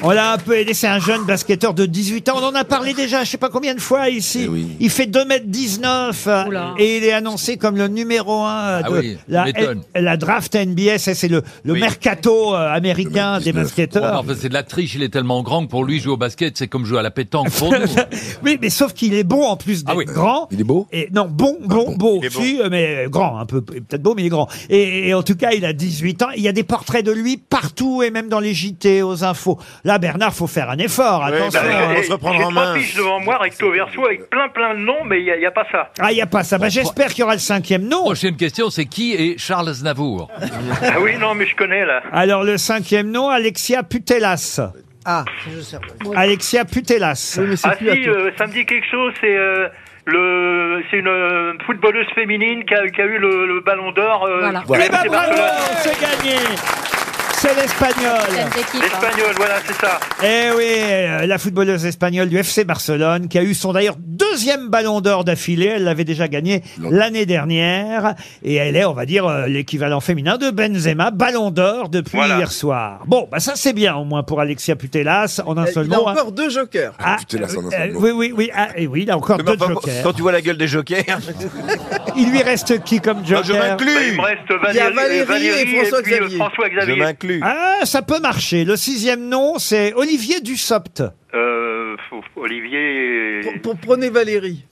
[SPEAKER 2] on l'a un peu aidé, c'est un jeune basketteur de 18 ans. On en a parlé déjà, je sais pas combien de fois
[SPEAKER 3] Eh
[SPEAKER 2] ici. Il fait 2m19 euh, et il est annoncé comme le numéro 1 de
[SPEAKER 3] Ah oui,
[SPEAKER 2] la,
[SPEAKER 3] m'étonne.
[SPEAKER 2] la draft NBA. Ça, C'est le, le mercato euh, américain des
[SPEAKER 3] Oh,
[SPEAKER 2] basketteurs.
[SPEAKER 3] enfin, c'est de la triche, il est tellement grand que pour lui, jouer au basket, c'est comme jouer à la pétanque
[SPEAKER 2] <laughs>
[SPEAKER 3] pour nous.
[SPEAKER 2] oui, mais sauf qu'il est bon en
[SPEAKER 13] Ah
[SPEAKER 2] plus d'être grand. Il est beau et, Non, bon, bon,
[SPEAKER 3] Ah
[SPEAKER 2] beau. Si, euh, mais euh, grand, un peu, peut-être beau, mais il est grand. Et, et en tout cas, il a 18 ans. Il y a des portraits de lui partout et même dans les JT, aux infos. Là, Bernard, faut faire un effort. Attention.
[SPEAKER 13] Bah,
[SPEAKER 2] hein.
[SPEAKER 13] eh, J'ai trois fiches devant moi, recto verso, avec plein plein de noms, mais il n'y a, il y a pas ça.
[SPEAKER 2] Ah, il n'y a pas ça. Bah, J'espère qu'il y aura le cinquième nom.
[SPEAKER 3] Prochaine question, c'est qui est Charles Aznavour
[SPEAKER 13] Ah oui, non, mais je connais là.
[SPEAKER 2] Alors, le cinquième nom, Alexia Putellas.
[SPEAKER 4] Ah, je sais.
[SPEAKER 2] Alexia Putellas.
[SPEAKER 13] Ah si, euh, ça me dit quelque chose, c'est euh, le, c'est une euh, footballeuse féminine qui a, qui a eu le, le ballon d'or. euh,
[SPEAKER 2] Voilà.
[SPEAKER 13] du FC
[SPEAKER 2] Eh ben, bravo,
[SPEAKER 13] Barcelone.
[SPEAKER 2] c'est gagné C'est l'Espagnol.
[SPEAKER 13] L'espagnol, voilà, c'est ça.
[SPEAKER 2] Eh oui, euh, la footballeuse espagnole du FC Barcelone, qui a eu son d'ailleurs deuxième ballon d'or d'affilée. Elle l'avait déjà gagné l'année dernière. Et elle est, on va dire, euh, l'équivalent féminin de Benzema, ballon d'or depuis
[SPEAKER 16] Voilà.
[SPEAKER 2] hier soir. Bon, bah ça c'est bien au moins pour Alexia Putellas en un seul
[SPEAKER 7] Euh, Il a
[SPEAKER 2] mot. hein.
[SPEAKER 7] encore deux jokers.
[SPEAKER 2] Ah, euh, oui, oui, oui, ah, et oui, il a encore
[SPEAKER 8] Mais
[SPEAKER 2] deux
[SPEAKER 8] enfin,
[SPEAKER 2] jokers.
[SPEAKER 8] Quand tu vois la gueule des jokers,
[SPEAKER 2] <laughs> Il lui reste qui comme joker
[SPEAKER 8] je m'inclus.
[SPEAKER 13] Il me reste Valérie, euh, Valérie puis le François Xavier.
[SPEAKER 2] Ah, ça peut marcher. Le sixième nom, c'est Olivier Dussopt.
[SPEAKER 13] Euh, faut- Olivier.
[SPEAKER 7] Pour prenez Valérie.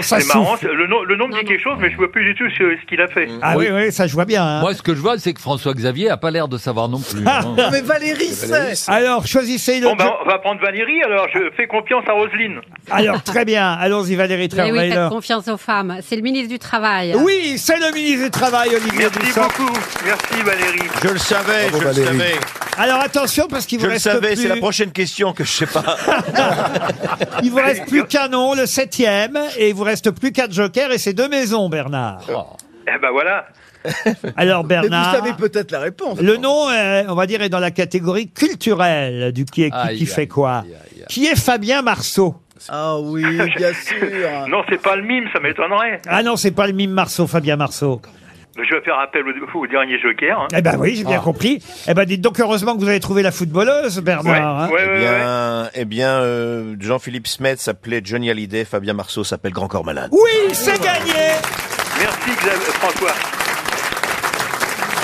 [SPEAKER 2] ça
[SPEAKER 13] C'est marrant,
[SPEAKER 2] souffle.
[SPEAKER 13] c'est- le nom, le nom me dit quelque chose, mais je vois plus du tout ce, ce qu'il a fait.
[SPEAKER 2] Ah oui, oui, ça je vois bien. hein.
[SPEAKER 3] Moi, ce que je vois, c'est que François Xavier a pas l'air de savoir non
[SPEAKER 2] <laughs>
[SPEAKER 3] plus.
[SPEAKER 2] Ah.
[SPEAKER 3] hein.
[SPEAKER 7] Ah. Valérie,
[SPEAKER 2] Alors, choisissez le.
[SPEAKER 13] Bon, ben,
[SPEAKER 2] jo-
[SPEAKER 13] on va prendre Valérie, alors je fais confiance à Roselyne.
[SPEAKER 5] <laughs>
[SPEAKER 2] Alors, très bien. Allons-y, Valérie
[SPEAKER 5] Mais oui, hein.
[SPEAKER 2] Trierweiler.
[SPEAKER 5] faites confiance aux femmes. C'est le ministre du Travail.
[SPEAKER 2] Oui, c'est le ministre du Travail, Olivier
[SPEAKER 13] Merci
[SPEAKER 2] Dussopt.
[SPEAKER 13] beaucoup, <laughs> merci Valérie.
[SPEAKER 8] je le savais, je le savais.
[SPEAKER 2] Alors, attention, parce qu'il vous
[SPEAKER 8] Je le
[SPEAKER 2] reste
[SPEAKER 8] savais,
[SPEAKER 2] plus...
[SPEAKER 8] c'est la prochaine question que je sais pas.
[SPEAKER 2] <laughs> Il vous reste plus qu'un nom, le septième, et il vous reste plus quatre jokers, et c'est deux
[SPEAKER 8] <laughs>
[SPEAKER 2] maisons, Bernard.
[SPEAKER 4] Oh.
[SPEAKER 13] Eh ben voilà.
[SPEAKER 2] Alors, Bernard...
[SPEAKER 7] Mais vous savez peut-être la <laughs> réponse.
[SPEAKER 2] Le nom, euh, on va dire, est dans la catégorie culturelle du qui est qui,
[SPEAKER 7] Aïe,
[SPEAKER 2] qui fait quoi. Qui est Fabien Marceau
[SPEAKER 7] Ah oui,
[SPEAKER 13] <laughs>
[SPEAKER 7] bien sûr.
[SPEAKER 13] Non, c'est pas le mime, ça m'étonnerait.
[SPEAKER 2] Ah non, c'est pas le mime Marceau, Fabien Marceau.
[SPEAKER 13] Je vais faire appel au, au dernier joker. hein.
[SPEAKER 2] Eh ben oui, j'ai bien
[SPEAKER 13] Ah.
[SPEAKER 2] compris. Eh ben dites donc heureusement que vous avez trouvé la footballeuse, Bernard. hein.
[SPEAKER 8] eh bien, eh bien euh, Jean-Philippe Smet s'appelait Johnny Hallyday, Fabien Marceau s'appelle Grand Corps Malade.
[SPEAKER 2] Oui, c'est gagné
[SPEAKER 13] Merci Xavier- François.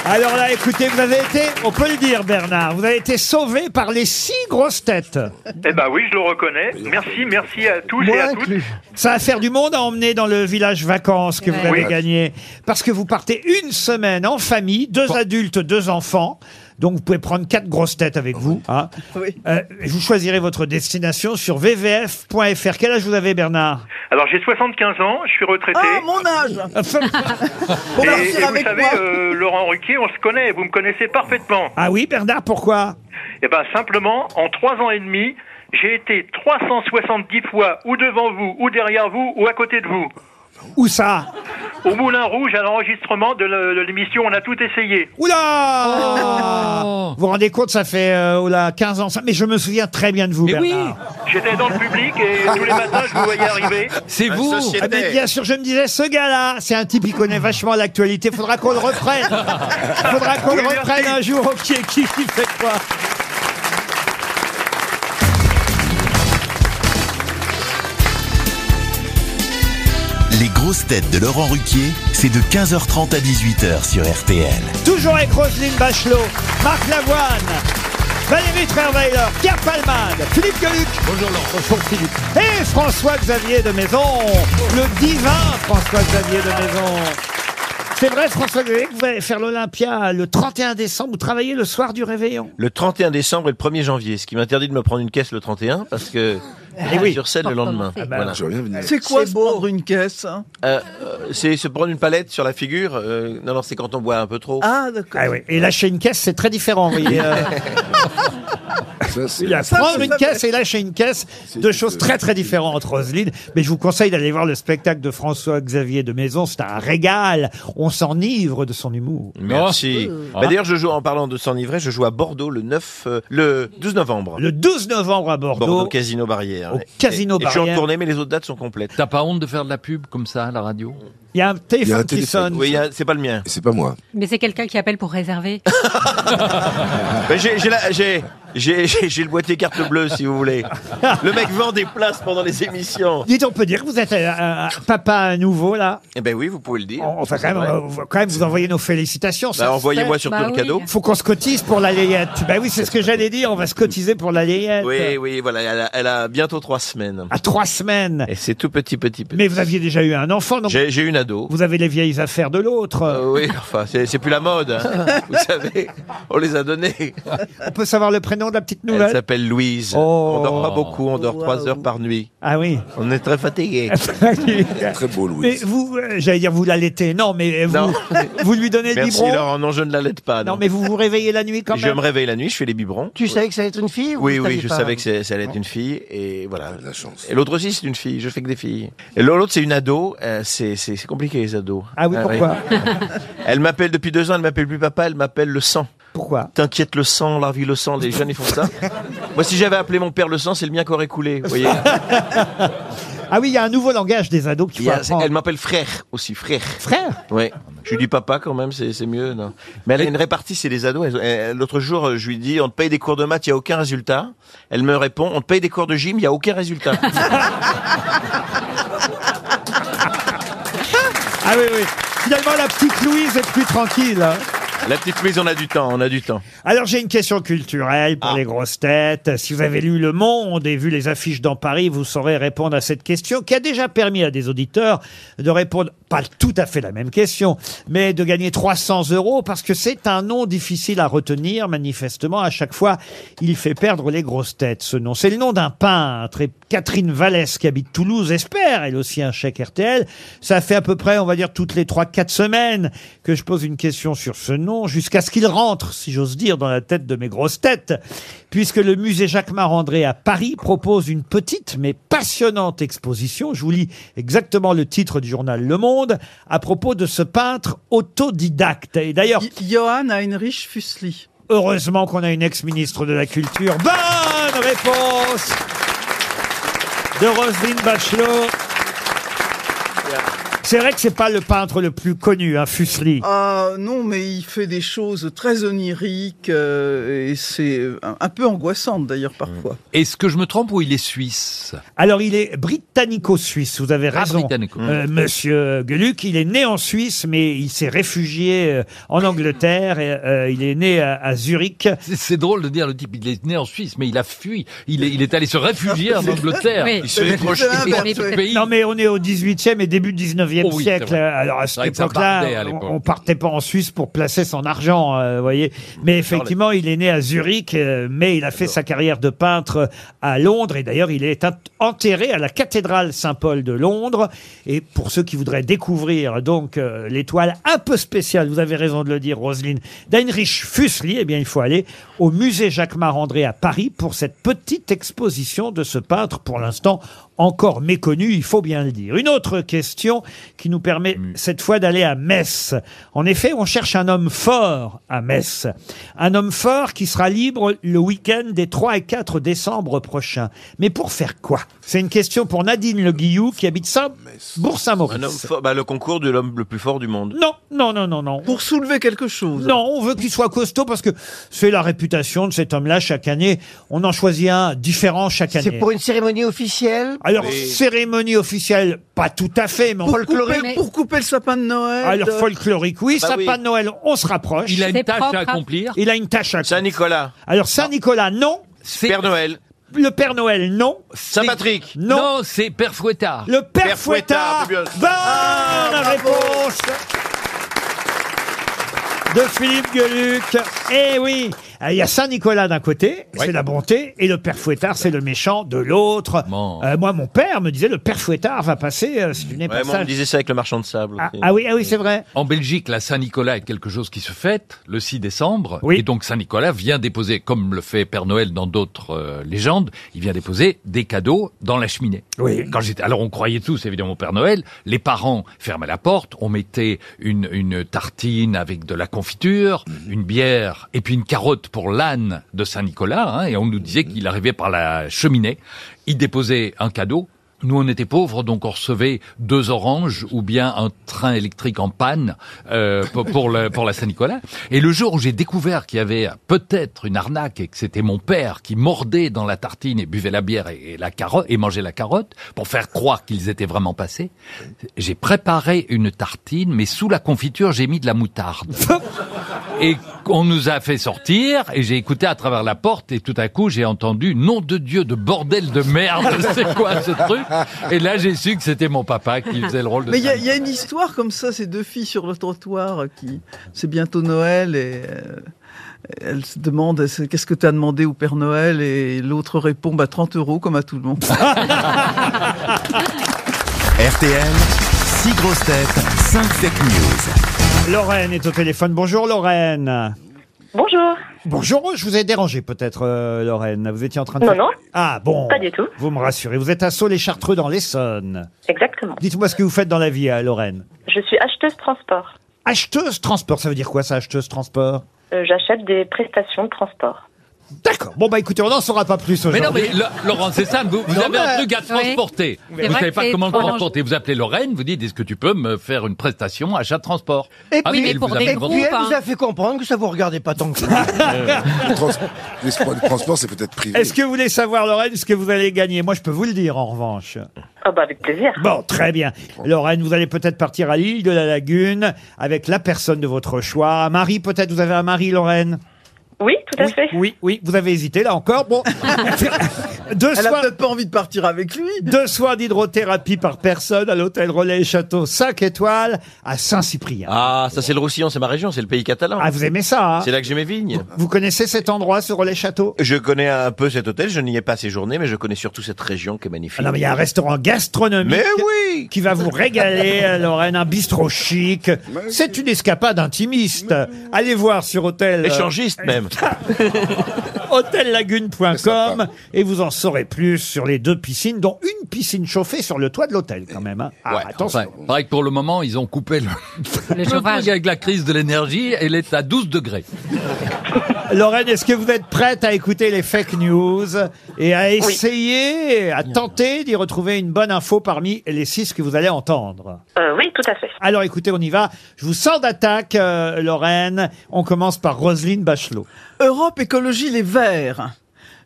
[SPEAKER 2] Alors là, écoutez, vous avez été, on peut le dire, Bernard, vous avez été sauvé par les six grosses têtes.
[SPEAKER 13] Eh ben oui, je le reconnais. Merci, merci à tous et à toutes.
[SPEAKER 2] Ça va faire du monde à emmener dans le village vacances que vous
[SPEAKER 13] Ouais.
[SPEAKER 2] avez
[SPEAKER 13] Oui.
[SPEAKER 2] gagné. Parce que vous partez une semaine en famille, deux adultes, deux enfants. Donc vous pouvez prendre quatre grosses têtes avec vous. hein. Euh, et vous choisirez votre destination sur vvf.fr. Quel âge vous avez, Bernard
[SPEAKER 13] Alors j'ai 75 ans, je suis retraité.
[SPEAKER 7] Ah, mon âge
[SPEAKER 13] et,
[SPEAKER 7] partir
[SPEAKER 13] et vous
[SPEAKER 7] avec
[SPEAKER 13] savez,
[SPEAKER 7] moi.
[SPEAKER 13] euh, Laurent Ruquier, on se connaît, vous me connaissez parfaitement.
[SPEAKER 2] Ah oui, Bernard, pourquoi
[SPEAKER 13] Eh ben simplement, en trois ans et demi, j'ai été 370 fois ou devant vous, ou derrière vous, ou à côté de vous.
[SPEAKER 2] Où ça
[SPEAKER 13] Au Moulin Rouge, à l'enregistrement de le- de l'émission, on a tout essayé.
[SPEAKER 2] Oula Ah! Vous vous rendez compte, ça fait euh, oula, 15 ans. ça- Mais je me souviens très bien de vous, Bernard.
[SPEAKER 13] J'étais dans le public et tous les matins, je vous voyais arriver.
[SPEAKER 2] Ah, mais Bien sûr, je me disais, ce gars-là, c'est un type qui connaît vachement l'actualité. Faudra qu'on le <laughs> reprenne. Faudra qu'on le reprenne un jour au pied qui qui fait quoi.
[SPEAKER 1] Les grosses têtes de Laurent Ruquier, c'est de 15h30 à 18h sur RTL.
[SPEAKER 2] Toujours avec Roselyne Bachelot, Marc Lavoine, Valérie Trierweiler, Pierre Palmade, Philippe Gueluc. Bonjour Bonjour Philippe. Et François-Xavier de Maison, le divin François-Xavier de Maison. C'est vrai, François-Xavier, que vous allez faire l'Olympia le 31 décembre. Vous travaillez le soir du réveillon.
[SPEAKER 8] Le 31 décembre et le 1er janvier, ce qui m'interdit de me prendre une caisse le 31 parce que
[SPEAKER 7] Ah,
[SPEAKER 8] je
[SPEAKER 7] Eh
[SPEAKER 2] Eh
[SPEAKER 8] suis sur scène le lendemain.
[SPEAKER 2] Ah, bah
[SPEAKER 6] Ah,
[SPEAKER 8] Voilà.
[SPEAKER 7] C'est quoi se prendre une caisse hein
[SPEAKER 8] Euh, euh, C'est se prendre une palette sur la figure. euh, non, non, c'est quand on boit un peu trop.
[SPEAKER 7] Ah, d'accord.
[SPEAKER 2] Ah oui. Et lâcher une caisse, c'est très différent. Vous voyez, <laughs> euh, <laughs> Il y a
[SPEAKER 7] Ça,
[SPEAKER 2] prendre
[SPEAKER 7] c'est
[SPEAKER 2] une
[SPEAKER 7] pas
[SPEAKER 2] caisse et lâcher une caisse, deux choses très très différentes, Roselyne. Mais je vous conseille d'aller voir le spectacle de François-Xavier de Maison. C'est un régal. On s'enivre de son humour.
[SPEAKER 7] Oh,
[SPEAKER 8] Merci.
[SPEAKER 2] Ah.
[SPEAKER 8] Bah, D'ailleurs, je joue en parlant de s'enivrer, je joue à Bordeaux le 9, euh, le 12 novembre.
[SPEAKER 2] Le 12 novembre à Bordeaux.
[SPEAKER 8] Bordeaux Casino Barrière.
[SPEAKER 2] Au Casino
[SPEAKER 8] et, et je suis en
[SPEAKER 2] Barrière.
[SPEAKER 8] tournée, mais les autres dates sont complètes.
[SPEAKER 3] T'as pas honte de faire de la pub comme ça à la radio
[SPEAKER 2] Il y a un téléphone, qui sonne.
[SPEAKER 8] Oui, il y a- c'est pas le mien.
[SPEAKER 6] C'est pas moi.
[SPEAKER 5] Mais c'est quelqu'un qui appelle
[SPEAKER 2] <laughs>
[SPEAKER 5] pour réserver.
[SPEAKER 8] Mais j'ai, j'ai la- j'ai- j'ai- j'ai- j'ai le boîtier carte bleue, si vous voulez. Le mec vend des places pendant les émissions.
[SPEAKER 2] Dites, on peut dire que vous êtes euh, euh, papa à nouveau là.
[SPEAKER 8] Eh ben oui, vous pouvez le dire.
[SPEAKER 2] Enfin, quand même,
[SPEAKER 8] Ouais.
[SPEAKER 2] euh, vous- quand même, vous envoyez nos félicitations. ça
[SPEAKER 8] Bah,
[SPEAKER 2] se
[SPEAKER 8] envoyez-moi
[SPEAKER 2] fait.
[SPEAKER 8] surtout Bah le oui. cadeau.
[SPEAKER 2] Faut qu'on se cotise pour la layette. Ben oui, c'est ce que j'allais dire. On va se cotiser pour la layette.
[SPEAKER 8] Oui, oui, voilà, elle a, elle a bientôt trois semaines.
[SPEAKER 2] À trois semaines.
[SPEAKER 8] Et c'est tout petit, petit, petit.
[SPEAKER 2] Mais vous aviez déjà eu un enfant, donc
[SPEAKER 8] J'ai, j'ai une ado.
[SPEAKER 2] vous avez les vieilles affaires de l'autre.
[SPEAKER 8] Euh, oui, enfin, c'est, c'est plus la mode. hein. Vous savez, on les a donnés.
[SPEAKER 2] On peut savoir le prénom de la petite
[SPEAKER 8] Elle
[SPEAKER 2] nouvelle
[SPEAKER 8] s'appelle Louise.
[SPEAKER 2] Oh.
[SPEAKER 8] On dort pas beaucoup, on dort trois heures par nuit.
[SPEAKER 2] Ah oui.
[SPEAKER 8] On est très
[SPEAKER 2] <laughs>
[SPEAKER 8] fatigué.
[SPEAKER 6] Très beau,
[SPEAKER 2] Mais vous, euh, j'allais dire, vous l'allaitez. Non, mais vous,
[SPEAKER 8] Non.
[SPEAKER 2] <laughs> vous lui donnez le
[SPEAKER 8] Merci
[SPEAKER 2] biberon.
[SPEAKER 8] Laurent, non, je ne l'allaite pas.
[SPEAKER 2] Non, mais vous vous réveillez la nuit quand
[SPEAKER 8] je
[SPEAKER 2] même.
[SPEAKER 8] me réveille la nuit, je fais les biberons.
[SPEAKER 4] Tu savais que ça allait être une fille ou
[SPEAKER 8] Oui,
[SPEAKER 4] vous
[SPEAKER 8] oui,
[SPEAKER 4] saviez
[SPEAKER 8] je
[SPEAKER 4] pas
[SPEAKER 8] savais que c'est- ça allait être une fille, et voilà. Ah, La chance. Et l'autre aussi, c'est une fille, je fais que des filles. Et l'autre, c'est une ado, euh, c'est c'est- c'est compliqué les ados.
[SPEAKER 2] Ah oui, pourquoi
[SPEAKER 8] Elle m'appelle depuis deux ans, elle m'appelle plus papa, elle m'appelle le sang.
[SPEAKER 2] Pourquoi
[SPEAKER 8] T'inquiète le sang, la vie le sang, les jeunes ils font
[SPEAKER 2] <laughs>
[SPEAKER 8] ça. Moi si j'avais appelé mon père le sang, c'est le mien qui aurait coulé, vous voyez.
[SPEAKER 2] Ah oui, il y a un nouveau langage des ados qu'il
[SPEAKER 8] Il y
[SPEAKER 2] faut
[SPEAKER 8] a-
[SPEAKER 2] apprendre.
[SPEAKER 8] elle m'appelle frère aussi, frère.
[SPEAKER 2] Frère
[SPEAKER 8] Ouais. Je lui dis papa quand même, c'est c'est mieux. Non. Mais elle a une répartie, c'est les ados. elles- elles- L'autre jour, euh, je lui dis, on te paye des cours de maths, il n'y a aucun résultat. Elle me répond, on te paye des cours de gym, il n'y a aucun résultat.
[SPEAKER 2] <laughs> Ah oui, oui. Finalement, la petite Louise est plus tranquille. hein.
[SPEAKER 8] La petite mise, on a du temps, on a du temps.
[SPEAKER 2] Alors j'ai une question culturelle pour les grosses têtes. Si vous avez lu Le Monde et vu les affiches dans Paris, vous saurez répondre à cette question qui a déjà permis à des auditeurs de répondre, pas tout à fait la même question, mais de gagner 300 euros parce que c'est un nom difficile à retenir manifestement. À chaque fois, il fait perdre les grosses têtes ce nom. C'est le nom d'un peintre et Catherine Vallès qui habite Toulouse espère, elle aussi, un chèque RTL. Ça fait à peu près, on va dire, toutes les 3-4 semaines que je pose une question sur ce nom, jusqu'à ce qu'il rentre, si j'ose dire, dans la tête de mes grosses têtes, puisque le musée Jacques-Marandré à Paris propose une petite mais passionnante exposition. Je vous lis exactement le titre du journal Le Monde à propos de ce peintre autodidacte. Et d'ailleurs...
[SPEAKER 7] Johann Heinrich Fusli.
[SPEAKER 2] Heureusement qu'on a une ex-ministre de la Culture. Bonne réponse de Roselyne Bachelot. C'est vrai que c'est pas le peintre le plus connu, hein, Fuseli.
[SPEAKER 7] Ah non, mais il fait des choses très oniriques euh, et c'est euh, un, un peu angoissante d'ailleurs parfois.
[SPEAKER 3] Est-ce que je me trompe ou il est suisse
[SPEAKER 2] Alors, il est britannico-suisse, vous avez
[SPEAKER 3] Ah,
[SPEAKER 2] raison.
[SPEAKER 3] britannico.
[SPEAKER 2] Euh, monsieur Geluc, il est né en Suisse, mais il s'est réfugié euh, en Angleterre. et, euh, il est né à, à Zurich.
[SPEAKER 3] C'est- C'est drôle de dire le type, il est né en Suisse, mais il a fui. Il est, il est allé se
[SPEAKER 2] <laughs>
[SPEAKER 3] réfugier en Angleterre.
[SPEAKER 2] Oui.
[SPEAKER 3] Il se réfugie dans ce pays.
[SPEAKER 2] Non, mais on est au 18e et début 19e
[SPEAKER 3] Oh oui, c'est
[SPEAKER 2] siècle.
[SPEAKER 3] vrai.
[SPEAKER 2] Alors, à
[SPEAKER 3] C'est
[SPEAKER 2] cette
[SPEAKER 3] vrai que ça
[SPEAKER 2] époque-là,
[SPEAKER 3] partait à l'époque.
[SPEAKER 2] on, on partait pas en Suisse pour placer son argent, euh, vous voyez.
[SPEAKER 3] Mmh.
[SPEAKER 2] Mais effectivement, il est né à Zurich, euh, mais il a fait sa carrière de peintre à Londres. Et d'ailleurs, il est ent- enterré à la cathédrale Saint-Paul de Londres. Et pour ceux qui voudraient découvrir, donc, euh, l'étoile un peu spéciale, vous avez raison de le dire, Roselyne, d'Heinrich Fuseli, eh bien, il faut aller au musée Jacques-Marandré à Paris pour cette petite exposition de ce peintre, pour l'instant, encore méconnu, il faut bien le dire. Une autre question qui nous permet cette fois d'aller à Metz. En effet, on cherche un homme fort à Metz. Un homme fort qui sera libre le week-end des 3 et 4 décembre prochains. Mais pour faire quoi C'est une question pour Nadine Le Guillou qui habite Saint-
[SPEAKER 8] Un homme
[SPEAKER 2] Bourg-Saint-Maurice.
[SPEAKER 8] fort- bah, le concours de l'homme le plus fort du monde.
[SPEAKER 2] Non, non, non, non, non.
[SPEAKER 7] Pour soulever quelque chose.
[SPEAKER 2] Non, on veut qu'il soit costaud parce que c'est la réputation de cet homme-là chaque année. On en choisit un différent chaque année.
[SPEAKER 4] C'est pour une cérémonie officielle
[SPEAKER 2] Alors, cérémonie officielle, pas tout à fait, mais
[SPEAKER 7] Pour,
[SPEAKER 2] on-
[SPEAKER 7] couper, pour couper le sapin de Noël. euh,
[SPEAKER 2] Alors Ah, folklorique, oui.
[SPEAKER 7] Ah bah
[SPEAKER 2] sapin
[SPEAKER 7] oui.
[SPEAKER 2] de Noël, on se rapproche.
[SPEAKER 7] Il a une C'est tâche à propre, hein.
[SPEAKER 3] accomplir.
[SPEAKER 2] Il a une tâche à accomplir.
[SPEAKER 8] Saint-Nicolas.
[SPEAKER 2] Alors Saint-Nicolas, non.
[SPEAKER 8] Père Noël.
[SPEAKER 2] Le Père Noël, non.
[SPEAKER 8] Saint-Patrick.
[SPEAKER 2] Non.
[SPEAKER 3] c'est Père Fouettard.
[SPEAKER 2] Le Père,
[SPEAKER 8] Père
[SPEAKER 2] Fouettard.
[SPEAKER 8] Fouettard,
[SPEAKER 2] Bonne
[SPEAKER 8] Fabius.
[SPEAKER 2] réponse de Philippe Gueluc. Eh oui, il y a Saint-Nicolas d'un côté, c'est la bonté, et le Père Fouettard, c'est le méchant de l'autre. Euh, moi, mon père me disait, le Père Fouettard va passer, euh, si tu n'es
[SPEAKER 8] Ouais, moi,
[SPEAKER 2] pas
[SPEAKER 8] on me
[SPEAKER 2] sage.
[SPEAKER 8] disait ça avec le marchand de sable.
[SPEAKER 2] Ah, ah oui, ah oui, c'est vrai.
[SPEAKER 3] En Belgique, la Saint-Nicolas est quelque chose qui se fête le 6 décembre. Et donc Saint-Nicolas vient déposer, comme le fait Père Noël dans d'autres euh, légendes, il vient déposer des cadeaux dans la cheminée.
[SPEAKER 2] Oui.
[SPEAKER 3] Quand j'étais, alors on croyait tous évidemment au Père Noël. Les parents fermaient la porte, on mettait une, une tartine avec de la confiture,
[SPEAKER 2] Mhm.
[SPEAKER 3] une bière et puis une carotte pour l'âne de Saint-Nicolas. hein, et on nous
[SPEAKER 2] Mhm.
[SPEAKER 3] disait qu'il arrivait par la cheminée. Il déposait un cadeau. Nous, on était pauvres, donc on recevait deux oranges ou bien un train électrique en panne euh, pour, pour le- pour la Saint-Nicolas. Et le jour où j'ai découvert qu'il y avait peut-être une arnaque et que c'était mon père qui mordait dans la tartine et buvait la bière et, et la carotte et mangeait la carotte pour faire croire qu'ils étaient vraiment passés, j'ai préparé une tartine, mais sous la confiture, j'ai mis de la moutarde. Et on nous a fait sortir, et j'ai écouté à travers la porte, et tout à coup, j'ai entendu « Nom de Dieu, de bordel de merde, <laughs> c'est quoi ce truc ?» Et là, j'ai su que c'était mon papa qui faisait le rôle de
[SPEAKER 7] Ah. Mais il y, a-
[SPEAKER 3] Saint-Nicolas.
[SPEAKER 7] il y a une histoire comme ça, ces deux filles sur le trottoir euh, qui, c'est bientôt Noël et euh, elles se demandent c'est- qu'est-ce que tu as demandé au Père Noël et l'autre répond bah 30 euros comme à tout le monde. <laughs>
[SPEAKER 1] RTL, 6 grosses têtes, 5 fake news.
[SPEAKER 2] Lorraine est au téléphone. Bonjour Lorraine.
[SPEAKER 19] Bonjour.
[SPEAKER 2] Bonjour, je vous ai dérangé peut-être euh, Lorraine. Vous étiez en train de...
[SPEAKER 19] Non,
[SPEAKER 2] faire-
[SPEAKER 19] non.
[SPEAKER 2] Ah bon.
[SPEAKER 19] Pas du tout.
[SPEAKER 2] Vous me rassurez. Vous êtes à Sceaux les Chartreux dans l'Essonne.
[SPEAKER 19] Exactement.
[SPEAKER 2] Dites-moi ce que vous faites dans la vie à Lorraine.
[SPEAKER 19] Je suis acheteuse transport.
[SPEAKER 2] Acheteuse transport, ça veut dire quoi ça, acheteuse transport
[SPEAKER 19] euh, j'achète des prestations de transport.
[SPEAKER 2] D'accord. Bon, bah écoutez, on n'en saura pas plus
[SPEAKER 3] Mais non,
[SPEAKER 2] aujourd'hui.
[SPEAKER 3] mais le- Laurent, c'est simple. Vous, vous
[SPEAKER 2] Non,
[SPEAKER 3] avez un
[SPEAKER 2] mais-
[SPEAKER 3] truc à
[SPEAKER 2] Oui.
[SPEAKER 3] transporter.
[SPEAKER 2] C'est
[SPEAKER 3] Vous
[SPEAKER 2] vrai
[SPEAKER 3] savez
[SPEAKER 2] que
[SPEAKER 3] pas
[SPEAKER 2] c'est
[SPEAKER 3] comment le
[SPEAKER 2] étrange. <laughs>
[SPEAKER 3] transporter. Vous appelez Lorraine, vous dites est-ce que tu peux me faire une prestation achat de transport
[SPEAKER 4] Et
[SPEAKER 3] Ah
[SPEAKER 4] puis,
[SPEAKER 3] oui,
[SPEAKER 4] et
[SPEAKER 3] elle vous
[SPEAKER 4] puis
[SPEAKER 3] appelle
[SPEAKER 4] elle
[SPEAKER 3] votre-
[SPEAKER 4] nous a fait comprendre que ça vous regardait pas tant que ça.
[SPEAKER 2] <laughs>
[SPEAKER 3] Euh,
[SPEAKER 2] Euh,
[SPEAKER 6] Le,
[SPEAKER 3] <laughs>
[SPEAKER 6] trans- le spo- le transport, c'est peut-être privé.
[SPEAKER 2] Est-ce que vous voulez savoir, Lorraine, ce que vous allez gagner Moi, je peux vous le dire, en revanche.
[SPEAKER 19] Ah bah avec plaisir.
[SPEAKER 2] Bon, très bien. Lorraine, vous allez peut-être partir à l'île de la Lagune avec la personne de votre choix. Un mari, peut-être vous avez un mari, Lorraine
[SPEAKER 19] Oui, tout
[SPEAKER 2] à fait. Oui, oui, vous avez hésité là encore.
[SPEAKER 7] <laughs>
[SPEAKER 2] Bon, deux
[SPEAKER 7] Elle a
[SPEAKER 2] soins-
[SPEAKER 7] peut-être pas envie de partir avec lui.
[SPEAKER 2] deux soins d'hydrothérapie par personne à l'hôtel Relais Château 5 étoiles à Saint-Cyprien.
[SPEAKER 8] Ah, ça c'est le Roussillon, c'est ma région, c'est le pays catalan.
[SPEAKER 2] Ah, vous aimez ça, hein
[SPEAKER 8] C'est là que j'ai mes vignes.
[SPEAKER 2] Vous connaissez cet endroit, ce Relais Château
[SPEAKER 8] Je connais un peu cet hôtel, je n'y ai pas séjourné, mais je connais surtout cette région qui est magnifique.
[SPEAKER 2] Ah non, mais il y a un restaurant gastronomique
[SPEAKER 8] Mais
[SPEAKER 2] qui va vous régaler, euh, Lorraine, un bistrot chic. C'est une escapade intimiste. Allez voir sur hôtel... euh,
[SPEAKER 8] Échangiste
[SPEAKER 2] <laughs>
[SPEAKER 8] même.
[SPEAKER 2] hôtellagune.com et vous en saurez plus sur les deux piscines, dont une piscine chauffée sur le toit de l'hôtel quand même. hein. Ah, attention.
[SPEAKER 3] Enfin, pareil que pour le moment, ils ont coupé le, le truc avec la crise de l'énergie. Elle est à 12 degrés.
[SPEAKER 2] Lorraine, est-ce que vous êtes prête à écouter les fake news et à essayer, à tenter d'y retrouver une bonne info parmi les six que vous allez entendre
[SPEAKER 19] Euh, oui, tout à fait.
[SPEAKER 2] Alors écoutez, on y va. Je vous sors d'attaque, euh, Lorraine. On commence par Roselyne Bachelot.
[SPEAKER 7] Europe Écologie Les Verts.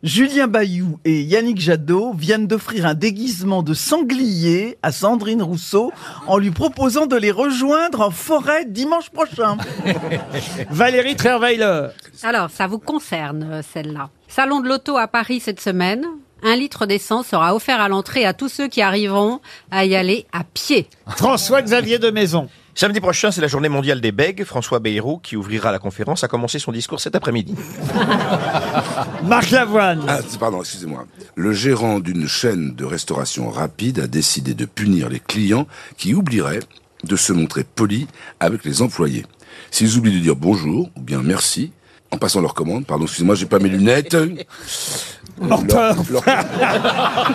[SPEAKER 7] Julien Bayou et Yannick Jadot viennent d'offrir un déguisement de sanglier à Sandrine Rousseau en lui proposant de les rejoindre en forêt dimanche prochain.
[SPEAKER 2] <laughs> Valérie Trierweiler.
[SPEAKER 5] Alors, ça vous concerne, euh, celle-là. Salon de l'auto à Paris cette semaine. Un litre d'essence sera offert à l'entrée à tous ceux qui arriveront à y aller à pied.
[SPEAKER 2] <laughs> François-Xavier de Maison.
[SPEAKER 8] Samedi prochain, c'est la journée mondiale des bègues. François Bayrou, qui ouvrira la conférence, a commencé son discours cet après-midi.
[SPEAKER 2] <laughs> Marc Lavoine.
[SPEAKER 8] <laughs>
[SPEAKER 6] Ah, c'est- pardon, excusez-moi. Le gérant d'une chaîne de restauration rapide a décidé de punir les clients qui oublieraient de se montrer polis avec les employés. S'ils oublient de dire bonjour ou bien merci, en passant leur commande, pardon, excusez-moi, j'ai pas mes lunettes.
[SPEAKER 2] Menteur.
[SPEAKER 6] Leur- leur-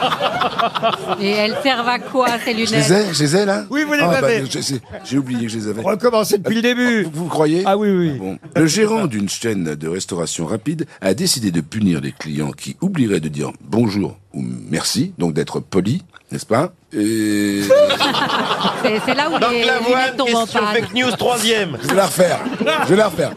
[SPEAKER 5] Et elles servent à quoi, ces lunettes
[SPEAKER 6] je les ai, je les ai là
[SPEAKER 2] Oui, vous les
[SPEAKER 6] Ah, bah,
[SPEAKER 2] avez.
[SPEAKER 6] je- je- J'ai oublié que je les avais. Euh,
[SPEAKER 2] Recommencez depuis le début.
[SPEAKER 6] Vous, vous croyez
[SPEAKER 2] Ah oui, oui.
[SPEAKER 6] Bon. Le gérant d'une chaîne de restauration rapide a décidé de punir les clients qui oublieraient de dire bonjour ou merci, donc d'être poli, n'est-ce pas Et...
[SPEAKER 5] C'est c'est là où
[SPEAKER 8] Donc,
[SPEAKER 5] les
[SPEAKER 8] la
[SPEAKER 5] lunettes
[SPEAKER 8] voile,
[SPEAKER 5] tombent en
[SPEAKER 8] question
[SPEAKER 5] panne.
[SPEAKER 8] fake news, troisième.
[SPEAKER 6] Je vais la refaire. Je vais la refaire.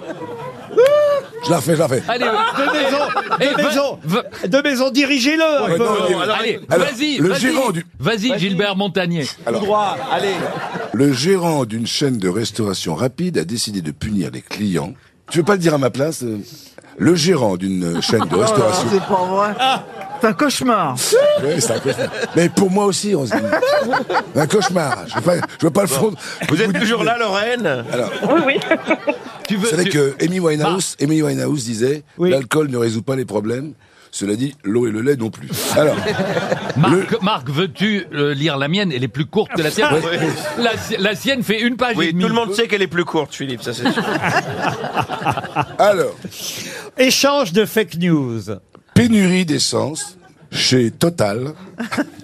[SPEAKER 6] Je la refais, je la refais.
[SPEAKER 3] Allez,
[SPEAKER 19] Ah,
[SPEAKER 2] De maison, de maison, de maison, dirigez-le. un peu.
[SPEAKER 3] allez,
[SPEAKER 6] alors,
[SPEAKER 3] vas-y,
[SPEAKER 6] le gérant
[SPEAKER 3] vas-y,
[SPEAKER 6] du-
[SPEAKER 3] vas-y, Gilbert Montagnier.
[SPEAKER 8] droit, allez.
[SPEAKER 6] Le gérant d'une chaîne de restauration rapide a décidé de punir les clients. Tu veux pas le dire à ma place euh Le gérant d'une chaîne de restauration.
[SPEAKER 7] C'est pas vrai. C'est un cauchemar.
[SPEAKER 6] Ouais, c'est un cauchemar. Mais pour moi aussi, Roselyne. Un cauchemar. Je veux pas, je veux pas le fondre.
[SPEAKER 8] Vous êtes toujours là, Lorraine
[SPEAKER 6] Alors,
[SPEAKER 3] Tu
[SPEAKER 6] vous
[SPEAKER 3] veux,
[SPEAKER 6] savez
[SPEAKER 3] tu-
[SPEAKER 6] que Amy Winehouse,
[SPEAKER 8] Ah.
[SPEAKER 6] Amy Winehouse disait l'alcool ne résout pas les problèmes. Cela dit, l'eau et le lait non plus. Alors,
[SPEAKER 3] Marc, Marc, veux-tu euh, lire la mienne Elle est plus courte que la tienne.
[SPEAKER 6] Oui.
[SPEAKER 3] La, si- la sienne fait une page et
[SPEAKER 8] Oui,
[SPEAKER 3] demie.
[SPEAKER 8] tout le monde sait qu'elle est plus courte, Philippe, ça c'est sûr.
[SPEAKER 6] alors,
[SPEAKER 2] Échange de fake news.
[SPEAKER 6] pénurie d'essence chez Total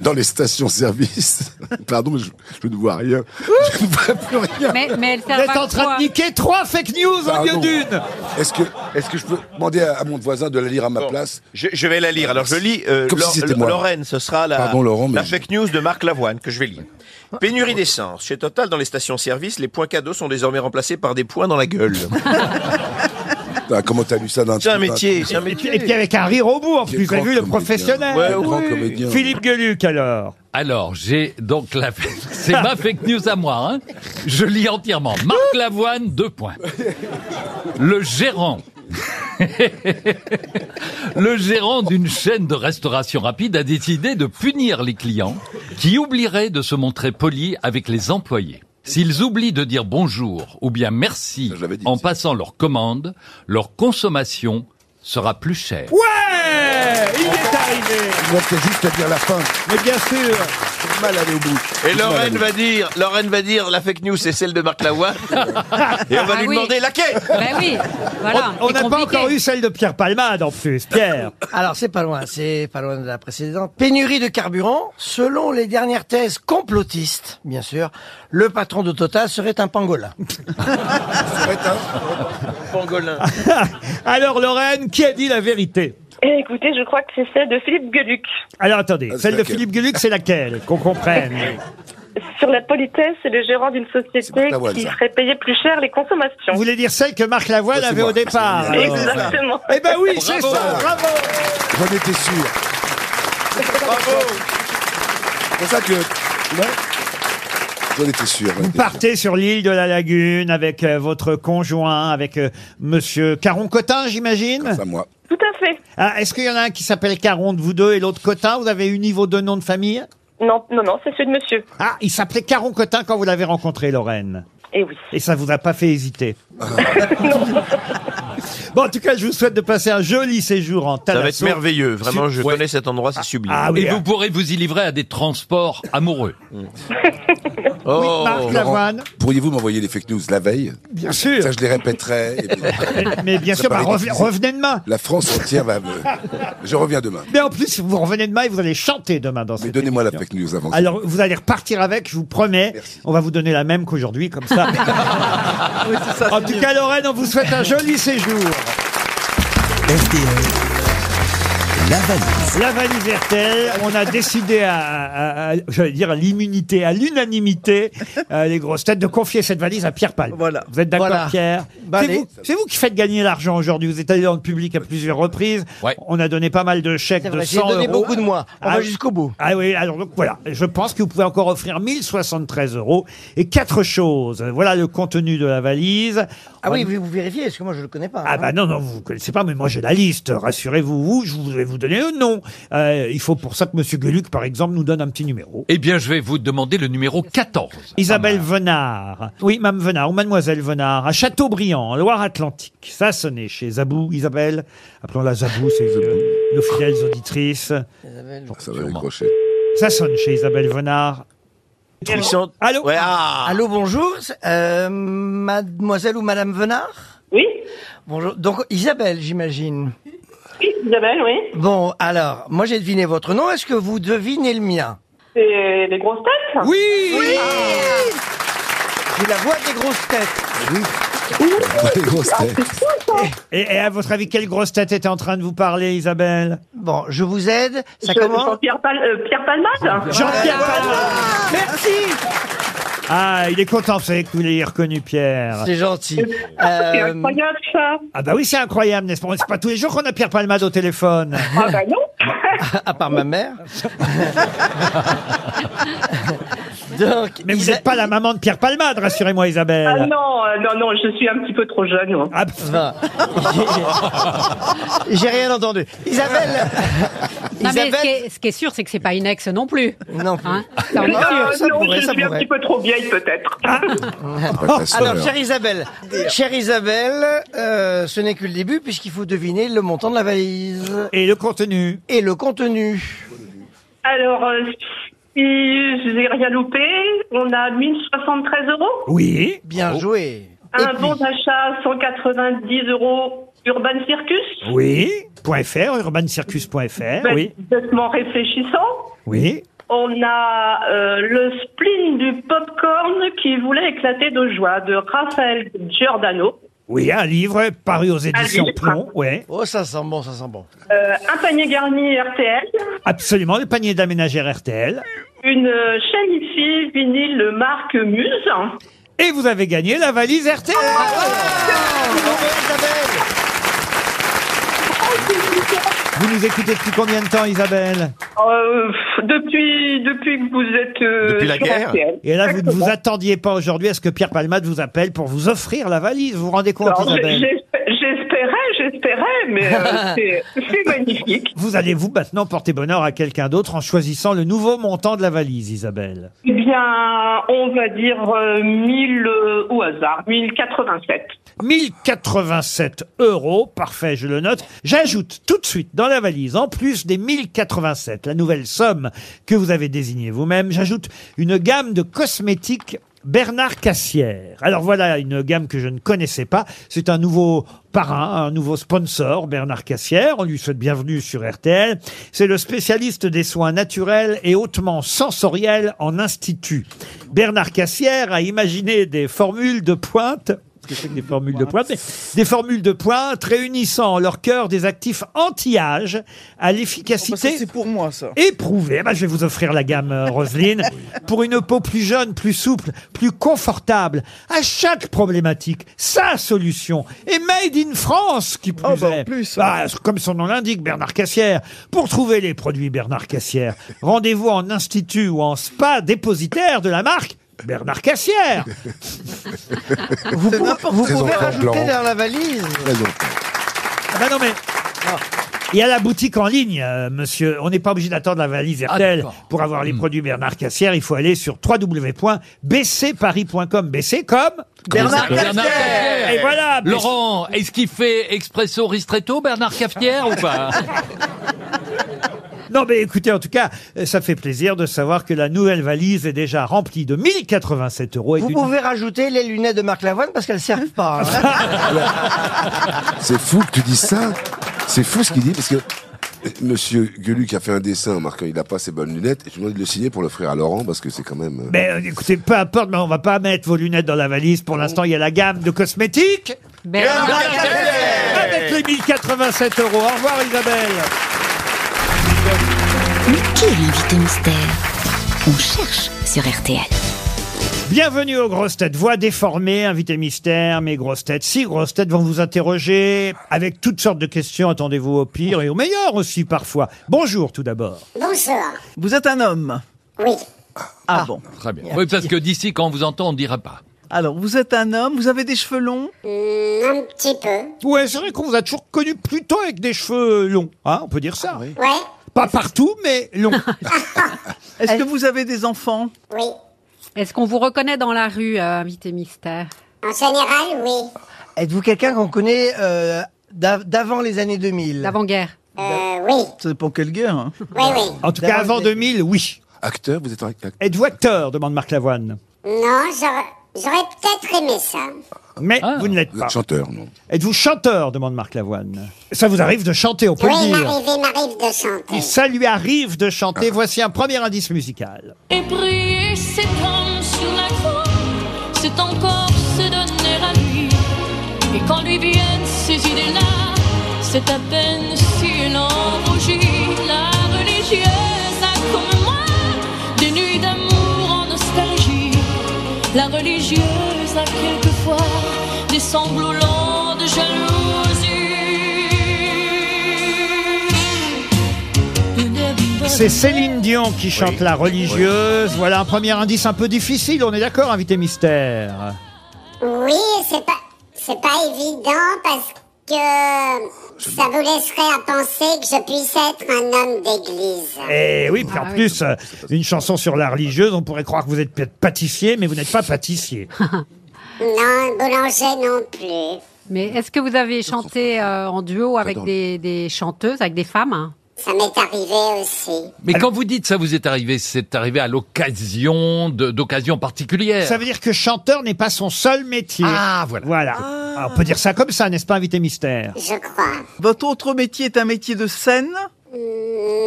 [SPEAKER 6] dans les stations-service. <laughs> Pardon, mais je, je ne vois rien. Je ne vois plus rien.
[SPEAKER 5] Mais, mais elles
[SPEAKER 2] Vous
[SPEAKER 5] servent
[SPEAKER 2] êtes
[SPEAKER 5] à
[SPEAKER 2] en train
[SPEAKER 5] quoi
[SPEAKER 2] de niquer trois fake news hein,
[SPEAKER 8] Bah,
[SPEAKER 2] au lieu
[SPEAKER 6] Pardon.
[SPEAKER 2] d'une.
[SPEAKER 6] Est-ce que, est-ce que je peux demander à, à mon voisin de la lire à ma place
[SPEAKER 8] Je, je vais la lire. Alors je lis euh,
[SPEAKER 6] Comme si
[SPEAKER 8] Laure-
[SPEAKER 6] c'était moi.
[SPEAKER 8] Lorraine, ce sera la,
[SPEAKER 6] Pardon, Laurent, mais
[SPEAKER 8] la
[SPEAKER 6] je-
[SPEAKER 8] fake news de Marc Lavoine que je vais lire. Pénurie d'essence. Chez Total, dans les stations-service, les points cadeaux sont désormais remplacés par des points dans la
[SPEAKER 2] <laughs>
[SPEAKER 8] gueule.
[SPEAKER 6] Ah, Comment t'as lu ça d'un
[SPEAKER 8] C'est un métier, c'est un
[SPEAKER 2] Et puis,
[SPEAKER 8] métier.
[SPEAKER 2] et puis avec un rire au bout, en plus, vous avez vu le professionnel.
[SPEAKER 8] Ouais,
[SPEAKER 6] Grand
[SPEAKER 8] oui.
[SPEAKER 6] comédien.
[SPEAKER 2] Philippe Gueluc, alors.
[SPEAKER 3] Alors, j'ai donc la... <laughs> C'est ma fake news à moi. Hein. Je lis entièrement. <laughs> Marc Lavoine, deux points. Le gérant. Le gérant d'une chaîne de restauration rapide a décidé de punir les clients qui oublieraient de se montrer polis avec les employés. S'ils oublient de dire bonjour ou bien merci en passant leur commande, leur consommation sera plus chère.
[SPEAKER 2] Ouais Il est arrivé <laughs>
[SPEAKER 6] Je voulais peut-être juste te dire la fin.
[SPEAKER 2] Mais bien sûr
[SPEAKER 8] du mal à aller au bout. Et Lorraine va dire, Lorraine va dire, la fake news c'est celle de Marc <laughs> Lavoine. Et on va
[SPEAKER 2] Ah
[SPEAKER 8] lui
[SPEAKER 2] oui. Bah
[SPEAKER 8] demander laquelle.
[SPEAKER 5] Ben oui, voilà.
[SPEAKER 2] On on n'a pas encore eu celle de Pierre Palmade en plus, Pierre.
[SPEAKER 4] <laughs> Alors c'est pas loin, c'est pas loin de la précédente. Pénurie de carburant, selon les dernières thèses complotistes, bien sûr, le patron de Total serait un
[SPEAKER 2] <laughs>
[SPEAKER 4] pangolin.
[SPEAKER 8] Pangolin.
[SPEAKER 4] Ah
[SPEAKER 2] Alors Lorraine, qui a dit la vérité
[SPEAKER 19] Eh, écoutez, je crois que c'est celle de Philippe Gueluc.
[SPEAKER 2] Alors attendez,
[SPEAKER 19] Ah, c'est
[SPEAKER 2] celle de
[SPEAKER 19] laquelle
[SPEAKER 2] Philippe Gueluc, c'est laquelle Qu'on comprenne.
[SPEAKER 19] Sur la politesse, c'est le gérant d'une société
[SPEAKER 2] Lavoine,
[SPEAKER 19] qui
[SPEAKER 2] ça.
[SPEAKER 19] ferait payer plus cher les consommations.
[SPEAKER 2] Vous voulez dire celle que Marc Lavoine
[SPEAKER 19] Ouais, c'est
[SPEAKER 2] avait
[SPEAKER 19] moi.
[SPEAKER 2] au départ
[SPEAKER 19] C'est moi. Exactement.
[SPEAKER 2] Eh ben oui, c'est
[SPEAKER 19] Bravo.
[SPEAKER 2] ça, bravo
[SPEAKER 6] J'en étais sûr. C'est pour ça que. Ouais. J'en étais sûr. ouais.
[SPEAKER 2] Vous partez sur l'île de la Lagune avec euh, votre conjoint, avec euh, Monsieur Caron Cotin, j'imagine C'est
[SPEAKER 6] moi.
[SPEAKER 2] Tout à fait. Est-ce qu'il y en a un qui s'appelle Caron de vous deux et l'autre Cotin Vous avez uni vos deux noms de famille
[SPEAKER 19] Non, non, non, c'est celui de monsieur.
[SPEAKER 2] Ah, il s'appelait Caron Cotin quand vous l'avez rencontré, Lorraine.
[SPEAKER 19] Eh oui. Ah.
[SPEAKER 2] Et ça vous a pas fait hésiter.
[SPEAKER 19] <laughs>
[SPEAKER 2] <laughs> bon, en tout cas, je vous souhaite de passer un joli séjour en
[SPEAKER 8] Ça
[SPEAKER 2] Thalasso.
[SPEAKER 8] va être merveilleux. Vraiment, je connais cet endroit, c'est sublime.
[SPEAKER 2] ah oui,
[SPEAKER 3] Et
[SPEAKER 2] ah.
[SPEAKER 3] vous pourrez vous y livrer à des transports amoureux.
[SPEAKER 6] Oh,
[SPEAKER 2] Marc Lavoine.
[SPEAKER 6] Pourriez-vous m'envoyer les fake news la veille
[SPEAKER 2] Bien sûr.
[SPEAKER 6] Ça, je les répéterai. et puis-
[SPEAKER 2] <laughs> Mais bien
[SPEAKER 6] Ça
[SPEAKER 2] sûr, bah,
[SPEAKER 6] paraît
[SPEAKER 2] revenez,
[SPEAKER 6] difficile.
[SPEAKER 2] revenez demain.
[SPEAKER 6] La France entière va me. Je reviens demain.
[SPEAKER 2] Mais en plus, vous revenez demain et vous allez chanter demain dans
[SPEAKER 6] Mais
[SPEAKER 2] cette
[SPEAKER 6] donnez-moi la
[SPEAKER 2] émission.
[SPEAKER 6] fake news avant.
[SPEAKER 2] Alors, vous allez repartir avec, je vous promets. On va vous donner la même qu'aujourd'hui, comme ça. en tout cas, Lorraine, on vous souhaite un joli séjour.
[SPEAKER 1] La valise.
[SPEAKER 2] La valise RTL, on a décidé à, à- à- j'allais dire à l'immunité, à l'unanimité, euh, les grosses têtes, de confier cette valise à Pierre Palme. Voilà. Vous êtes d'accord,
[SPEAKER 7] Voilà.
[SPEAKER 2] Pierre
[SPEAKER 7] Bah,
[SPEAKER 2] C'est
[SPEAKER 7] allez.
[SPEAKER 2] vous, c'est vous qui faites gagner l'argent aujourd'hui. Vous êtes allé dans le public à plusieurs reprises. On a donné pas mal de chèques
[SPEAKER 4] C'est
[SPEAKER 2] de
[SPEAKER 4] vrai,
[SPEAKER 2] 100
[SPEAKER 4] j'ai donné
[SPEAKER 2] euros.
[SPEAKER 4] beaucoup de moi. On va jusqu'au bout.
[SPEAKER 2] Ah oui, alors donc voilà. Je pense que vous pouvez encore offrir 1073 euros et quatre choses. Voilà le contenu de la valise.
[SPEAKER 4] Ah oui,
[SPEAKER 2] On-
[SPEAKER 4] vous, vous vérifiez, parce que moi je le connais pas.
[SPEAKER 2] ah
[SPEAKER 4] hein.
[SPEAKER 2] bah non, non, vous ne connaissez pas, mais moi j'ai la liste, rassurez-vous, vous, je vous- je vais vous donner le nom. Euh, il faut pour ça que Monsieur Gueluc, par exemple, nous donne un petit numéro.
[SPEAKER 3] Eh bien, je vais vous demander le numéro 14.
[SPEAKER 2] Isabelle Venard, oui, Mme Venard, ou Mademoiselle Venard, à Châteaubriand, en Loire-Atlantique. Ça sonnait chez Zabou, Isabelle. Appelons-la Zabou, c'est euh, nos fidèles auditrices.
[SPEAKER 6] Ça va décrocher.
[SPEAKER 2] Ça sonne chez Isabelle Venard. Allô
[SPEAKER 4] Allô, bonjour. c'est- euh, mademoiselle ou Madame Venard
[SPEAKER 19] Oui.
[SPEAKER 4] Bonjour. Donc Isabelle, j'imagine.
[SPEAKER 19] Oui, Isabelle, oui.
[SPEAKER 4] Bon, alors, moi j'ai deviné votre nom. Est-ce que vous devinez le mien
[SPEAKER 19] C'est les grosses têtes
[SPEAKER 2] Oui
[SPEAKER 4] Oui J'ai la voix des grosses têtes.
[SPEAKER 2] Et, et à votre avis, quelle grosse tête était en train de vous parler, Isabelle
[SPEAKER 4] Bon, je vous aide. Ça
[SPEAKER 19] Je-
[SPEAKER 4] commence.
[SPEAKER 19] Jean-Pierre Pal- euh, Pierre Palmade
[SPEAKER 2] Jean-Pierre
[SPEAKER 4] Voilà.
[SPEAKER 2] Palmade.
[SPEAKER 4] Merci
[SPEAKER 2] Ah, il est content, vous savez que vous l'ayez reconnu, Pierre.
[SPEAKER 4] C'est gentil.
[SPEAKER 19] C'est
[SPEAKER 4] Euh,
[SPEAKER 19] incroyable ça
[SPEAKER 2] Ah bah oui, c'est incroyable, n'est-ce pas C'est pas tous les jours qu'on a Pierre Palmade au téléphone.
[SPEAKER 19] Ah bah non
[SPEAKER 4] <laughs> à part ma
[SPEAKER 2] <laughs>
[SPEAKER 4] mère. Donc,
[SPEAKER 2] Mais vous
[SPEAKER 4] Isa-
[SPEAKER 2] n'êtes pas la maman de Pierre Palmade, rassurez-moi,
[SPEAKER 19] Ah
[SPEAKER 2] Isabelle.
[SPEAKER 19] non, euh, non, non, je suis un petit peu trop jeune. moi.
[SPEAKER 2] Ah, <laughs>
[SPEAKER 4] Va. J'ai rien entendu. Isabelle
[SPEAKER 5] Non,
[SPEAKER 4] <laughs>
[SPEAKER 5] mais
[SPEAKER 4] Isabelle-
[SPEAKER 5] ce qui est, ce qui est sûr, c'est que c'est pas une ex non plus.
[SPEAKER 4] Non plus.
[SPEAKER 5] Hein Ça, on est
[SPEAKER 19] Ah,
[SPEAKER 5] sûr.
[SPEAKER 19] non,
[SPEAKER 4] pourrait,
[SPEAKER 19] je
[SPEAKER 4] ça
[SPEAKER 19] suis un
[SPEAKER 4] pourrait.
[SPEAKER 19] petit peu trop vieille peut-être.
[SPEAKER 2] Ah.
[SPEAKER 19] Ah,
[SPEAKER 4] Oh, Alors, chère Isabelle, chère Isabelle, euh, ce n'est que le début puisqu'il faut deviner le montant de la valise
[SPEAKER 2] Et le contenu
[SPEAKER 4] et le contenu.
[SPEAKER 19] Alors, euh, si je n'ai rien loupé, on a 1073 euros.
[SPEAKER 2] Oui.
[SPEAKER 4] Bien joué. Et
[SPEAKER 19] Un
[SPEAKER 4] puis-
[SPEAKER 19] bon d'achat 190 euros Urban Circus.
[SPEAKER 2] Oui. Point .fr, urbancircus.fr,
[SPEAKER 19] Ben,
[SPEAKER 2] oui.
[SPEAKER 19] Bêtement réfléchissant.
[SPEAKER 2] Oui.
[SPEAKER 19] On a euh, le spleen du popcorn qui voulait éclater de joie de Raphaël Giordano.
[SPEAKER 2] Oui, un livre paru aux éditions
[SPEAKER 19] livre.
[SPEAKER 2] Plomb, ouais.
[SPEAKER 4] Oh, ça sent bon, ça sent bon.
[SPEAKER 19] Euh, un panier garni RTL,
[SPEAKER 2] Absolument, le panier d'aménagère RTL.
[SPEAKER 19] une euh, chaîne IFI vinyle marque Muse.
[SPEAKER 2] Et vous avez gagné la valise RTL Vous nous écoutez depuis combien de temps, Isabelle
[SPEAKER 19] Euh, pff, depuis, depuis que vous êtes euh, sur RTL.
[SPEAKER 2] Et là, vous ne vous
[SPEAKER 19] Exactement.
[SPEAKER 2] attendiez pas aujourd'hui à ce que Pierre Palmade vous appelle pour vous offrir la valise. Vous vous rendez compte,
[SPEAKER 19] Non, j'ai-
[SPEAKER 2] Isabelle
[SPEAKER 19] j'ai- J'espère j'espérais, j'espérais, mais euh, c'est- c'est magnifique.
[SPEAKER 2] Vous allez vous maintenant porter bonheur à quelqu'un d'autre en choisissant le nouveau montant de la valise, Isabelle.
[SPEAKER 19] Eh bien, on va dire euh, 1000 euh, au hasard, 1087.
[SPEAKER 2] 1087 euros, parfait, je le note. J'ajoute tout de suite dans la valise, en plus des 1087, la nouvelle somme que vous avez désignée vous-même, j'ajoute une gamme de cosmétiques Bernard Cassière. Alors voilà une gamme que je ne connaissais pas. C'est un nouveau parrain, un nouveau sponsor, Bernard Cassière. On lui souhaite bienvenue sur RTL. C'est le spécialiste des soins naturels et hautement sensoriels en institut. Bernard Cassière a imaginé des formules de pointe Qu'est-ce que c'est que des formules de pointe Mais Des formules de pointe réunissant en leur cœur des actifs anti-âge à l'efficacité. c'est pour moi Oh, bah ça. Éprouvée. Eh ben, je vais vous offrir la gamme euh, Roselyne <laughs> pour une peau plus jeune, plus souple, plus confortable. À chaque problématique, sa solution. Et made in France qui Ah, plus est. Bah, comme son nom l'indique, Bernard Cassière. Pour trouver les produits Bernard Cassière, rendez-vous en institut ou en spa dépositaire de la marque. Bernard Cassière
[SPEAKER 3] Ah.
[SPEAKER 2] vous pouvez,
[SPEAKER 4] Vous pouvez rajouter dans la valise.
[SPEAKER 2] Ah bah non mais. Il y a la boutique en ligne, euh, monsieur. On n'est pas obligé d'attendre la valise
[SPEAKER 4] Ah,
[SPEAKER 2] RTL
[SPEAKER 4] d'accord.
[SPEAKER 2] pour avoir
[SPEAKER 3] Hmm.
[SPEAKER 2] les produits Bernard Cassière. Il faut aller sur www.bcparis.com. BC comme
[SPEAKER 3] Bernard Cassière.
[SPEAKER 2] Et voilà. BC.
[SPEAKER 3] Eh, Laurent, est-ce qu'il fait expresso ristretto, Bernard Cafetière, ou <laughs> pas
[SPEAKER 2] Non mais écoutez, en tout cas, euh, ça fait plaisir de savoir que la nouvelle valise est déjà remplie de 1087 euros. Et
[SPEAKER 4] Vous
[SPEAKER 2] d'une-
[SPEAKER 4] pouvez rajouter les lunettes de Marc Lavoine parce qu'elles servent pas.
[SPEAKER 2] <laughs>
[SPEAKER 4] hein.
[SPEAKER 6] C'est fou que tu dis ça. C'est fou ce qu'il dit parce que euh, Monsieur Gueluc a fait un dessin en marquant il n'a pas ses bonnes lunettes. Et je lui ai demandé de le signer pour l'offrir à Laurent parce que c'est quand même. euh,
[SPEAKER 2] Mais euh, écoutez, peu importe, mais on va pas mettre vos lunettes dans la valise. Pour l'instant, il y a la gamme de cosmétiques.
[SPEAKER 16] Bernard Cassière.
[SPEAKER 2] Avec les 1087 euros. Au revoir Isabelle.
[SPEAKER 15] Mais qui est l'invité mystère On cherche sur RTL.
[SPEAKER 2] Bienvenue aux grosses têtes. Voix déformée, invité mystère, mes grosses têtes. Six grosses têtes vont vous interroger avec toutes sortes de questions. Attendez-vous au pire et au meilleur aussi parfois. Bonjour tout d'abord.
[SPEAKER 7] Bonsoir. Vous êtes un homme Oui. Ah, bon.
[SPEAKER 3] Très bien. Oui, parce que d'ici, quand on vous entend, on ne dira pas.
[SPEAKER 7] Alors, vous êtes un homme, vous avez des cheveux longs
[SPEAKER 2] Mm, un petit peu. Ouais, c'est vrai qu'on vous a toujours connu plutôt avec des cheveux longs. Hein, on peut dire ça.
[SPEAKER 7] Ouais.
[SPEAKER 2] Pas partout, mais <laughs> longs.
[SPEAKER 7] Est-ce que vous avez des enfants
[SPEAKER 5] Oui. Est-ce qu'on vous reconnaît dans la rue, euh, invité mystère
[SPEAKER 4] En général, oui. Êtes-vous quelqu'un qu'on connaît euh, d'av- d'avant les années 2000
[SPEAKER 5] D'avant-guerre
[SPEAKER 4] Oui.
[SPEAKER 7] C'est pour quelle guerre hein
[SPEAKER 4] Oui, oui.
[SPEAKER 2] En tout cas, avant 2000, oui.
[SPEAKER 6] Acteur, vous êtes un acteur.
[SPEAKER 2] Êtes-vous acteur demande Marc Lavoine.
[SPEAKER 20] Non, j'aurais j'aurais peut-être aimé ça.
[SPEAKER 2] Mais
[SPEAKER 7] Ah.
[SPEAKER 2] vous ne l'êtes pas.
[SPEAKER 6] chanteur, non.
[SPEAKER 2] Êtes-vous chanteur demande Marc Lavoine. Ça vous arrive de chanter, on peut
[SPEAKER 20] oui,
[SPEAKER 2] le
[SPEAKER 20] il
[SPEAKER 2] dire.
[SPEAKER 20] m'arrive, il m'arrive de
[SPEAKER 2] Et
[SPEAKER 20] chanter.
[SPEAKER 2] ça lui arrive de chanter.
[SPEAKER 6] Ah.
[SPEAKER 2] Voici un premier indice musical.
[SPEAKER 16] Et briller cet homme sur la croix, c'est encore se donner à lui. Et quand lui viennent ces idées-là, c'est à peine s'il en rougit. La religieuse a comme moi des nuits d'amour en nostalgie. La religieuse a quelquefois des sanglots lents de jalousie.
[SPEAKER 2] C'est Céline Dion qui chante La religieuse. Voilà un premier indice un peu difficile, on est d'accord, invité mystère.
[SPEAKER 20] Oui, c'est pas, c'est pas évident parce que ça vous laisserait à penser que je puisse être un homme d'église.
[SPEAKER 2] Et oui, puis en plus, euh, une chanson sur la religieuse, on pourrait croire que vous êtes peut-être pâtissier, mais vous n'êtes pas pâtissier.
[SPEAKER 20] Non, boulanger non plus.
[SPEAKER 5] Mais est-ce que vous avez chanté euh, en duo avec
[SPEAKER 3] Pardon.
[SPEAKER 5] des, des chanteuses, avec des femmes hein
[SPEAKER 20] Ça m'est arrivé aussi.
[SPEAKER 3] Mais quand vous dites ça vous est arrivé, c'est arrivé à l'occasion de- d'occasion particulière.
[SPEAKER 2] Ça veut dire que chanteur n'est pas son seul métier.
[SPEAKER 3] Ah, voilà.
[SPEAKER 2] Voilà. Ah, on peut dire ça comme ça, n'est-ce pas, invité mystère
[SPEAKER 20] Je crois.
[SPEAKER 7] Votre autre métier est un métier de scène
[SPEAKER 20] Mm,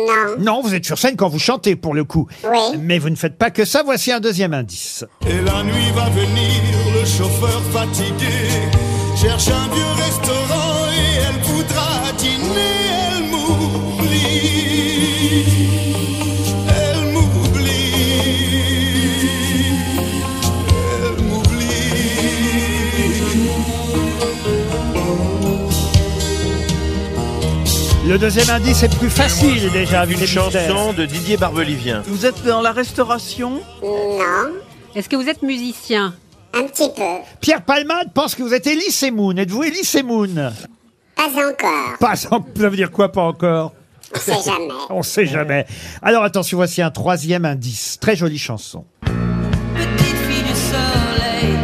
[SPEAKER 20] Non.
[SPEAKER 2] Non, vous êtes sur scène quand vous chantez, pour le coup.
[SPEAKER 20] Oui.
[SPEAKER 2] Mais vous ne faites pas que ça. Voici un deuxième indice.
[SPEAKER 10] Et la nuit va venir, le chauffeur fatigué cherche un vieux restaurant et elle voudra dîner. Elle m'oublie, elle m'oublie, elle
[SPEAKER 2] Le deuxième indice est plus facile déjà, invité
[SPEAKER 8] Une
[SPEAKER 2] mystère.
[SPEAKER 8] chanson de Didier Barbelivien.
[SPEAKER 7] Vous êtes dans la restauration
[SPEAKER 20] Non.
[SPEAKER 5] Est-ce que vous êtes musicien
[SPEAKER 20] Un petit peu.
[SPEAKER 2] Pierre Palmade pense que vous êtes Elie Moon. Êtes-vous Elie Moon
[SPEAKER 20] Pas encore.
[SPEAKER 2] Pas en- <laughs> Ça veut dire quoi, pas encore
[SPEAKER 20] On sait jamais.
[SPEAKER 2] <laughs> On sait jamais. Alors attention, voici un troisième indice. Très jolie chanson.
[SPEAKER 16] Petite fille du soleil,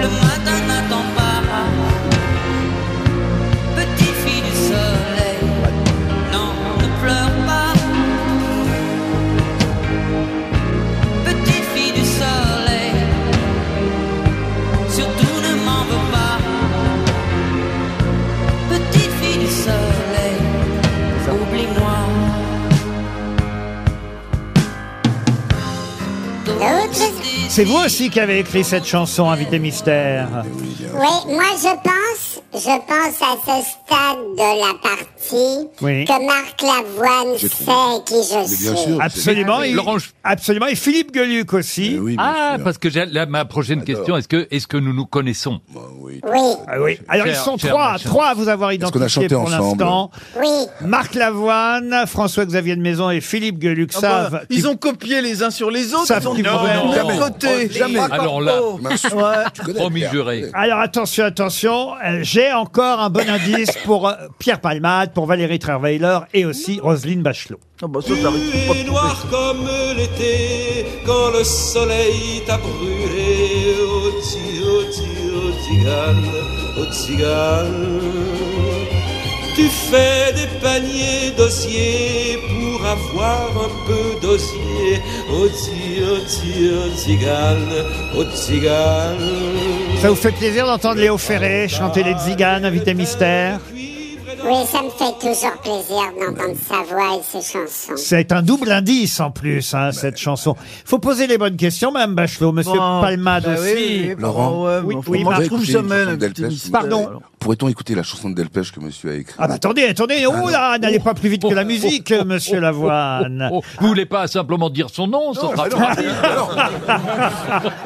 [SPEAKER 16] le matin n'attend pas. Petite fille du soleil, non, ne pleure pas. Petite fille du soleil, surtout ne m'en veux pas. Petite fille du soleil, oublie-moi.
[SPEAKER 2] C'est vous aussi qui avez écrit cette chanson, Invité Mystère.
[SPEAKER 20] Oui, moi je pense, je pense à ce stade de la partie
[SPEAKER 2] Oui.
[SPEAKER 20] que Marc Lavoine sait qui je suis.
[SPEAKER 2] Absolument.
[SPEAKER 3] c'est-
[SPEAKER 2] Et,
[SPEAKER 3] Laurent,
[SPEAKER 2] absolument. Et Philippe Gueluc aussi.
[SPEAKER 3] ah, parce que j'ai- là, ma prochaine question, est-ce que, est-ce que nous nous connaissons
[SPEAKER 20] Oui.
[SPEAKER 2] Ah oui. Alors ils
[SPEAKER 3] Cher-
[SPEAKER 2] sont
[SPEAKER 3] cher
[SPEAKER 2] trois,
[SPEAKER 3] machin.
[SPEAKER 2] trois à vous avoir
[SPEAKER 3] qu'on a
[SPEAKER 2] identifié
[SPEAKER 3] chanté
[SPEAKER 2] pour
[SPEAKER 3] ensemble
[SPEAKER 2] l'instant.
[SPEAKER 20] Oui.
[SPEAKER 2] Marc Lavoine, François-Xavier de Maison et Philippe Gueluc
[SPEAKER 7] Ah
[SPEAKER 2] savent.
[SPEAKER 7] bah, ils ont copié les uns sur les autres,
[SPEAKER 2] savent
[SPEAKER 7] ils ont
[SPEAKER 2] qu'ils
[SPEAKER 7] tout
[SPEAKER 2] vont-
[SPEAKER 7] fait
[SPEAKER 2] Non,
[SPEAKER 7] de
[SPEAKER 2] jamais. Oh,
[SPEAKER 7] leur côté.
[SPEAKER 2] Jamais.
[SPEAKER 3] Alors là,
[SPEAKER 7] Ouais.
[SPEAKER 3] promis juré.
[SPEAKER 2] Alors attention, attention, euh, j'ai encore un bon indice pour euh, Pierre Palmade, pour Valérie Trierweiler et aussi Roselyne Bachelot.
[SPEAKER 7] Ah, bah,
[SPEAKER 10] Tu es noir comme l'été quand le soleil t'a brûlé. Oh, ti, oh, ti, oh, tzigane, oh, tzigane. Tu fais des paniers d'osier pour avoir un peu d'osier. Oh, ti, oh, ti, oh, tzigane, oh, tzigane.
[SPEAKER 2] Ça vous fait plaisir d'entendre Léo Ferré chanter les Tziganes, invité mystère
[SPEAKER 20] Oui, ça me fait toujours plaisir d'entendre sa voix et ses chansons.
[SPEAKER 2] C'est un double indice en plus, hein, cette chanson. Faut poser les bonnes questions, Madame Bachelot, Monsieur
[SPEAKER 7] Bon,
[SPEAKER 2] Palmade
[SPEAKER 7] bah oui,
[SPEAKER 2] aussi.
[SPEAKER 7] oui, bon, Laurent, ouais, bah,
[SPEAKER 2] oui,
[SPEAKER 7] mais enfin,
[SPEAKER 2] oui,
[SPEAKER 7] moi, je
[SPEAKER 2] Marc-
[SPEAKER 7] trouve
[SPEAKER 6] Écoutez,
[SPEAKER 7] jamais
[SPEAKER 6] une chanson
[SPEAKER 7] un
[SPEAKER 6] de
[SPEAKER 7] petit
[SPEAKER 6] Delpech,
[SPEAKER 7] mystère.
[SPEAKER 2] Pardon.
[SPEAKER 6] Pourrait-on écrire écouter la chanson de Delpech que monsieur a écrite
[SPEAKER 2] Ah bah attendez, attendez, oh là, n'allez pas plus vite que la musique, euh, Monsieur Lavoine.
[SPEAKER 3] Oh, Vous voulez pas simplement dire son nom ça sera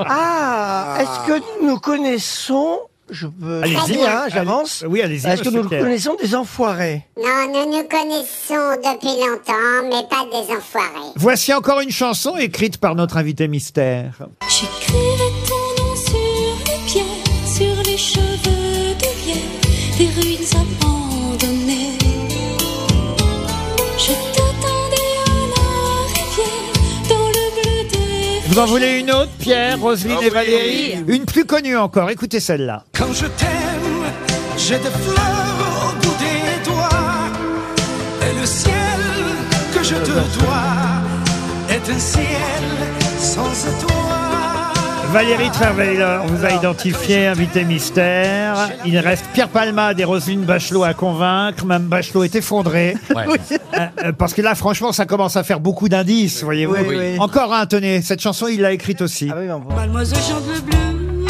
[SPEAKER 4] Ah, est-ce que nous connaissons. Je
[SPEAKER 7] Euh,
[SPEAKER 4] veux
[SPEAKER 2] Allez-y.
[SPEAKER 7] hein,
[SPEAKER 4] bien, j'avance.
[SPEAKER 2] Oui, allez-y,
[SPEAKER 4] Est-ce que
[SPEAKER 2] monsieur
[SPEAKER 4] nous
[SPEAKER 2] Kerr.
[SPEAKER 4] connaissons des enfoirés
[SPEAKER 20] Non, nous nous connaissons depuis longtemps, mais pas des enfoirés.
[SPEAKER 2] Voici encore une chanson écrite par notre invité mystère.
[SPEAKER 16] J'écrivais ton nom sur les pieds, sur les cheveux derrière, des ruines abandonnées. Je t'attendais à la rivière, dans le bleu des
[SPEAKER 2] Vous en voulez une autre, Pierre, Roselyne
[SPEAKER 16] Ah
[SPEAKER 2] et
[SPEAKER 16] oui,
[SPEAKER 2] Valérie Une plus connue encore, écoutez celle-là.
[SPEAKER 10] Quand je t'aime, j'ai des fleurs au bout des doigts Et le ciel que je te dois est un ciel sans étoiles
[SPEAKER 2] Valérie Trierweiler vous a identifié, invité mystère. Il reste Pierre Palmade et Roselyne Bachelot à convaincre. Même Bachelot est effondrée.
[SPEAKER 16] Ouais.
[SPEAKER 2] Euh, euh, parce que là, franchement, ça commence à faire beaucoup d'indices, voyez-vous.
[SPEAKER 16] Oui, oui. Ah
[SPEAKER 2] Encore un, tenez, cette chanson, il l'a écrite aussi.
[SPEAKER 16] Mademoiselle chante le blues.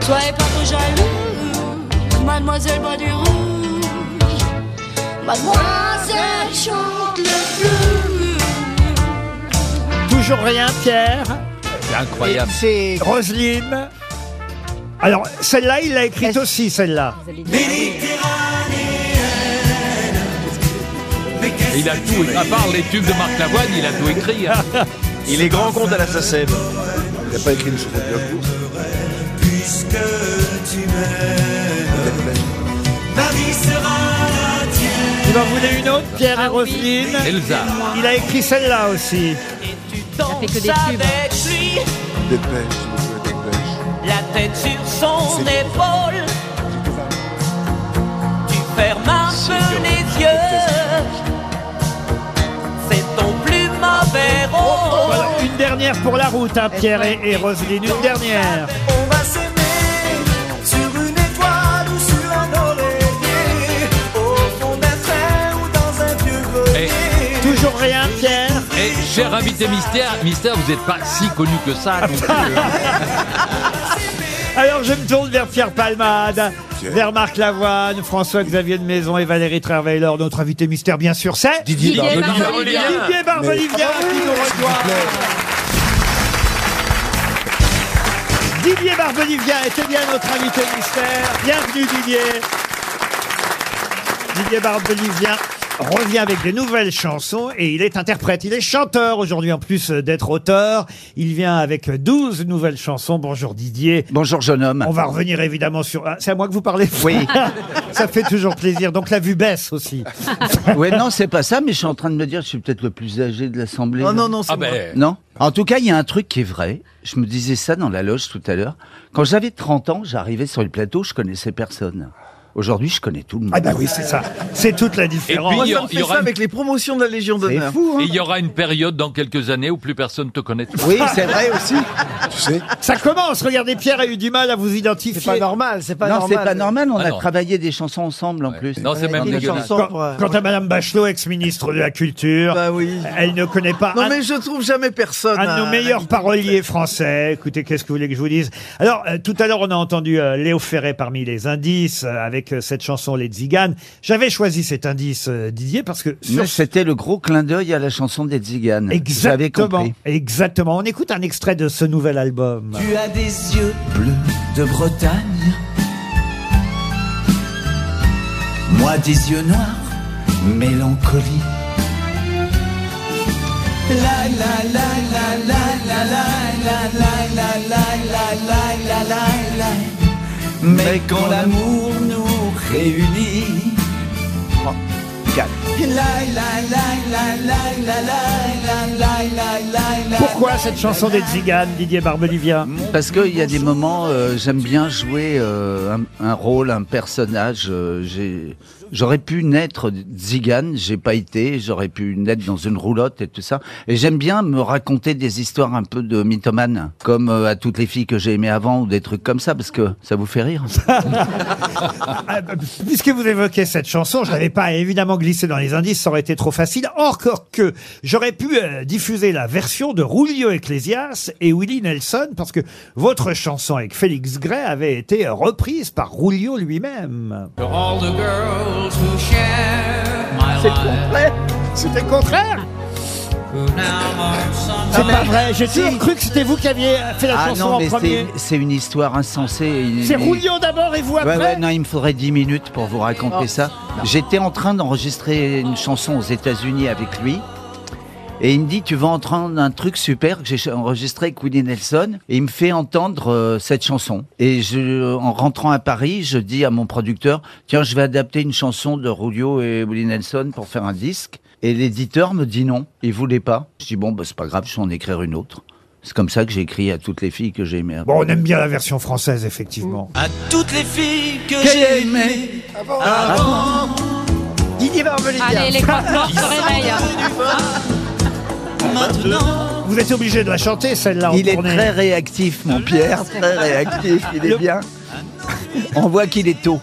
[SPEAKER 16] Soyez pas trop jaloux, mademoiselle boit du rouge. Mademoiselle chante le blues.
[SPEAKER 2] Toujours rien, Pierre.
[SPEAKER 3] C'est incroyable.
[SPEAKER 2] Roselyne. Alors, celle-là, il l'a écrite aussi, celle-là.
[SPEAKER 3] Et Il a tout, à part les tubes de Marc Lavoine, il a tout écrit. hein.
[SPEAKER 8] Il est grand compte à la SACEM.
[SPEAKER 6] Il n'a pas écrit une chanson de Delpech.
[SPEAKER 10] Puisque tu m'aimes, ma vie sera la tienne
[SPEAKER 2] Vous en voulez une autre, Pierre
[SPEAKER 16] Ah
[SPEAKER 2] et Roselyne
[SPEAKER 3] Elsa.
[SPEAKER 2] Il a écrit celle-là aussi.
[SPEAKER 16] Ça fait que des hein. tubes.
[SPEAKER 6] Delpech, monsieur Delpech.
[SPEAKER 16] La tête sur son épaule. Tu fermes un peu les yeux. C'est ton plus mauvais oh, rôle.
[SPEAKER 2] Voilà, une dernière pour la route, hein, Pierre et, et Roselyne. Une dernière.
[SPEAKER 10] On va s'aimer sur une étoile ou sur un oreiller Au fond d'un train ou dans un vieux grenier
[SPEAKER 2] Toujours rien, Pierre.
[SPEAKER 3] Et cher invité mystère, mystère, vous n'êtes pas si connu que ça. non plus. hein.
[SPEAKER 2] Alors je me tourne vers Pierre Palmade, vers Marc Lavoine, François-Xavier de Maison et Valérie Traveiller. Notre invité mystère, bien sûr, c'est
[SPEAKER 6] Didier Didier Barbelivien.
[SPEAKER 16] Barbelivien.
[SPEAKER 2] Didier Barbelivien qui nous rejoint. Didier Barbelivien était bien notre invité mystère. Bienvenue Didier. Didier Barbelivien revient avec de nouvelles chansons et il est interprète. Il est chanteur aujourd'hui en plus d'être auteur. Il vient avec 12 nouvelles chansons. Bonjour Didier.
[SPEAKER 21] Bonjour jeune homme.
[SPEAKER 2] On va revenir évidemment sur... Ah, C'est à moi que vous parlez
[SPEAKER 21] Oui.
[SPEAKER 2] <laughs> Ça fait toujours plaisir. Donc la vue baisse aussi.
[SPEAKER 21] ouais, non, c'est pas ça, mais je suis en train de me dire, je suis peut-être le plus âgé de l'Assemblée.
[SPEAKER 2] Oh non, non, c'est Ah moi. ben.
[SPEAKER 21] Non. En tout cas, il y a un truc qui est vrai. Je me disais ça dans la loge tout à l'heure. Quand j'avais 30 ans, j'arrivais sur le plateau, je connaissais personne. Aujourd'hui, je connais tout le monde.
[SPEAKER 2] Ah bah oui, c'est ça. C'est toute la différence.
[SPEAKER 7] Moi,
[SPEAKER 3] il y
[SPEAKER 7] ça
[SPEAKER 3] a-
[SPEAKER 7] me
[SPEAKER 3] il y
[SPEAKER 7] fait
[SPEAKER 3] aura
[SPEAKER 7] ça
[SPEAKER 3] une-
[SPEAKER 7] avec les promotions de la Légion d'honneur.
[SPEAKER 3] Et il y aura une période dans quelques années où plus personne ne te connaît.
[SPEAKER 21] hein. Oui, c'est vrai aussi.
[SPEAKER 6] Tu sais
[SPEAKER 2] Ça commence. Regardez, Pierre a eu du mal à vous identifier. C'est pas normal. C'est
[SPEAKER 21] non, c'est pas normal. On
[SPEAKER 2] Ah
[SPEAKER 21] a
[SPEAKER 2] non.
[SPEAKER 21] travaillé des chansons ensemble en plus.
[SPEAKER 2] Non,
[SPEAKER 21] On a dit des chansons.
[SPEAKER 2] Quant,
[SPEAKER 7] euh,
[SPEAKER 2] quant à Madame Bachelot, ex-ministre de la Culture, elle ne connaît pas
[SPEAKER 7] Bah Non,
[SPEAKER 2] un,
[SPEAKER 7] mais je trouve jamais personne. euh,
[SPEAKER 2] un de nos
[SPEAKER 7] à-
[SPEAKER 2] meilleurs paroliers français. Écoutez, qu'est-ce que vous voulez que je vous dise Alors, euh, tout à l'heure, on a entendu euh, Léo Ferré parmi les indices euh, avec euh, cette chanson Les Ziganes. J'avais choisi cet indice, euh, Didier, parce que sur
[SPEAKER 21] Mais C'était le gros clin d'œil à la chanson des Ziganes. J'avais
[SPEAKER 2] Exactement,
[SPEAKER 21] compris.
[SPEAKER 2] exactement. On écoute un extrait de ce nouvel album.
[SPEAKER 22] Tu as des yeux bleus de Bretagne. Moi des yeux noirs, mélancolie. La la la la la la la la la la la la la la la la. Mais quand l'amour nous réunit. La la la la la la la la la la la la.
[SPEAKER 2] Pourquoi cette chanson des Ziganes, Didier Barbelivien
[SPEAKER 21] Parce qu'il y a des moments, euh, j'aime bien jouer euh, un, un rôle, un personnage. euh, j'ai- j'aurais pu naître zigane, j'ai pas été. J'aurais pu naître dans une roulotte et tout ça. Et j'aime bien me raconter des histoires un peu de mythomane, comme euh, à toutes les filles que j'ai aimées avant ou des trucs comme ça, parce que ça vous
[SPEAKER 2] <laughs>
[SPEAKER 21] fait rire.
[SPEAKER 2] Ah, bah, Puisque vous évoquez cette chanson, je l'avais pas évidemment glissé dans les indices, ça aurait été trop facile. Encore que j'aurais pu euh, diffuser la version de Rulio Ecclesias et Willie Nelson, parce que votre chanson avec Félix Gray avait été reprise par Rulio lui-même.
[SPEAKER 22] All the girls who share my
[SPEAKER 2] C'est le
[SPEAKER 22] life.
[SPEAKER 2] contraire. C'était le contraire.
[SPEAKER 22] who now are some-
[SPEAKER 2] C'est pas vrai. Ah, J'ai toujours cru que c'était vous qui aviez euh, fait la
[SPEAKER 21] Ah
[SPEAKER 2] chanson
[SPEAKER 21] non,
[SPEAKER 2] en
[SPEAKER 21] mais
[SPEAKER 2] premier.
[SPEAKER 21] c'est- c'est une histoire insensée.
[SPEAKER 2] C'est
[SPEAKER 21] Il- il-
[SPEAKER 2] Rulio d'abord et vous
[SPEAKER 21] Ouais,
[SPEAKER 2] après.
[SPEAKER 21] ouais, non, il me faudrait 10 minutes pour vous raconter ça. J'étais en train d'enregistrer une chanson aux États-Unis avec lui. Et il me dit, tu vas entendre un truc super que j'ai enregistré avec Willie Nelson. Et il me fait entendre euh, cette chanson. Et je, en rentrant à Paris, je dis à mon producteur, tiens, je vais adapter une chanson de Rulio et Willie Nelson pour faire un disque. Et l'éditeur me dit non, il voulait pas. Je dis, bon, bah, c'est pas grave, je vais en écrire une autre. C'est comme ça que j'ai écrit à toutes les filles que j'ai aimées.
[SPEAKER 2] Bon, on aime bien la version française, effectivement.
[SPEAKER 21] Ah.
[SPEAKER 22] À toutes les filles que j'ai
[SPEAKER 21] Que j'ai
[SPEAKER 22] aimées
[SPEAKER 2] Ah
[SPEAKER 22] avant.
[SPEAKER 4] Didier Barbelivien.
[SPEAKER 22] Allez,
[SPEAKER 2] <laughs>
[SPEAKER 22] les
[SPEAKER 4] copains
[SPEAKER 22] coiffeurs se réveillent.
[SPEAKER 7] Ah,
[SPEAKER 22] Maintenant.
[SPEAKER 2] Vous êtes obligé de la chanter, celle-là. en
[SPEAKER 21] Il est
[SPEAKER 2] tournée.
[SPEAKER 21] très réactif, mon Pierre, très réactif, il est bien. On voit qu'il est tôt.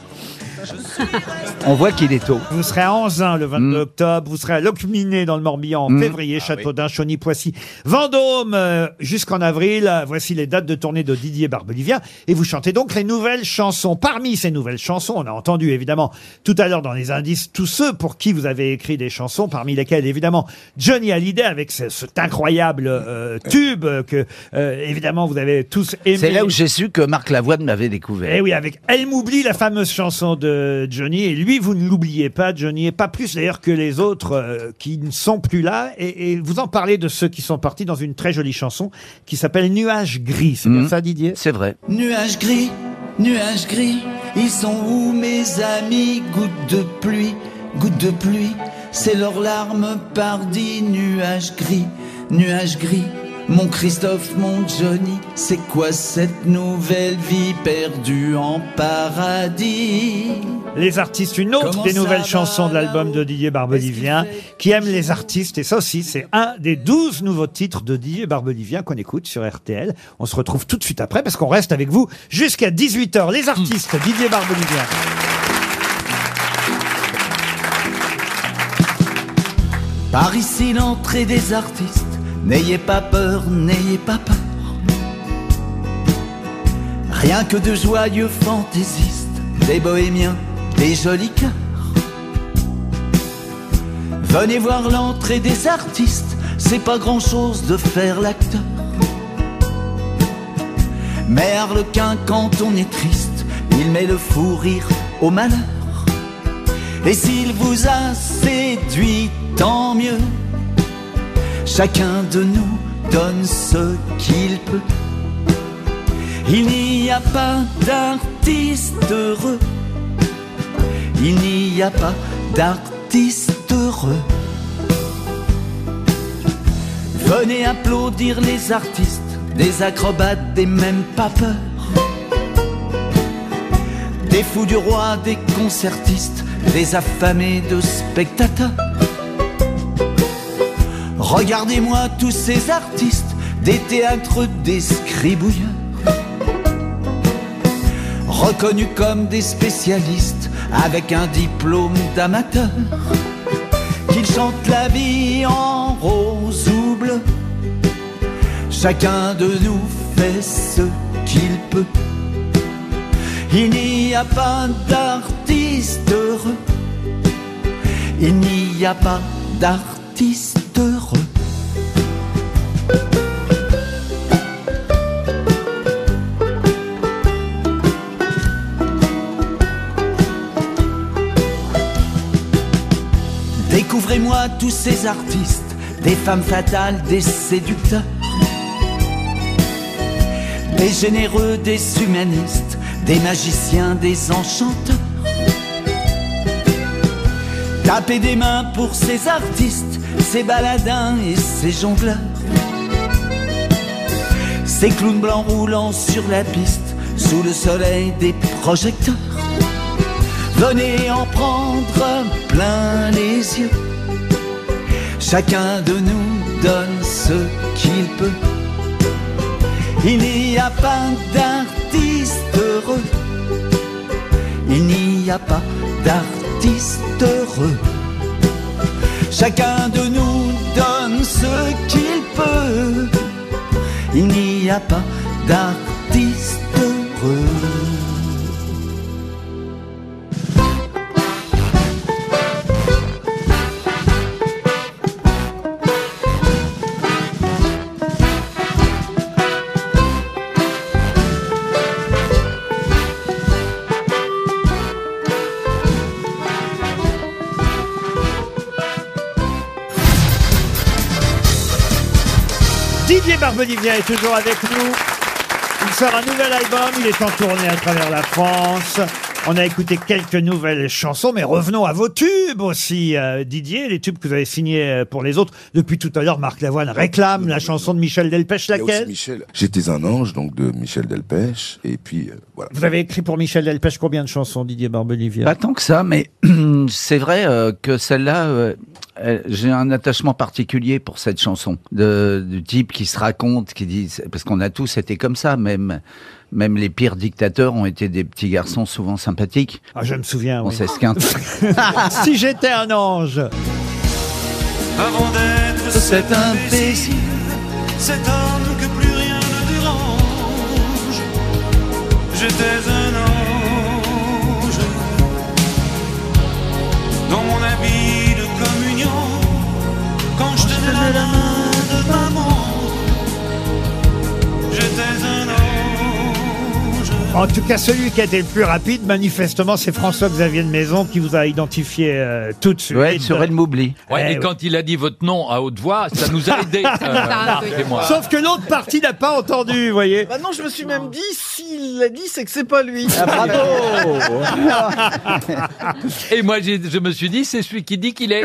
[SPEAKER 21] On voit qu'il est tôt. Hmm.
[SPEAKER 2] Vous serez à Anzin le 22 octobre, vous serez à Locminé dans le Morbihan en
[SPEAKER 21] Ah
[SPEAKER 2] février, Châteaudun, Chauny, Poissy, Vendôme euh, jusqu'en avril. Euh, Voici les dates de tournée de Didier Barbelivien. Et vous chantez donc les nouvelles chansons. Parmi ces nouvelles chansons, on a entendu évidemment tout à l'heure dans les indices tous ceux pour qui vous avez écrit des chansons, parmi lesquels évidemment Johnny Hallyday avec ce- cet incroyable euh, tube euh, que euh, évidemment vous avez tous aimé.
[SPEAKER 21] C'est là où j'ai su que Marc Lavoine m'avait découvert.
[SPEAKER 2] Eh oui, avec Elle m'oublie, la fameuse chanson de Johnny. Et lui, vous ne l'oubliez pas, Johnny, et pas plus d'ailleurs que les autres euh, qui ne sont plus là. Et, et vous en parlez de ceux qui sont partis dans une très jolie chanson qui s'appelle Nuages gris. C'est bien ça, Didier
[SPEAKER 21] Mhm. C'est vrai.
[SPEAKER 22] Nuages gris, nuages gris, ils sont où mes amis Gouttes de pluie, gouttes de pluie, c'est leurs larmes pardi. Nuages gris, nuages gris, mon Christophe, mon Johnny, c'est quoi cette nouvelle vie perdue en paradis
[SPEAKER 2] Les artistes, une autre
[SPEAKER 22] Comment
[SPEAKER 2] des
[SPEAKER 22] ça
[SPEAKER 2] nouvelles
[SPEAKER 22] va,
[SPEAKER 2] chansons de l'album de Didier Barbelivien, qui aime les artistes. Et ça aussi, c'est un des 12 nouveaux titres de Didier Barbelivien qu'on écoute sur RTL. On se retrouve tout de suite après parce qu'on reste avec vous jusqu'à 18h. Les artistes, Didier Barbelivien.
[SPEAKER 22] Par ici l'entrée des artistes, n'ayez pas peur, n'ayez pas peur. Rien que de joyeux fantaisistes, des bohémiens, des jolis cœurs. Venez voir l'entrée des artistes, c'est pas grand chose de faire l'acteur. Mais Harlequin, quand on est triste, il met le fou rire au malheur.
[SPEAKER 21] Et s'il vous a séduit, tant mieux. Chacun de nous donne ce qu'il peut. Il n'y a pas d'artiste heureux. Il n'y a pas d'artiste heureux. Venez applaudir les artistes, des acrobates, des mêmes pas peur. Des fous du roi, des concertistes, des affamés de spectateurs. Regardez-moi tous ces artistes, des théâtres, des scribouilleurs. Reconnus comme des spécialistes, avec un diplôme d'amateur. Qu'ils chantent la vie en rose ou bleu. Chacun de nous fait ce qu'il peut. Il n'y a pas d'artiste heureux. Il n'y a pas d'artiste heureux. Découvrez-moi tous ces artistes, des femmes fatales, des séducteurs, des généreux, des humanistes, des magiciens, des enchanteurs. Tapez des mains pour ces artistes, ces baladins et ces jongleurs, ces clowns blancs roulant sur la piste, sous le soleil des projecteurs. Venez en prendre plein les yeux. Chacun de nous donne ce qu'il peut. Il n'y a pas d'artiste heureux. Il n'y a pas d'artiste heureux. Chacun de nous donne ce qu'il peut. Il n'y a pas d'artiste heureux.
[SPEAKER 2] Didier Barbelivien est toujours avec nous. Il sort un nouvel album, il est en tournée à travers la France. On a écouté quelques nouvelles chansons, mais revenons à vos tubes aussi, euh, Didier, les tubes que vous avez signés euh, pour les autres. Depuis tout à l'heure, Marc Lavoine réclame la chanson de Michel Delpech,
[SPEAKER 6] Il y a aussi
[SPEAKER 2] laquelle
[SPEAKER 6] Michel. J'étais un ange, donc de Michel Delpech. Et puis, euh, voilà.
[SPEAKER 2] Vous avez écrit pour Michel Delpech combien de chansons, Didier Barbelivien
[SPEAKER 4] Pas tant que ça, mais <clears throat> c'est vrai euh, que celle-là, euh, euh, j'ai un attachement particulier pour cette chanson, de, du type qui se raconte, qui dit, parce qu'on a tous été comme ça, même, même les pires dictateurs ont été des petits garçons souvent sympathiques.
[SPEAKER 2] Ah, je me souviens.
[SPEAKER 4] On
[SPEAKER 2] oui.
[SPEAKER 4] s'esquinte.
[SPEAKER 2] si j'étais un ange.
[SPEAKER 10] Avant d'être cet imbécile, cet homme que plus rien ne dérange, j'étais un ange. Dans mon habit de communion, quand je tenais la main de maman, j'étais un ange.
[SPEAKER 2] En tout cas, celui qui a été le plus rapide, manifestement, c'est François-Xavier de Maison qui vous a identifié euh, tout de suite.
[SPEAKER 4] Ouais, sur El Moubli.
[SPEAKER 3] Ouais,
[SPEAKER 2] Eh
[SPEAKER 3] et quand il a dit votre nom à haute voix, ça nous
[SPEAKER 2] <laughs>
[SPEAKER 3] a euh, aidé.
[SPEAKER 4] euh,
[SPEAKER 2] Non. Sauf que l'autre partie n'a pas entendu,
[SPEAKER 4] <laughs>
[SPEAKER 2] vous voyez.
[SPEAKER 23] Bah non, je me suis même dit, s'il l'a dit, c'est que c'est pas lui.
[SPEAKER 2] Ah,
[SPEAKER 7] <laughs>
[SPEAKER 3] Ah, Et moi, j'ai- je me suis dit, c'est celui qui dit qu'il est.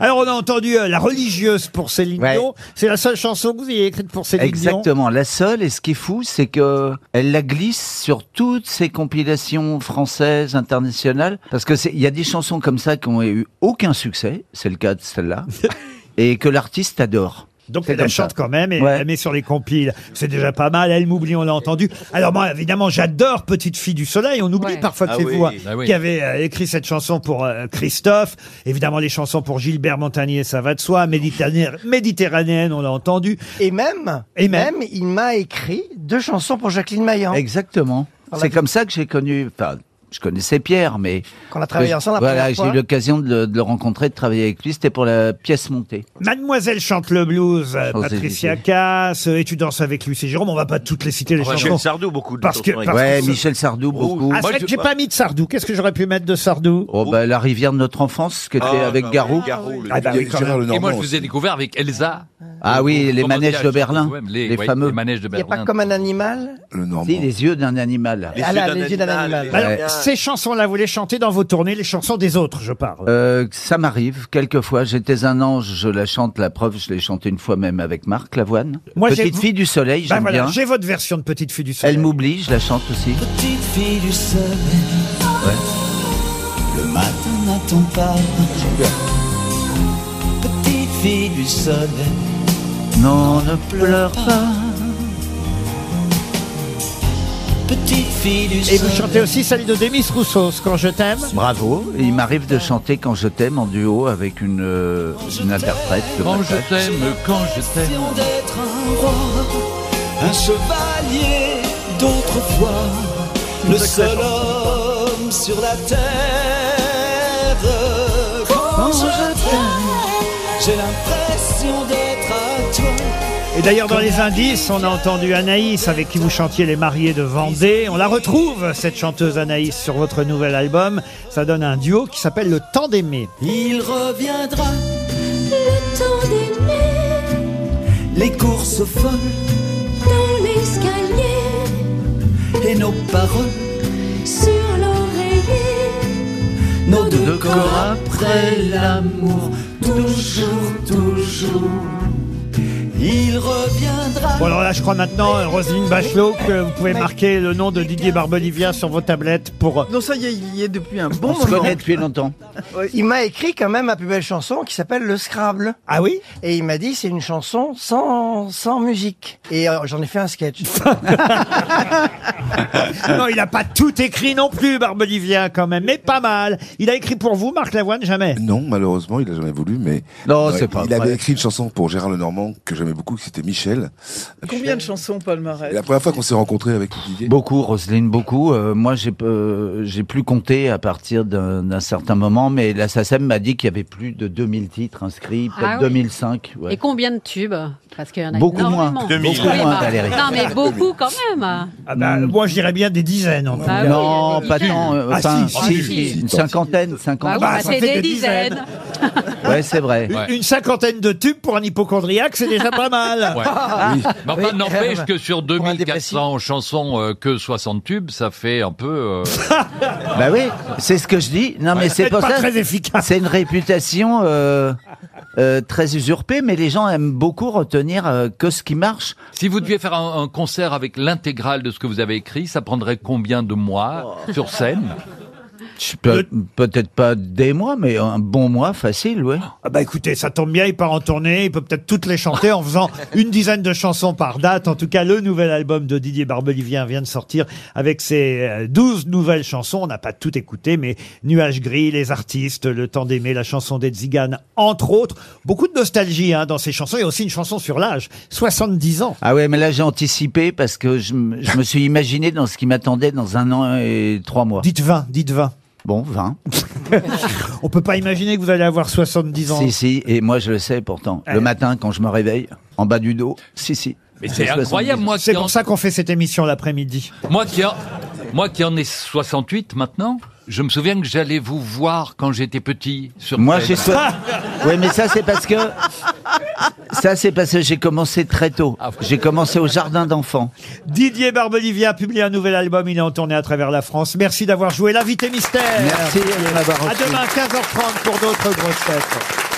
[SPEAKER 2] Alors, on a entendu euh, La religieuse pour Céline
[SPEAKER 4] Ouais.
[SPEAKER 2] Dion. C'est la seule chanson que vous ayez écrite pour <laughs> Céline Dion.
[SPEAKER 4] Exactement, la seule. Et ce qui est fou, c'est que elle la glisse sur toutes ces compilations françaises, internationales, parce que c'est- il y a des chansons comme ça qui ont eu aucun succès. C'est le cas de celle-là,
[SPEAKER 2] <laughs>
[SPEAKER 4] et que l'artiste adore.
[SPEAKER 2] Donc
[SPEAKER 4] C'est
[SPEAKER 2] elle la
[SPEAKER 4] comme ça.
[SPEAKER 2] chante quand même et
[SPEAKER 4] Ouais.
[SPEAKER 2] elle la met sur les compiles. C'est déjà pas mal. Elle m'oublie, on l'a entendu. Alors moi, évidemment, j'adore Petite fille du soleil. On oublie parfois que
[SPEAKER 4] Ah
[SPEAKER 2] c'est
[SPEAKER 4] oui.
[SPEAKER 2] vous hein,
[SPEAKER 4] Ah oui.
[SPEAKER 2] qui avez euh, écrit cette chanson pour euh, Christophe. Évidemment, les chansons pour Gilbert Montagnier, ça va de soi. Méditerranée- Méditerranéenne, on l'a entendu.
[SPEAKER 24] Et même,
[SPEAKER 2] Et
[SPEAKER 24] même, il m'a écrit deux chansons pour Jacqueline Maillan.
[SPEAKER 4] Exactement.
[SPEAKER 24] Dans la
[SPEAKER 4] C'est
[SPEAKER 24] vie.
[SPEAKER 4] comme ça que j'ai connu, enfin,
[SPEAKER 21] je connaissais Pierre, mais
[SPEAKER 4] Qu'on a travaillé ensemble la
[SPEAKER 21] Voilà,
[SPEAKER 4] première
[SPEAKER 21] j'ai
[SPEAKER 4] fois.
[SPEAKER 21] eu l'occasion de, le- de le rencontrer, de travailler avec lui. C'était pour la pièce montée.
[SPEAKER 2] Mademoiselle chante le blues, euh,
[SPEAKER 21] Aux
[SPEAKER 2] Patricia
[SPEAKER 21] Élysées.
[SPEAKER 2] Cass, euh, et tu danses avec lui, c'est Jérôme, on va pas toutes les citer les
[SPEAKER 21] Ouais,
[SPEAKER 2] chansons.
[SPEAKER 21] Michel Sardou, beaucoup de
[SPEAKER 2] Parce que,
[SPEAKER 21] chansons avec-
[SPEAKER 2] parce
[SPEAKER 21] Ouais,
[SPEAKER 2] que-
[SPEAKER 21] Michel Sardou, beaucoup.
[SPEAKER 2] Ah, c'est
[SPEAKER 21] Moi,
[SPEAKER 2] vrai
[SPEAKER 21] je-
[SPEAKER 2] que j'ai pas mis de Sardou, qu'est-ce que j'aurais pu mettre de Sardou
[SPEAKER 21] Oh, bah, la rivière de notre enfance, qui était
[SPEAKER 2] Ah,
[SPEAKER 21] avec
[SPEAKER 2] bah oui,
[SPEAKER 21] Garou.
[SPEAKER 2] Garou, le- Ah, bah oui, quand même.
[SPEAKER 3] Et moi, je vous ai découvert avec Elsa.
[SPEAKER 21] Ah oui, les
[SPEAKER 3] Comment
[SPEAKER 21] manèges
[SPEAKER 3] dirais-je
[SPEAKER 21] de Berlin.
[SPEAKER 3] Ouais,
[SPEAKER 21] Les,
[SPEAKER 3] ouais,
[SPEAKER 21] fameux.
[SPEAKER 3] Les manèges de
[SPEAKER 4] Il n'y a
[SPEAKER 3] Berlin.
[SPEAKER 4] pas comme un animal
[SPEAKER 21] Le Normand. Si, les yeux d'un animal.
[SPEAKER 4] Ah là, les yeux d'un animal.
[SPEAKER 21] Ouais.
[SPEAKER 2] Alors, ces chansons-là, vous les chantez dans vos tournées, les chansons des autres, je parle.
[SPEAKER 21] Euh, ça m'arrive, quelquefois. J'étais un ange, je la chante, la preuve, je l'ai chantée une fois même avec Marc Lavoine.
[SPEAKER 2] Moi, j'ai-
[SPEAKER 21] Petite fille du soleil,
[SPEAKER 2] Bah
[SPEAKER 21] j'aime
[SPEAKER 2] voilà,
[SPEAKER 21] bien.
[SPEAKER 2] j'ai votre version de Petite fille du soleil.
[SPEAKER 21] Elle m'oublie, je la chante aussi.
[SPEAKER 22] Petite fille du soleil, le matin n'attend pas. Petite fille du soleil,
[SPEAKER 21] Non, ne pleure pas.
[SPEAKER 22] petite fille du
[SPEAKER 2] Et
[SPEAKER 22] soleil.
[SPEAKER 2] vous chantez aussi celle de Demis Roussos, Quand je t'aime.
[SPEAKER 21] Bravo. Et il m'arrive de chanter quand je t'aime en duo avec une, euh, une interprète. de
[SPEAKER 3] Quand je
[SPEAKER 21] Bataille.
[SPEAKER 3] t'aime, quand je t'aime.
[SPEAKER 22] L'impression d'être un roi, un chevalier d'autrefois, le seul homme sur la terre. Quand je t'aime, j'ai l'impression d'être à toi.
[SPEAKER 2] Et d'ailleurs, dans les indices, on a entendu Anaïs, avec qui vous chantiez Les Mariés de Vendée. On la retrouve, cette chanteuse Anaïs, sur votre nouvel album. Ça donne un duo qui s'appelle Le Temps d'aimer.
[SPEAKER 22] Il reviendra le temps d'aimer, les courses folles dans l'escalier, et nos paroles sur l'oreiller, nos deux, corps, après l'amour, toujours, toujours. Il reviendra.
[SPEAKER 2] Bon alors là je crois maintenant euh, Roselyne Bachelot que vous pouvez marquer le nom de Didier Barbelivia sur vos tablettes pour euh,
[SPEAKER 7] Non, ça y est, il y est depuis un bon
[SPEAKER 21] On
[SPEAKER 7] moment.
[SPEAKER 21] se connaît depuis longtemps.
[SPEAKER 4] Il m'a écrit quand même ma plus belle chanson qui s'appelle Le Scrabble.
[SPEAKER 2] Ah oui
[SPEAKER 4] Et il m'a dit c'est une chanson sans, sans musique. Et euh, j'en ai fait un
[SPEAKER 2] <laughs>
[SPEAKER 4] sketch.
[SPEAKER 2] <laughs> Non, il n'a pas tout écrit non plus Barbelivia quand même, mais pas mal. Il a écrit pour vous Marc Lavoine jamais.
[SPEAKER 6] Non, malheureusement, il n'a jamais voulu, mais.
[SPEAKER 21] Non,
[SPEAKER 6] Ouais,
[SPEAKER 21] c'est pas
[SPEAKER 6] Il avait
[SPEAKER 21] vrai.
[SPEAKER 6] écrit une chanson pour Gérard Lenormand que j'aimais beaucoup, qui c'était Michel.
[SPEAKER 7] Combien de chansons, Paul Marais
[SPEAKER 6] Et la première fois qu'on s'est rencontrés avec Didier.
[SPEAKER 21] Beaucoup, Roselyne, beaucoup. Euh, moi, j'ai euh, j'ai plus compté à partir d'un d'un certain moment, mais la SACEM m'a dit qu'il y avait plus de 2000 titres inscrits, peut-être
[SPEAKER 5] Ah oui.
[SPEAKER 21] 2005. ouais.
[SPEAKER 5] Et combien de tubes Parce qu'il y en a
[SPEAKER 21] Beaucoup
[SPEAKER 5] énormément.
[SPEAKER 21] moins. 2000.
[SPEAKER 5] Oui,
[SPEAKER 21] Beaucoup
[SPEAKER 5] bah,
[SPEAKER 21] moins, Valérie.
[SPEAKER 5] Non, mais beaucoup quand même.
[SPEAKER 2] Ah bah, Moi je dirais bien des dizaines en tout cas.
[SPEAKER 5] Ah oui,
[SPEAKER 21] Mm. non,
[SPEAKER 5] des
[SPEAKER 21] pas
[SPEAKER 5] dizaines.
[SPEAKER 21] tant. euh,
[SPEAKER 2] Ah,
[SPEAKER 21] Enfin,
[SPEAKER 2] si, si,
[SPEAKER 21] si,
[SPEAKER 2] si,
[SPEAKER 21] si, une cinquantaine, cinquantaine.
[SPEAKER 5] Bah oui, c'est des, dizaines.
[SPEAKER 21] Ouais, c'est vrai.
[SPEAKER 2] Une- Une cinquantaine de tubes pour un hypochondriaque, c'est déjà pas mal.
[SPEAKER 3] <laughs> Ouais. Mais enfin, n'empêche que sur 2400 chansons, euh, que 60 tubes, ça fait un peu. euh,
[SPEAKER 21] Bah oui, c'est ce que je dis. Non, mais
[SPEAKER 3] Ouais.
[SPEAKER 21] c'est
[SPEAKER 3] Peut-être
[SPEAKER 21] pour
[SPEAKER 3] pas
[SPEAKER 21] ça.
[SPEAKER 3] très
[SPEAKER 21] C'est une réputation euh, euh, très usurpée, mais les gens aiment beaucoup retenir euh, que ce qui marche.
[SPEAKER 3] Si vous deviez faire un, un concert avec l'intégrale de ce que vous avez écrit, ça prendrait combien de mois sur scène
[SPEAKER 21] Je peux- Peut-être pas des mois, mais un bon mois facile, ouais.
[SPEAKER 2] Ah bah écoutez, ça tombe bien, il part en tournée, il peut peut-être toutes les chanter en
[SPEAKER 3] <laughs>
[SPEAKER 2] faisant une dizaine de chansons par date. En tout cas, le nouvel album de Didier Barbelivien vient de sortir avec ses euh, 12 nouvelles chansons. On n'a pas tout écouté, mais Nuages gris, Les artistes, Le temps d'aimer, la chanson des Tziganes, entre autres. Beaucoup de nostalgie hein, dans ces chansons. Il y a aussi une chanson sur l'âge, 70 ans.
[SPEAKER 21] Ah ouais, mais là j'ai anticipé parce que je, m- je me suis imaginé dans ce qui m'attendait dans un an et trois mois.
[SPEAKER 2] Dites 20, dites 20.
[SPEAKER 21] Bon, 20.
[SPEAKER 2] <laughs> On peut pas imaginer que vous allez avoir 70 ans. Eh.
[SPEAKER 21] Si, si, et moi je le sais pourtant.
[SPEAKER 2] Ouais.
[SPEAKER 21] Le matin quand je me réveille, en bas du dos, si, si.
[SPEAKER 3] Mais
[SPEAKER 21] J'ai
[SPEAKER 3] c'est
[SPEAKER 21] 70
[SPEAKER 3] incroyable,
[SPEAKER 21] ans.
[SPEAKER 3] moi
[SPEAKER 2] C'est
[SPEAKER 3] qui, en,
[SPEAKER 2] pour ça qu'on fait cette émission l'après-midi.
[SPEAKER 3] moi, qui en, moi qui en ai 68 maintenant, je me souviens que j'allais vous voir quand j'étais petit sur
[SPEAKER 21] Moi
[SPEAKER 3] scène.
[SPEAKER 21] j'ai so...
[SPEAKER 2] <laughs>
[SPEAKER 21] Ouais, mais ça c'est parce que ça c'est parce que j'ai commencé très
[SPEAKER 3] Ah
[SPEAKER 21] tôt. J'ai commencé au jardin d'enfants.
[SPEAKER 2] Didier Barbelivia a publié un nouvel album, il est en tournée à travers la France. Merci d'avoir joué l'invité mystère.
[SPEAKER 21] Merci de m'avoir
[SPEAKER 2] Ah À
[SPEAKER 21] reçu.
[SPEAKER 2] demain 15h30 pour d'autres grosses têtes.